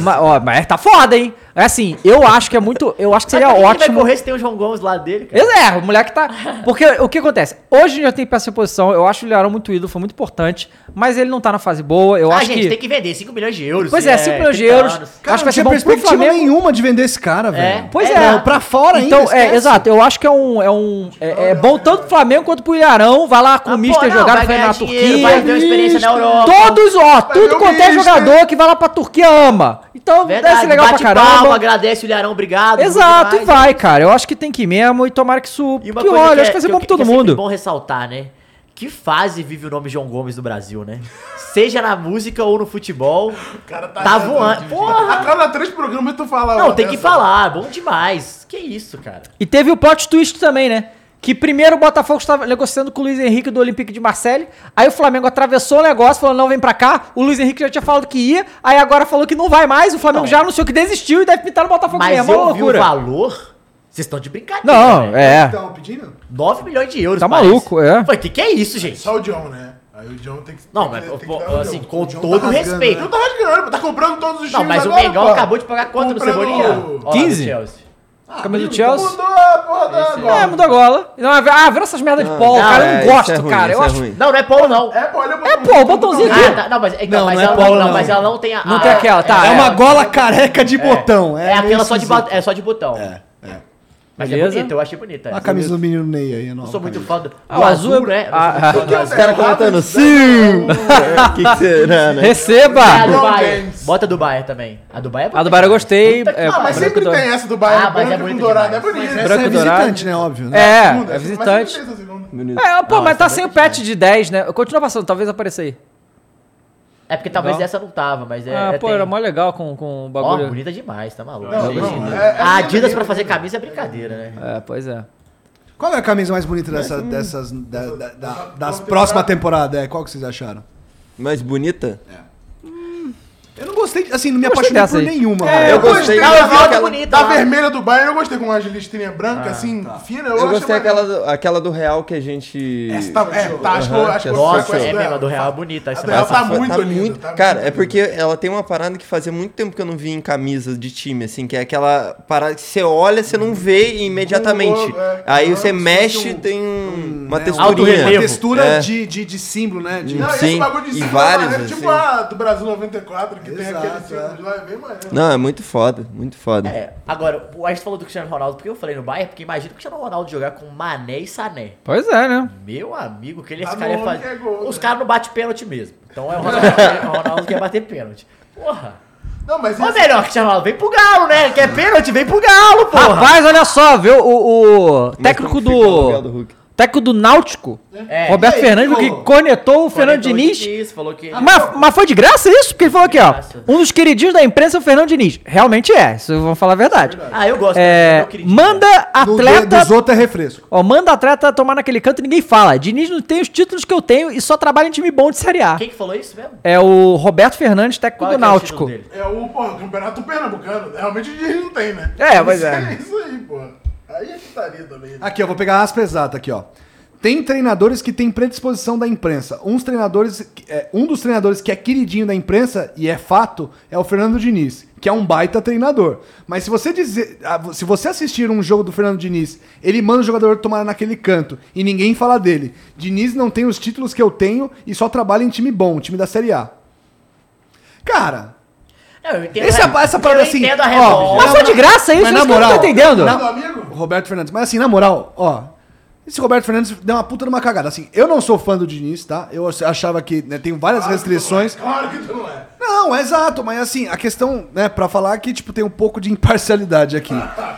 S1: Mas, ó, mas tá foda, hein? É assim, eu acho que é muito, eu acho que seria
S3: Mas pra quem que
S1: ótimo.
S3: vai correr se tem o João Gomes lá dele, cara?
S1: Ele é, o moleque tá. Porque o que acontece? Hoje já tem peça de posição, eu acho o Learão muito ídolo, foi muito importante, mas ele não tá na fase boa, eu
S3: ah,
S1: acho
S3: gente,
S1: que.
S3: tem que vender 5 milhões de euros.
S1: Pois é, 5 milhões de
S3: 30
S1: euros.
S3: anos.
S5: Cara,
S1: acho que
S5: não
S1: vai ser
S5: tinha
S1: bom pro
S5: perspectiva
S1: Flamengo.
S5: nenhuma de vender esse cara, velho.
S1: Pois é.
S5: não, pra fora
S1: então,
S5: ainda,
S1: é,
S5: esquece.
S1: exato. Eu acho que é um. É, um, é, é bom tanto pro Flamengo quanto pro Ilharão. Vai lá com
S3: Ah,
S1: o
S3: pô,
S1: Mister
S3: não,
S1: jogar, vai
S3: vai ganhar
S1: na
S3: dinheiro,
S1: Turquia.
S3: vai ter uma experiência na Europa.
S1: Todos, ó, tudo
S2: ver o
S1: quanto é
S2: Mister.
S1: jogador que vai lá pra Turquia ama. Então, deve
S3: Verdade,
S1: ser legal pra
S3: bate
S1: caramba.
S3: palma, agradece o Ilharão, obrigado.
S1: Exato, e
S3: tudo mais.
S1: vai, cara. Eu acho que tem que ir mesmo e tomara que isso
S3: E uma
S1: piore.
S3: coisa
S1: Eu
S3: que,
S1: acho que
S3: é-
S1: vai ser
S3: que
S1: bom pra
S3: eu- que é
S1: todo
S3: sempre
S1: mundo.
S3: bom ressaltar, né? Que fase vive o nome João Gomes no Brasil, né? Seja na música ou no futebol,
S2: cara né?
S3: tá, voando.
S2: Tipo,
S3: Porra!
S2: A cada três programas tu fala.
S3: Não,
S2: uma
S3: tem que
S2: dessa.
S3: falar, bom demais. Que isso, cara.
S1: E teve o plot twist também, né? Que primeiro o Botafogo estava negociando com o Luiz Henrique do Olympique de Marseille, aí o Flamengo atravessou o negócio, falou não, vem pra cá, o Luiz Henrique já tinha falado que ia, aí agora falou que não vai mais, o Flamengo já anunciou que desistiu e deve pintar no Botafogo
S3: Mas
S1: mesmo, é uma
S3: eu vi o
S1: loucura.
S3: valor, vocês estão de brincadeira.
S1: Não, é.
S4: né?
S2: Então, pedindo?
S3: 9 milhões de euros,
S1: Tá
S3: parece.
S1: maluco, é.
S3: Falei, que que é isso, gente?
S2: Só o John, né? Aí o John tem que.
S3: Não,
S2: tem
S3: mas,
S2: que- tem
S3: pô,
S2: que dar o
S3: assim,
S2: John.
S3: com
S2: O John
S3: todo
S2: rasgando,
S3: respeito.
S2: né? O John tá rasgando, tá comprando todos os
S3: Não,
S2: times
S3: mas o
S2: agora,
S3: Mengão
S2: pô.
S3: acabou de pagar quanto no
S2: Comprando
S3: Cebolinha?
S2: o-
S3: Ó lá, do
S1: 15?
S3: Chelsea.
S1: Camisa do Chelsea.
S2: Mudou a porra da
S1: É,
S2: gola.
S1: mudou a gola. Não, ah, viram essas merdas de polo,
S4: não,
S1: cara, eu
S4: é,
S1: não
S4: isso
S1: gosto,
S4: é ruim,
S1: cara. Eu
S4: isso é
S1: acho...
S4: ruim.
S3: Não, não é Polo, não.
S2: É, pô, ele
S1: É, pô, o botãozinho
S3: Ah,
S1: dele.
S3: tá, não, mas, então,
S5: Não,
S3: mas
S5: não é
S3: ela,
S5: polo,
S3: não,
S5: não.
S3: mas ela não tem a.
S1: Não
S3: a-
S1: tem aquela, tá.
S5: É uma
S1: é.
S5: gola careca de botão.
S3: É, aquela só de,
S5: botão.
S3: ba- é só de botão. É, Mas é
S1: Beleza.
S3: bonita, eu achei bonita.
S5: A camisa do menino Ney aí,
S3: Eu
S5: não.
S3: sou muito fã do.
S1: Ah,
S3: do
S1: o azul é-
S3: né? Eu
S1: ah,
S3: sou muito fã do
S4: Os
S3: azul.
S4: caras comentando, sim! O que que será, né?
S1: Receba!
S3: É a do
S2: Não,
S3: Bayer.
S2: James.
S3: Bota a do Bayer também. A do Bayer é
S1: A do Bayer eu gostei.
S3: Puta que-
S1: é,
S2: Ah, mas
S1: branco
S2: sempre
S1: e dourado.
S2: tem essa do Bayern.
S3: Ah, mas
S2: branco
S3: é
S2: com
S3: bonito
S2: dourado, é
S3: demais.
S2: bonito.
S5: Essa é
S1: Branco e dourado.
S5: visitante, né? Óbvio, né?
S1: É, é
S2: Mas assim, sempre
S1: visitante.
S2: tem essa segunda.
S4: Bonito.
S1: É, pô,
S3: Não,
S1: mas tá
S3: essa
S1: sem o
S3: branca
S1: patch de 10, né? Continua passando, talvez apareça aí.
S3: É porque talvez
S1: Legal.
S3: essa não tava, mas é.
S1: ah,
S3: é,
S1: pô,
S3: tem-
S1: era mó legal com, com o
S3: Ó,
S1: bagulho.
S3: bonita demais, tá maluco.
S2: Não,
S3: Gente,
S2: não,
S3: linda.
S2: é- é
S3: a
S2: linda,
S3: Adidas pra
S2: linda,
S3: fazer camisa é brincadeira, né?
S1: É, pois é.
S5: Qual é a camisa mais bonita dessa, dessas, da, da- da- das próximas temporadas? É, qual que vocês acharam?
S4: Mais bonita?
S5: Eu não gostei, de- assim, não me
S1: Eu gostei
S5: apaixonei
S1: dessa
S5: por
S1: aí.
S5: nenhuma.
S4: É,
S5: cara.
S4: eu gostei.
S2: da,
S4: Não, eu vi
S2: da-
S4: aquela-
S3: tá bonita
S2: da
S3: lá.
S2: tá vermelha do Bayern, eu gostei com uma listrinha branca, assim, fina. Eu,
S4: Eu
S2: achei
S4: gostei
S2: maneiro.
S4: aquela do, aquela do Real que a gente...
S2: Essa tá, é, tá, acho que eu-
S4: Aham,
S2: acho que eu
S3: Nossa,
S2: fui com
S3: é
S2: essa
S3: mesmo, a
S2: dela.
S3: do Real é bonita. essa
S2: do Real
S3: é
S2: tá
S3: massa.
S4: Foi-
S2: muito linda, tá muito
S4: cara, é
S2: linda.
S4: porque ela tem uma parada que fazia muito tempo que eu não vi em camisas de time, assim, que é aquela parada que você olha, você não vê imediatamente.
S2: Um logo, é. Ah,
S4: Aí você
S2: se fosse
S4: mexe,
S2: um-
S4: tem um- uma
S3: alto
S4: texturinha.
S3: relevo.
S5: textura
S4: É.
S5: de, de, de símbolo, né? De-
S2: Não, e
S4: Sim,
S2: esse bagulho de
S4: e
S2: cima
S4: vários,
S2: é maneiro, tipo
S4: assim.
S2: a do Brasil 94, que
S5: Exato,
S2: tem aquele símbolo
S5: é.
S2: de lá, é bem maneiro.
S4: Não, é muito foda, muito foda.
S3: É, agora, o- a gente falou do Cristiano Ronaldo, porque eu falei no Bayern, porque imagina o Cristiano Ronaldo jogar com Mané e Sané.
S1: Pois é, né?
S3: Meu amigo, que ele
S2: Tá
S3: esse cara ia
S2: bom,
S3: fazer.
S2: que é gol,
S3: Os
S2: né?
S3: caras não batem pênalti mesmo. Então é o Ronaldo, é o Ronaldo que ia bater pênalti. Porra.
S2: Não, mas
S3: Ou
S2: esse-
S3: melhor, Cristiano Ronaldo, vem pro Galo, né? Quer pênalti? Vem pro Galo, porra.
S1: Rapaz, olha só, viu? O, o técnico
S4: como é fica o
S1: do.
S4: lugar do Hulk?
S1: técnico do Náutico,
S3: É.
S1: Roberto
S2: E aí,
S1: Fernandes,
S2: pô?
S1: que conectou o Fernando
S3: Corretor
S1: Diniz.
S3: Diniz falou que.
S1: Mas, mas foi de graça isso? Porque ele falou aqui, ó.
S3: graça.
S1: Um dos queridinhos da imprensa é o Fernando Diniz. Realmente é, isso vamos falar a verdade.
S3: Ah, eu gosto.
S1: É,
S3: eu critico.
S1: manda
S5: do-
S1: atleta.
S5: dos outros é refresco.
S1: Ó, manda atleta tomar naquele canto e ninguém fala. Diniz não tem os títulos que eu tenho e só trabalha em time bom de Série A.
S3: Quem que falou isso mesmo?
S1: É o Roberto Fernandes, técnico
S3: Qual
S1: do
S3: que é o título
S1: Náutico.
S3: dele?
S2: É o, porra, campeonato pernambucano. Realmente o dinheiro não tem, né?
S1: É, pois
S2: Isso
S1: é.
S2: isso aí, porra. Aí é putaria também. Né?
S5: Aqui, ó, vou pegar a aspa exata aqui, ó. Tem treinadores que têm predisposição da imprensa. Uns treinadores, é, um dos treinadores que é queridinho da imprensa, e é fato, é o Fernando Diniz, que é um baita treinador. Mas se você dizer, ah, vo- se você assistir um jogo do Fernando Diniz, ele manda o jogador tomar naquele canto e ninguém fala dele. Diniz não tem os títulos que eu tenho e só trabalha em time bom, time da Série A. Cara,
S3: Não, eu entendo
S1: é
S5: essa,
S3: a re-
S5: essa parada
S3: eu
S5: assim.
S3: entendo a
S5: ó,
S3: revolta. É,
S1: Mas foi de graça isso? Isso
S5: Mas
S1: que eu não
S5: na
S1: tô
S5: moral,
S1: entendendo.
S5: na-
S2: Meu amigo.
S5: Roberto Fernandes. Mas assim, na moral, ó. Esse Roberto Fernandes deu uma puta numa cagada. Assim, eu não sou fã do Diniz, tá? Eu achava que né, tem várias restrições.
S2: Claro que tu não é.
S5: Não, é exato, mas assim, a questão, né, pra falar que, tipo, tem um pouco de imparcialidade aqui.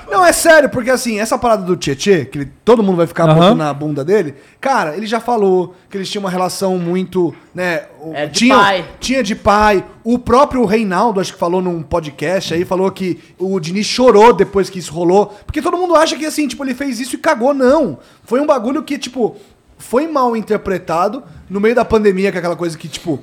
S5: Não, é sério, porque assim, essa parada do Tietê, que ele- todo mundo vai ficar
S1: Aham.
S5: botando na bunda dele, cara, ele já falou que eles tinham uma relação muito, né, o-
S3: É, de
S5: tinha,
S3: pai.
S5: tinha de pai. O próprio Reinaldo, acho que falou num podcast aí, falou que o Diniz chorou depois que isso rolou, porque todo mundo acha que, assim, tipo, ele fez isso e cagou, não. Foi um bagulho que, tipo, foi mal interpretado no meio da pandemia, que é aquela coisa que, tipo,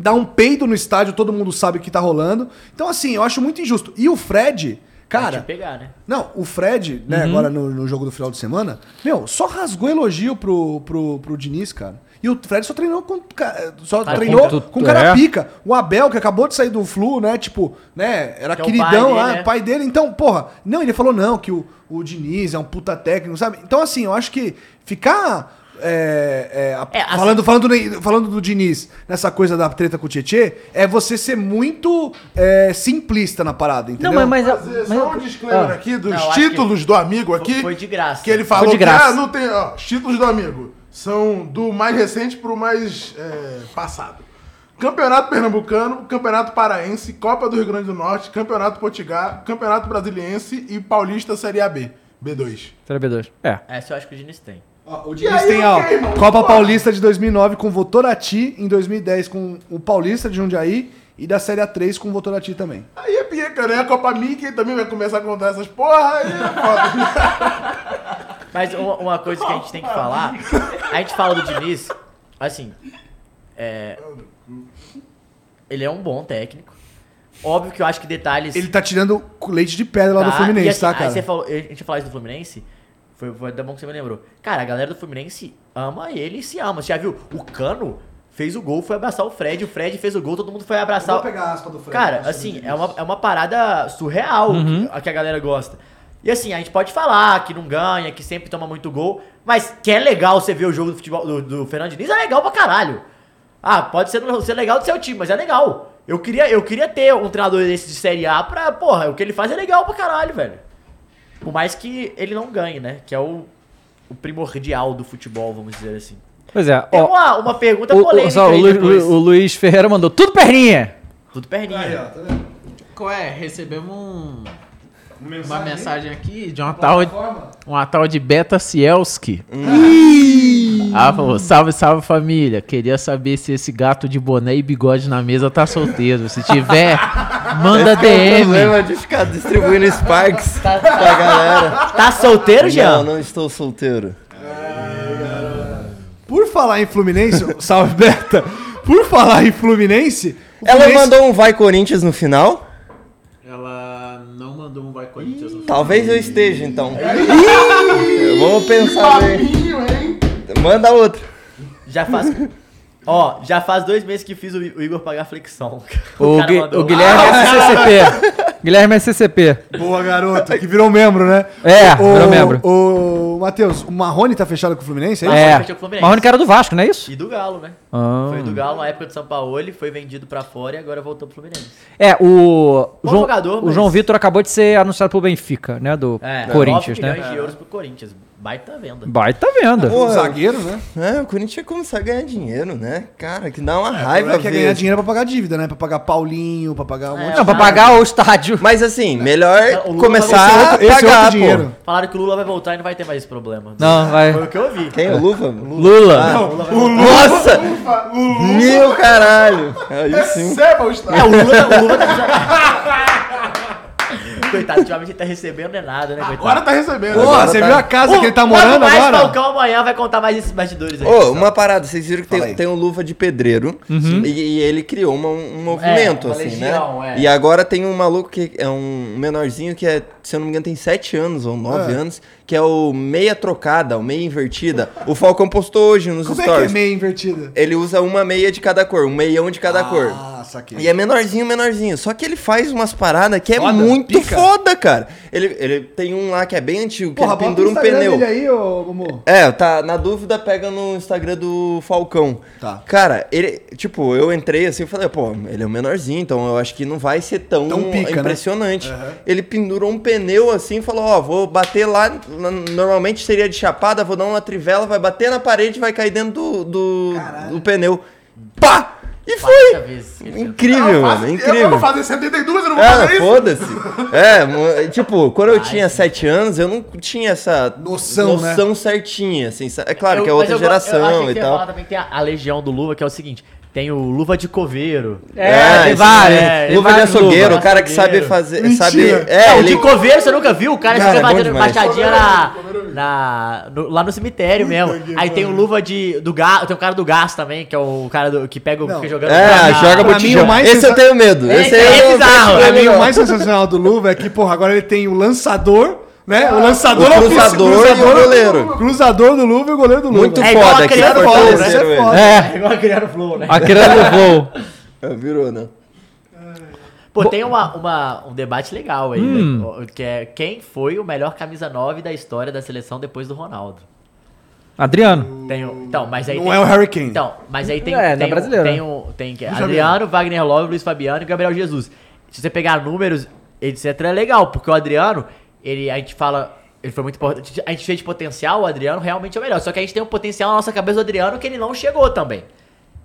S5: dá um peido no estádio, todo mundo sabe o que tá rolando. Então, assim, eu acho muito injusto. E o Fred,
S3: Vai
S5: cara.
S3: te pegar, né?
S5: Não, o Fred, né, agora no, no jogo do final de semana, meu, só rasgou elogio pro, pro, pro Diniz, cara. E o Fred só treinou com. ca- Só
S3: Ah,
S5: treinou
S1: com-
S5: com um cara
S1: é.
S5: pica. O Abel, que acabou de sair do Flu, né? Tipo, né? Era
S3: Que é o
S5: queridão
S3: pai dele,
S5: lá,
S3: né?
S5: pai dele. Então, porra, não, ele falou não, que o, o Diniz é um puta técnico, sabe? Então, assim, eu acho que ficar. é, é, a-
S3: É, assim-
S5: falando, falando, ne- falando do Diniz nessa coisa da treta com o Tietê, é você ser muito é, simplista na parada, entendeu?
S1: Não, mas. mas,
S2: Fazer
S1: mas-
S2: só um disclaimer
S1: ah.
S2: aqui dos
S3: Não, acho
S2: títulos do amigo
S3: Foi-
S2: aqui.
S3: foi de graça.
S2: Que ele
S1: Foi
S2: falou
S1: de graça.
S2: que ah, não tem. Ó, os títulos do amigo são do mais recente pro mais é, passado. Campeonato Pernambucano, Campeonato Paraense, Copa do Rio Grande do Norte, Campeonato Potiguar, Campeonato Brasiliense e Paulista Série AB, B2.
S1: Série B2. É.
S3: Essa eu acho que o Diniz tem.
S5: Ó, o
S2: E
S5: Diniz
S2: aí
S5: tem
S2: eu
S5: ó,
S2: queimo,
S5: Copa
S2: porra.
S5: Paulista de 2009 com Votorati, em 2010 com o Paulista de Jundiaí e da Série A3 com Votorati também.
S2: Aí é pica, né? A Copa Mickey também vai começar a contar essas porra, aí é foda.
S3: Mas uma, uma coisa que a gente tem que falar, a gente fala do Diniz, assim, é, ele é um bom técnico. Óbvio que eu acho que detalhes...
S5: Ele tá tirando leite de pedra lá do
S3: Tá,
S5: Fluminense,
S3: e assim,
S5: tá,
S3: Aí
S5: cara?
S3: você falou, a gente falou isso do Fluminense, foi, foi até bom que você me lembrou. Cara, a galera do Fluminense ama ele e se ama. Você já viu? O Cano fez o gol, foi abraçar o Fred, o Fred fez o gol, todo mundo foi abraçar.
S5: Eu vou pegar a aspa do Fred,
S3: Cara,
S5: sobre
S3: assim, é uma, é uma parada surreal
S1: Uhum.
S3: que, a que a galera gosta. E assim, a gente pode falar que não ganha, que sempre toma muito gol, mas que é legal você ver o jogo do futebol do, do Fernando Diniz, é legal pra caralho. Ah, pode ser, não ser legal do seu time, mas é legal. Eu queria, eu queria ter um treinador desse de Série A pra, porra, o que ele faz é legal pra caralho, velho. Por mais que ele não ganhe, né? Que é o, o primordial do futebol, vamos dizer assim.
S1: Pois é,
S3: Tem
S1: ó.
S3: uma, uma pergunta
S1: o, o,
S3: polêmica
S1: só, o,
S3: aí
S1: Lu-
S3: depois.
S1: o Luiz Ferreira mandou tudo perninha.
S3: Tudo perninha.
S5: tá
S7: Qual é? Recebemos um- uma
S8: mensagem?
S7: mensagem aqui de uma tal,
S8: Plataforma?
S7: uma tal de Beta Sielski.
S8: Ih!
S7: Ah, falou, salve, salve família. Queria saber se esse gato de boné e bigode na mesa tá solteiro. Se tiver, manda
S4: Esse é o
S7: DM.
S4: problema de ficar distribuindo Sparks pra galera.
S3: Tá solteiro, Tá, Jean?
S4: Não, não estou solteiro.
S5: Por falar em Fluminense, salve Berta. Por falar em Fluminense, o
S4: Ela
S5: Fluminense-
S4: mandou um vai Corinthians no final?
S7: Ela não mandou um vai Corinthians.
S4: Talvez eu esteja, então. Eu vou pensar bem. Manda outro.
S3: Já faz. Ó, já faz dois meses que fiz o I- o Igor pagar flexão.
S1: O,
S3: cara
S1: Gui-
S3: mandou.
S1: o Guilherme
S3: Ah,
S1: é CCP. Guilherme é CCP.
S5: Boa, garoto. Que virou membro, né?
S1: É,
S5: Ô,
S1: virou membro.
S5: Ô, Matheus, o Marrone tá fechado com o Fluminense,
S3: Marrone
S1: É.
S3: fechou com o Fluminense.
S1: Marrone que era do Vasco, não é isso?
S3: E do Galo, né?
S1: Ah.
S3: Foi do Galo na época do São Paulo, ele foi vendido pra fora e agora voltou pro Fluminense.
S1: É, o.
S3: Bom
S1: João,
S3: jogador,
S1: o
S3: mas-
S1: João Vitor acabou de ser anunciado pelo Benfica, né? Do
S3: É,
S1: Corinthians,
S3: 9
S1: né?
S3: milhões de euros pro Corinthians. Baita venda.
S1: Baita venda.
S5: né?
S4: É, o Corinthians ia começar a ganhar dinheiro, né? Cara, que dá uma
S5: É,
S4: raiva.
S5: o que é ganhar dinheiro pra pagar dívida, né? Pra pagar Paulinho, pra pagar um
S4: É.
S5: monte
S1: Não, pra pagar o estádio.
S4: Mas assim, melhor
S3: O Lula vai
S4: começar
S5: é
S3: voltar-
S4: a Ah, pagar, pô.
S3: Falaram que o Lula vai voltar e não vai ter mais esse problema.
S1: Não, vai.
S3: Foi o que eu ouvi.
S4: Quem? O Luva?
S1: Lula.
S4: Ah,
S3: Não,
S4: o Lula. Nossa! Meu caralho! Aí sim.
S2: Receba o Estado.
S3: É, o Lula, o Lula tá Coitado, ultimamente ele tá recebendo, não é nada, né, coitado?
S2: Agora tá recebendo.
S4: Porra,
S3: Agora
S4: você
S3: tá-
S4: viu a casa
S3: O
S4: que ele tá
S3: Thiago
S4: morando
S3: Maia
S4: agora?
S3: Falcão amanhã vai contar mais esses bastidores aí.
S4: Ô, uma parada, vocês viram que tem, tem um luva de pedreiro
S3: Uhum.
S4: e, e ele criou uma- um movimento,
S3: É, uma
S4: assim,
S3: legião,
S4: né?
S3: é.
S4: E agora tem um maluco que é um menorzinho que é, se eu não me engano, tem 7 anos ou 9
S5: É.
S4: anos, que é o meia trocada, o meia invertida. O Falcão postou hoje nos
S5: Como é que
S4: stories.
S5: é meia invertida?
S4: Ele usa uma meia de cada cor, um meião de cada cor.
S5: Ah, saquei.
S4: E é menorzinho, menorzinho. Só que ele faz umas paradas que é
S5: Foda,
S4: muito
S5: pica.
S4: foda, cara. Ele, ele tem um lá que é bem antigo, que
S5: Porra,
S4: ele
S5: bota
S4: pendura
S5: o
S4: um
S5: Instagram
S4: pneu.
S5: dele aí, ô, Gumu.
S4: É, tá, na dúvida pega no Instagram do Falcão.
S5: Tá.
S4: Cara, ele, tipo, eu entrei assim e falei, pô, ele é o menorzinho, então eu acho que não vai ser tão,
S5: Tão pica, né?
S4: impressionante. Ele pendurou um pneu assim e falou, ó, vou bater lá, na- normalmente seria de chapada, vou dar uma trivela, vai bater na parede e vai cair dentro do, do, do pneu. Pá! E foi! Incrível, mano,
S2: Eu
S4: Ah, é incrível.
S2: vou fazer 72, eu não vou fazer
S4: É,
S2: isso.
S4: foda-se. É, mo- tipo, quando eu tinha 7 anos, eu não tinha essa noção, certinha, assim. sa- É claro que é
S3: Eu- mas
S4: outra
S3: eu gosto- eu achei
S4: geração
S3: que é
S4: e
S3: você ia falar
S4: tal.
S3: também que tem a, a legião do Luva, que é o seguinte: tem o Luva de Coveiro.
S4: É,
S7: É,
S4: isso mesmo. Luva de é, açougueiro, o cara que sabe fazer. Sabe,
S3: É,
S4: é,
S3: o
S4: ele-
S3: de Coveiro, você nunca viu? O cara,
S4: Cara, é
S3: fica
S4: bom
S3: fazendo
S4: demais.
S3: baixadinha na,
S4: é
S3: na- no- lá no cemitério mesmo. Aí tem o Luva de, do Gás, tem o cara do Gás também, que é o cara do- que pega o. Fica jogando
S4: É, joga botijão. Esse eu tenho medo.
S3: Esse
S4: Esse,
S3: é
S4: aí eu não
S3: bizarro.
S4: tenho
S5: Pra mim,
S4: medo,
S5: o
S4: não.
S5: mais sensacional do Luva é que, porra, agora ele tem o lançador, né? O lançador
S4: O
S5: é
S4: cruzador
S5: físico-
S4: e o goleiro.
S5: Cruzador do Luva e o goleiro do Luva.
S4: Muito É igual foda, a que criança fortaleceram do Flow, né?
S5: Isso é
S4: ele.
S5: foda.
S3: É igual a criar o Flow, né?
S1: A criança do voo.
S4: É, virou, né?
S3: Pô, tem uma, uma- um debate legal aí,
S1: Hum.
S3: né? Que é quem foi o melhor camisa 9 da história da seleção depois do Ronaldo.
S1: Adriano.
S3: Tem o- então, mas aí
S1: Não
S3: tem-
S1: é o Harry Kane.
S3: Então, mas aí tem,
S1: É, na
S3: tem, o-
S1: brasileira.
S3: tem, o- tem que
S1: Luiz
S3: Adriano, Wagner Love, Luiz Fabiano e Gabriel Jesus. Se você pegar números, etc, é legal, porque o Adriano, ele a gente fala, ele foi muito importante, a gente fez de potencial, o Adriano realmente é o melhor, só que a gente tem um potencial na nossa cabeça do Adriano que ele não chegou também.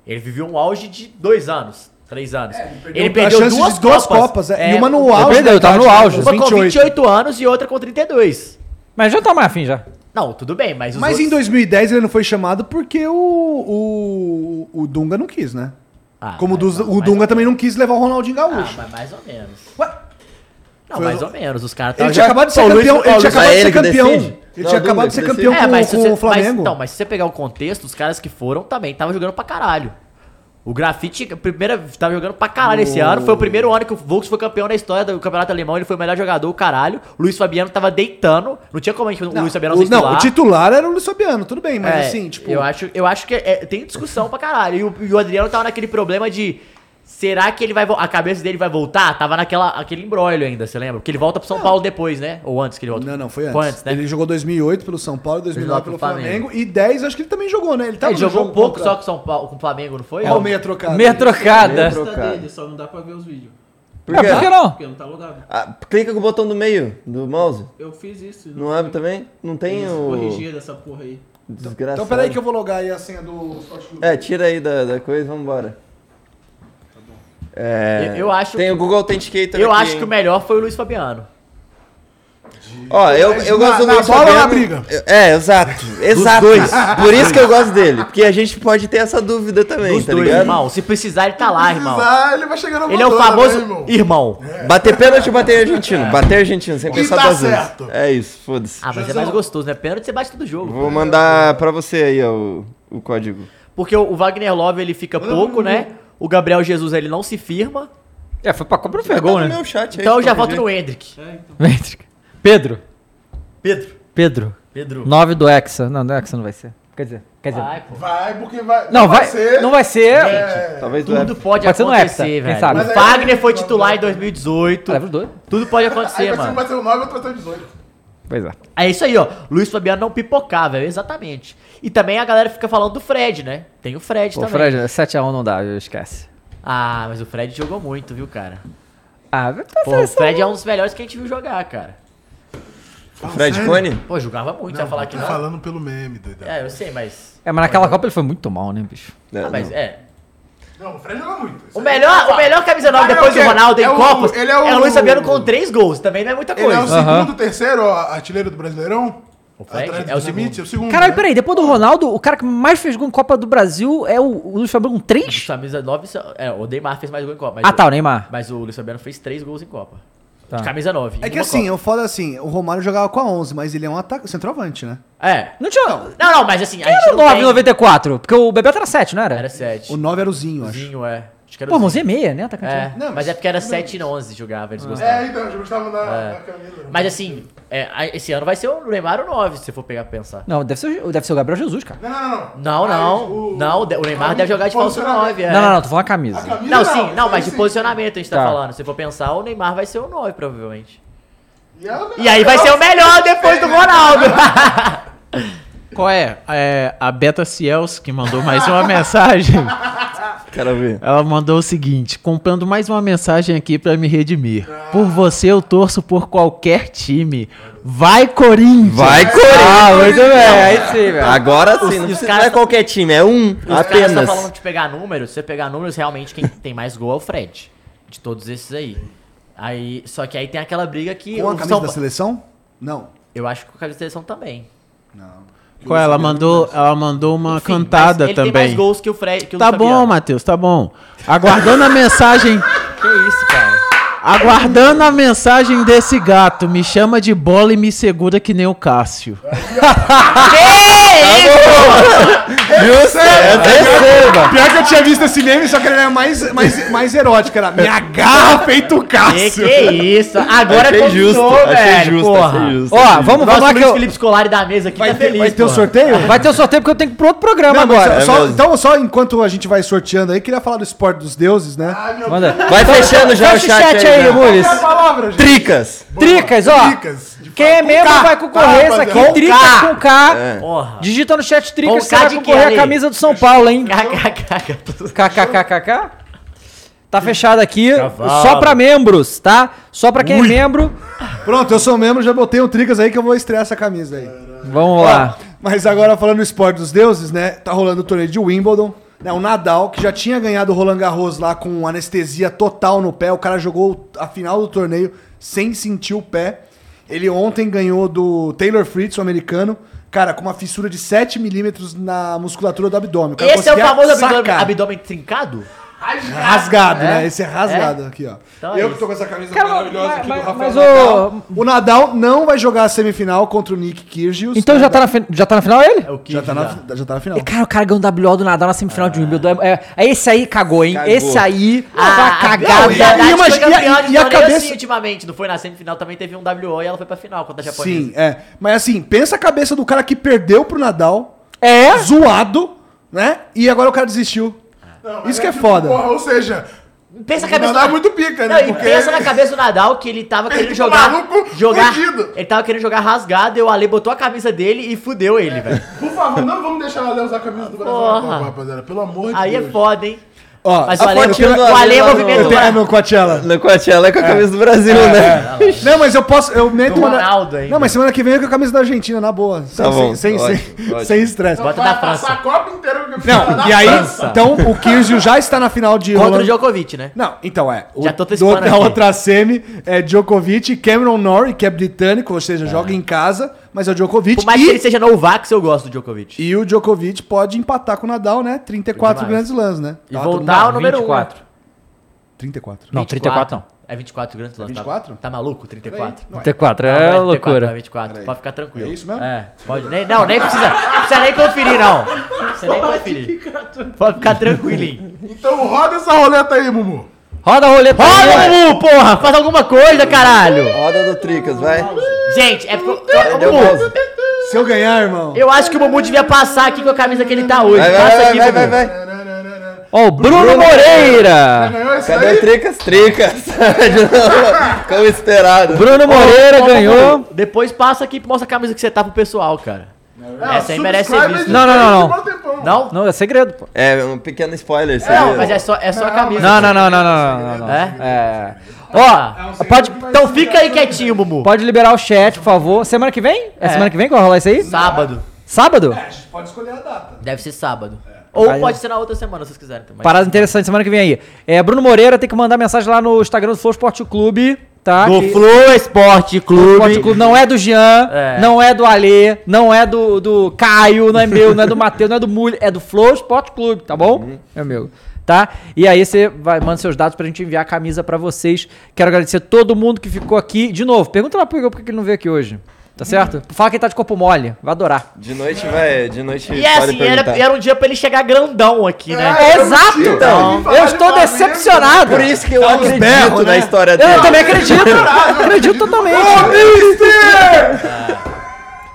S3: Ele viveu um auge de dois anos, três anos.
S5: É, perdeu a chance de duas Copas, é, e uma no
S3: ele
S5: auge,
S3: perdeu,
S5: né,
S3: tava no
S5: cara,
S3: auge.
S5: aos
S3: Uma com
S5: 28.
S3: 28 anos e outra com 32.
S1: Mas já tá mais afim já.
S3: Não, tudo bem, mas os
S5: Mas em
S3: outros-
S5: 2010 ele não foi chamado porque o, o, o Dunga não quis, né? Como o Dunga- o Dunga também não quis levar o Ronaldinho
S3: Ah,
S5: Gaúcho.
S3: mas mais ou menos. Não,
S5: Foi
S3: mais
S5: o-
S3: ou menos. Os caras
S5: Ele tinha acabado de ser campeão. Ele tinha acabado de ser campeão. Ele tinha acabado de ser campeão
S3: É, mas se
S5: com com
S3: você-
S5: o
S3: mas-
S5: Flamengo.
S3: então, mas se você pegar o contexto, os caras que foram também estavam jogando pra caralho. O Grafite, primeira, tava jogando pra caralho esse
S5: Oh.
S3: ano. Foi o primeiro ano que o Volks foi campeão na história do Campeonato Alemão. Ele foi o melhor jogador, o caralho. O Luiz Fabiano tava deitando. Não tinha como a gente o Luiz Fabiano
S5: O-
S3: ser
S5: não, o titular era o Luiz Fabiano, tudo bem, mas
S3: É,
S5: assim, tipo.
S3: Eu acho, eu acho que é- tem discussão pra caralho. E o, e o Adriano tava naquele problema de. Será que ele vai. vo- A cabeça dele vai voltar? Tava naquela aquele embrólio ainda, você lembra? Porque ele volta pro São Paulo depois, né? Ou antes né? É, que ele volta. Não, não,
S5: foi antes. Ele jogou 2008 pelo São Paulo, 2009 pelo
S3: pelo
S5: Flamengo,
S3: Flamengo.
S5: e 10 acho que ele também jogou, né? Ele, tava
S3: ele
S5: no
S3: jogou
S5: jogo
S3: pouco
S5: contra-
S3: só com, São Paulo, com o Flamengo, não foi?
S5: Olha o meia trocada.
S1: Meia trocada.
S4: Meia
S7: Insta
S4: trocada.
S7: Ah, dele, só não dá pra ver os vídeos.
S4: Por quê?
S7: Ah, por que não? Porque não tá logado.
S4: Ah, clica com o botão do meio do mouse.
S7: Eu fiz isso.
S4: Não abre também? Não tem
S7: Eles
S4: o.
S7: corrigiram essa porra aí.
S4: Desgraçado.
S5: Então peraí que eu vou logar aí a senha do
S4: É, tira aí da, da coisa, vambora. É,
S3: Eu- eu acho
S4: Tem o Google Authenticator
S3: Eu
S4: aqui,
S3: acho
S4: hein?
S3: que o melhor foi o Luiz Fabiano.
S4: Ó, eu, eu
S3: Na-
S4: gosto do
S3: na
S4: Luiz
S3: bola ou na
S4: Fabiano.
S3: briga?
S4: Eu- É, exato. Exato.
S3: dois.
S4: Por isso que eu gosto dele. Porque a gente pode ter essa dúvida também,
S3: Os
S4: tá
S3: dois,
S4: ligado?
S3: irmão. Se precisar, ele tá lá, irmão.
S2: Ah, ele vai chegar na
S3: Ele é o
S2: Madonna,
S3: famoso
S2: né, irmão?
S3: irmão.
S4: Bater pênalti, bater argentino. Bater argentino, sem
S3: E
S4: pensar
S3: tá
S4: duas
S3: certo.
S4: vezes. É isso, foda-se.
S3: É. Ah, mas é mais gostoso, né? Pênalti você bate todo jogo.
S4: Vou mandar pra você aí, ó, o, o código.
S3: Porque o Wagner Love ele fica pouco, né? O Gabriel Jesus ele não se firma.
S1: É, foi pra Copa do
S3: Fergol,
S4: né? meu chat aí,
S3: então eu
S4: de
S3: já
S4: qualquer
S3: voto no
S4: jeito.
S3: Hendrick.
S1: Pedro.
S3: É. Pedro.
S1: Pedro.
S3: Pedro.
S1: 9 do Hexa. Não, do Hexa não vai ser. Quer dizer, quer dizer.
S3: Vai, pô.
S2: Vai, porque vai.
S1: Não, vai, não vai ser.
S3: É.
S2: É,
S4: Talvez
S3: Tudo pode,
S1: Pode ser no
S3: acontecer,
S1: Hexa, é, quem
S3: velho.
S1: sabe? Ah, é
S3: O
S1: Mas aí-
S3: Wagner foi titular em 2018. Tudo pode
S2: Aí
S3: acontecer,
S2: vai ser-
S3: mano.
S2: vai ser o 9 e outro vai ser o 18.
S1: Pois é.
S3: É isso aí, ó. Luiz Fabiano não pipocar, velho. Exatamente. E também a galera fica falando do Fred, né? Tem o Fred
S1: Pô,
S3: também.
S1: Fred, é- 7x1 não dá, esquece.
S3: Ah, mas o Fred jogou muito, viu, cara?
S1: Ah, vai pra
S3: Pô, o Fred é um dos melhores que a gente viu jogar, cara.
S4: O Fred
S1: sério?
S4: Cone?
S3: Pô, jogava muito, você vai falar que
S2: tá
S3: não.
S2: falando pelo meme, doidão.
S3: É, eu sei, mas.
S1: É, mas naquela Copa ele foi muito mal, né, bicho?
S3: Ah, mas é.
S2: Não, o Fred joga muito.
S3: O melhor, o melhor camisa 9
S2: Ele é
S3: depois
S2: o
S3: do
S2: quê?
S3: Ronaldo em
S2: É o-
S3: Copas
S2: ele
S3: ele
S2: é
S3: é,
S2: o-
S3: Luiz Fabiano com 3 gols. Também não é muita
S2: Ele
S3: coisa.
S2: é o segundo, terceiro ó, artilheiro do brasileirão? O
S3: Fred
S2: Atrás
S3: é
S2: do
S3: o segundo.
S2: Dinamite, é o
S5: Uhum.
S2: segundo.
S1: Caralho,
S2: né?
S1: peraí, depois do Ronaldo, o cara que mais fez gol em Copa do Brasil é o, o Luiz Fabiano com 3?
S3: Camisa 9, só- é, o Neymar fez mais gol em Copa. mas
S1: Ah, tá, o Neymar.
S3: Mas o Luiz Fabiano fez 3 gols em Copa.
S1: Tá.
S3: De camisa 9.
S5: É que assim, eu foda assim, o Romário jogava com a 11, mas ele é um ataque centroavante, né?
S3: É.
S1: Não tinha.
S3: Não, não, mas assim, a
S1: Era
S3: gente
S1: o
S3: não
S1: 9 em
S3: tem...
S1: 94, porque o Bebeto era 7, não era? Era
S3: 7.
S5: O 9 era o Zinho, acho.
S3: Zinho, é. Acho que era
S1: Pô,
S3: o
S1: mas é meia, né, atacante?
S3: É,
S1: Não,
S3: mas é porque era 7 e 11
S1: Ah.
S3: jogava, eles gostavam.
S2: É, então, eles gostavam da,
S3: É.
S2: da camisa.
S3: Mas assim, é, a- esse ano vai ser o Neymar ou 9, se você for pegar pra pensar.
S1: Não, deve ser, o- deve ser o Gabriel Jesus, cara.
S2: Não, não, não.
S3: Não, não. não, o de- o Neymar deve jogar de
S2: Pode
S3: falso
S2: ser
S3: 9, é.
S1: Não, não, não, tô falando a camisa.
S3: Não, sim, não, mas de
S2: sim.
S3: posicionamento a gente tá,
S1: Tá.
S3: falando. Se for pensar, o Neymar vai ser o 9, provavelmente.
S2: E,
S5: é
S2: ela-
S3: E aí vai ser o melhor depois do Ronaldo.
S7: Qual é? É, a Beta Ciels que mandou mais uma mensagem.
S4: Quero ver.
S7: Ela mandou o seguinte: comprando mais uma mensagem aqui pra me redimir. Por você eu torço por qualquer time. Vai, Corinthians!
S4: Vai, Corinthians!
S7: Ah, muito bem, aí
S1: sim, velho.
S4: Agora
S3: Os-
S4: sim, não,
S3: os
S4: precisa,
S3: caras
S4: não é
S3: tão-
S4: qualquer time, é um
S3: Os caras estão
S4: apenas.
S3: falando de pegar números. Se você pegar números, realmente quem tem mais gol é o Fred. De todos esses aí. aí só que aí tem aquela briga que.
S5: Com
S3: o
S5: a camisa
S3: São
S5: da
S3: Pa-
S5: seleção? Não.
S3: Eu acho que com a camisa da seleção também.
S7: Qual é? ela mandou, ela mandou uma
S3: Enfim,
S7: cantada
S3: mas ele
S7: também.
S3: Tem mais gols que o Fred. Que o
S7: tá
S3: Luiz
S7: bom,
S3: Fabiano.
S7: Matheus, tá bom. Aguardando a mensagem,
S3: Que isso, cara.
S7: aguardando a mensagem desse gato. Me chama de bola e me segura que nem o Cássio.
S4: É,
S5: Pior que eu tinha visto esse meme, só que ele era mais, mais, mais erótico. Era me agarra feito
S3: Que,
S5: Cássio.
S3: que isso? Agora
S4: é
S5: Achei
S3: combinou,
S5: justo,
S3: velho.
S5: achei justo,
S3: porra.
S5: achei justo,
S1: Ó, achei vamos- justo. vamos
S3: Nosso
S1: lá que
S3: Luiz
S1: eu-
S3: Felipe Scolari da mesa aqui tá feliz.
S5: vai ter o
S3: porra.
S5: sorteio?
S1: Vai ter o sorteio porque eu tenho que ir pro outro programa
S5: Não, mas
S1: agora.
S5: só- então, só enquanto a gente vai sorteando aí, queria falar do esporte dos deuses, né?
S1: Manda.
S4: Vai fechando já é
S1: Fecha
S4: o chat, aí, né?
S1: aí,
S4: já.
S1: Muris.
S2: Qual é a palavra, gente?
S4: Tricas.
S1: Tricas, ó.
S2: Tricas.
S1: Quem é membro
S2: K.
S1: vai concorrer
S5: Ah,
S1: isso
S2: Vai,
S1: aqui. é
S2: rapaziada.
S1: Tricas
S2: Com
S1: com K.
S4: É.
S3: Porra.
S1: Digita no chat
S3: Com
S1: Tricas você
S3: K
S1: vai
S3: de quê,
S1: concorrer
S3: Ale?
S1: a camisa do São Paulo, hein?
S3: KKK.
S1: KKKKK. Tá fechado aqui.
S3: Cavalo.
S1: Só pra membros, tá? Só pra quem
S5: Ui.
S1: é membro.
S5: Pronto, eu sou membro, já botei um Tricas aí que eu vou estrear essa camisa aí.
S1: Vamos lá.
S5: Mas agora falando do esporte dos deuses, né? Tá rolando o torneio de Wimbledon. Né, o Nadal, que já tinha ganhado o Roland Garros lá com anestesia total no pé, o cara jogou a final do torneio sem sentir o pé. Ele ontem ganhou do Taylor Fritz, o americano, cara, com uma fissura de 7 milímetros na musculatura do abdômen. cara
S3: Esse é o
S5: conseguia
S3: famoso abdômen,
S5: sacar.
S3: abdômen trincado?
S5: Rasgado, né? Esse é rasgado
S3: É?
S5: aqui, ó.
S3: Então é
S5: eu que
S3: isso.
S5: tô com essa camisa
S1: Cara,
S5: maravilhosa
S1: mas-
S5: aqui
S1: mas-
S5: do Rafael
S1: mas o-
S5: Nadal. O... Nadal não vai jogar a semifinal contra o Nick Kyrgios.
S1: Então
S5: né?
S1: já tá, na, fi- já tá na final ele?
S5: já, tá na, já tá na final.
S1: E, cara, o cara ganhou um WO do Nadal na semifinal de Wimbledon. É, é, esse aí cagou, hein?
S5: Cagou.
S1: Esse aí foi
S3: Ah,
S1: uma cagada.
S3: não, e, a,
S1: Imagina-
S3: foi campeã de
S5: e a
S3: torneio
S5: cabeça-
S3: assim, ultimamente, não foi na semifinal, também teve um WO e ela foi pra final contra a japonesa.
S5: Sim, é. Mas assim, pensa a cabeça do cara que perdeu pro Nadal.
S1: É?
S5: Zoado, né? E agora o cara desistiu. Isso que é foda.
S2: Porra, ou seja,
S3: Pensa a
S2: o
S3: cabeça
S2: Nadal é
S3: do-
S2: muito pica,
S3: Não,
S2: né?
S3: e
S2: Porque-
S3: pensa na cabeça do Nadal que ele tava querendo
S2: Ele
S3: jogar.
S2: maluco,
S3: jogar
S2: fudido.
S3: ele tava querendo jogar rasgado, e o Ale botou a camisa dele e fudeu ele, velho.
S2: Por favor, não vamos deixar ela usar a camisa do Brasil na
S3: Porra.
S2: Copa, rapaziada. Pelo amor de
S3: Aí é
S2: Deus.
S3: foda, hein?
S5: Ó,
S3: Mas
S1: Ah,
S5: a
S3: o Ale-
S5: fotinho
S3: o
S5: do
S3: Ale
S5: lá no-
S3: movimento
S5: no-
S3: lá.
S5: é, no Coachella.
S4: No Coachella é com a camisa do Brasil,
S3: é.
S4: né?
S5: Não, mas eu posso. Eu meto
S4: Do
S5: uma na-
S4: Ronaldo ainda.
S5: Não, mas semana que vem eu com a camisa da Argentina, na boa. Sem,
S4: Tá bom,
S5: sem, sem,
S4: ótimo, ótimo.
S5: sem estresse.
S3: Bota
S2: Vai
S3: na
S2: passar a
S3: França.
S2: Copa inteira com a camisa
S5: Não,
S2: da
S5: e aí,
S2: França.
S5: então o Kirzio já está na final de
S3: Contra o
S5: Roland-
S3: Djokovic, né?
S5: Não, então é. O,
S3: Já tô
S5: do,
S3: antecipando
S5: da
S3: aqui.
S5: outra semi é Djokovic e Cameron Norrie, que é britânico, ou seja, joga em casa, mas é o Djokovic.
S3: Por mais
S5: e,
S3: que ele seja Novax, eu gosto do Djokovic.
S5: e o Djokovic pode empatar com o Nadal, né? 34
S3: Demais.
S5: grandes lãs, né?
S3: E
S5: Tá todo
S3: voltar ao
S5: mundo-
S3: número 1.
S1: 24.
S5: 34.
S1: um, Não, 34 não.
S3: É 24 grandes lances.
S5: 24?
S3: Tá, tá maluco? 34.
S5: Peraí, não é.
S1: 34, é
S3: Não, não
S1: loucura.
S3: Não é 24, pode ficar tranquilo.
S5: É isso mesmo?
S3: É, pode. Nem, não, nem precisa. Não precisa nem conferir, não. Não precisa nem conferir. Pode ficar tranquilinho.
S2: Então roda essa roleta aí, Mumu.
S1: Roda a roleta.
S3: Roda, Mumu, porra! Faz alguma coisa, caralho!
S4: Roda do Tricas, vai.
S3: Gente, é porque.
S4: Deu
S3: Mumu,
S4: pausa.
S5: Se eu ganhar, irmão.
S3: eu acho que o Mumu devia passar aqui com a camisa que ele tá hoje.
S4: Vai, vai,
S3: Passa
S4: vai,
S3: aqui,
S4: vai,
S3: Mumu.
S4: vai, vai.
S1: Ó, o Bruno, Moreira.
S4: Cadê o Tricas? Tricas. De novo, Como esperado.
S1: Bruno Moreira
S3: Ô, ô,
S1: ganhou.
S3: Mumu, Depois passa aqui e mostra a camisa que você tá pro pessoal, cara.
S2: É,
S3: Essa aí merece ser vista.
S1: Não, não, não, não.
S2: um
S3: Não?
S1: Não, é segredo, pô.
S4: É, um pequeno spoiler.
S3: Não, mas é só, é só a camisa.
S1: Não, não, não, não, não, não, não.
S3: É?
S1: É. Ó, pode,
S3: Então fica aí quietinho, Mumu.
S1: pode liberar o chat, por favor. Semana que vem? É,
S3: É.
S1: semana que vem que vai rolar isso aí?
S3: Sábado.
S1: Sábado?
S5: Pode escolher a data.
S3: Deve ser sábado. Ou
S1: Aí-
S3: pode ser na outra semana, se vocês quiserem. também.
S1: Parada interessante semana que vem aí. É, Bruno Moreira tem que mandar mensagem lá no Instagram do Flow Esporte Clube, tá?
S3: Do
S1: Que-
S3: Flow Esporte
S1: Flow Esporte
S3: Clube.
S1: Clube não é do Jean,
S3: É.
S1: não é do Alê, não é do, do Caio, não é meu, não é do Matheus, não é do Mulho, é do Flow Esporte Clube, tá bom?
S3: Uhum.
S1: É meu. Tá? E aí você vai, manda seus dados pra gente enviar a camisa pra vocês. Quero agradecer todo mundo que ficou aqui. De novo, pergunta lá pro Igor por que ele não veio aqui hoje. Tá
S4: Uhum.
S1: certo? Fala quem tá de corpo mole, vai adorar.
S4: De noite vai, de noite
S3: E é assim, era, era um dia pra ele chegar grandão aqui, né?
S1: É, exato!
S4: Então,
S1: eu estou decepcionado!
S4: Por isso que eu acredito
S5: berro,
S3: né?
S4: na história dele.
S1: Eu também acredito! acredito totalmente!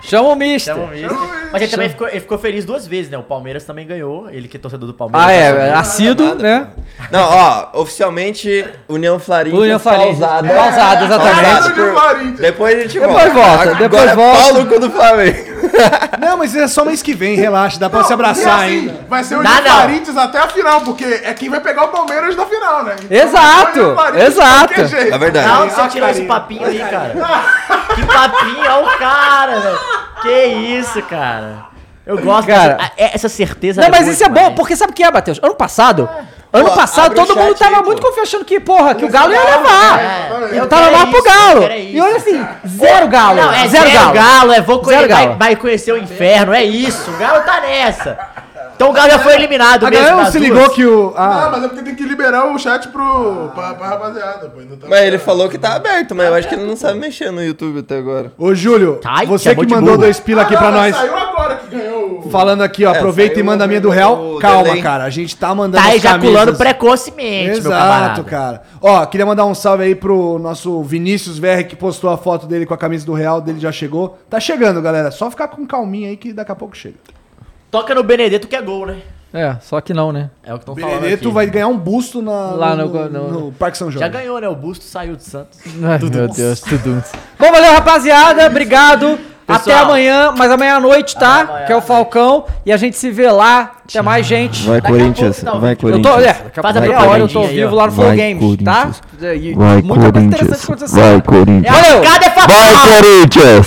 S1: Chama o Mister!
S3: Chama o Mister. Mas ele também ficou, ele ficou feliz duas vezes, né? O Palmeiras também ganhou, ele que é torcedor do Palmeiras.
S1: Ah,
S3: né?
S1: é, assíduo, né?
S4: Não, ó, oficialmente, União Florida
S1: União Florida.
S4: pausada.
S1: Pausada, exatamente.
S4: Pausada por-
S2: União Florida.
S4: Depois a gente
S1: Depois volta, depois
S4: Agora
S1: volta.
S4: É Paulo do Flamengo.
S5: Não, mas é só mês que vem, relaxa, dá pra se
S2: E
S5: abraçar
S2: assim,
S5: ainda.
S2: Vai ser o
S3: Dá,
S2: União
S3: não.
S2: Corinthians até a final, porque é quem vai pegar o Palmeiras na final, né? Então,
S1: Exato,
S2: vai o Corinthians de
S1: exato.
S2: qualquer jeito.
S4: É verdade.
S3: Não, você tirou esse papinho aí, cara. Que papinho, olha o cara, velho. Que isso, cara. Eu gosto
S1: Cara.
S3: dessa- é- essa certeza.
S1: Não,
S3: é
S1: mas
S3: boa
S1: isso é
S3: demais.
S1: bom, porque sabe o que é, Matheus? Ano passado, ano
S4: Pô,
S1: passado
S4: abre o
S1: todo mundo
S4: chat
S1: tava
S4: aí,
S1: muito
S4: pô.
S1: confiante que, porra, que o Galo ia
S3: É,
S1: levar.
S3: eu
S1: Eu tava
S3: quero
S1: lá pro
S3: isso, eu
S1: Galo.
S3: quero
S1: E olha
S3: isso,
S1: assim, zero Galo.
S3: Não, é
S1: zero, Galo.
S3: é vou
S1: Zero
S3: conhecer, vai,
S1: Galo.
S3: vai conhecer o inferno, é isso. O Galo tá nessa. Então o Galo já foi eliminado
S5: A
S3: mesmo.
S5: galera não
S3: nas
S5: se
S3: duas.
S5: ligou que o.
S2: Ah,
S5: Ah,
S2: mas é porque tem que liberar o chat pro, pra, pra rapaziada. Pô. Não tá
S4: Mas ele falou que tá aberto, mas eu acho que ele não sabe mexer no YouTube até agora.
S5: ô Júlio,
S3: Ai,
S5: você
S3: chamou
S5: que
S3: de
S5: mandou
S3: burro.
S5: dois pila aqui
S2: Ah,
S5: pra
S2: não,
S5: nós.
S2: Saiu agora que ganhou o...
S5: Falando aqui, ó,
S4: É,
S5: aproveita e
S4: saiu
S5: manda a minha do
S4: o
S5: real.
S4: delay.
S5: Calma, cara, a gente tá mandando
S3: Tá
S5: as
S3: ejaculando
S5: camisas.
S3: precocemente, meu camarada.
S5: Exato, cara. Ó, queria mandar um salve aí pro nosso Vinícius VR que postou a foto dele com a camisa do Real, dele já chegou. Tá chegando, galera. Só ficar com calminha aí que daqui a pouco chega.
S3: Toca no Benedetto que é gol, né?
S1: É, só que não, né?
S3: É o que estão falando
S5: Benedetto
S3: aqui.
S5: vai ganhar um busto na,
S1: Lá no- no-
S5: no Parque São
S3: Já
S5: Jorge.
S3: ganhou, né? O Busto saiu do Santos.
S1: Ai, meu Deus, tudo. Bom, valeu, rapaziada. Obrigado. Até
S3: Pessoal.
S1: amanhã, mas amanhã à noite, tá? que é o Falcão. E a gente se vê lá. Até mais, gente.
S4: Vai,
S3: Corinthians, pouco tá ao vai, vivo.
S1: Eu tô, é, daqui a
S3: Faz a
S1: meia
S3: propagandinha
S1: hora eu tô
S3: aí,
S1: vivo
S3: ó.
S1: lá no Flow
S8: Vai,
S1: Games, tá? E
S8: Vai,
S1: muita coisa
S8: Corinthians.
S1: interessante acontecendo.
S8: Vai, Corinthians.
S1: Valeu!
S3: Cada é fatal.
S8: Corinthians!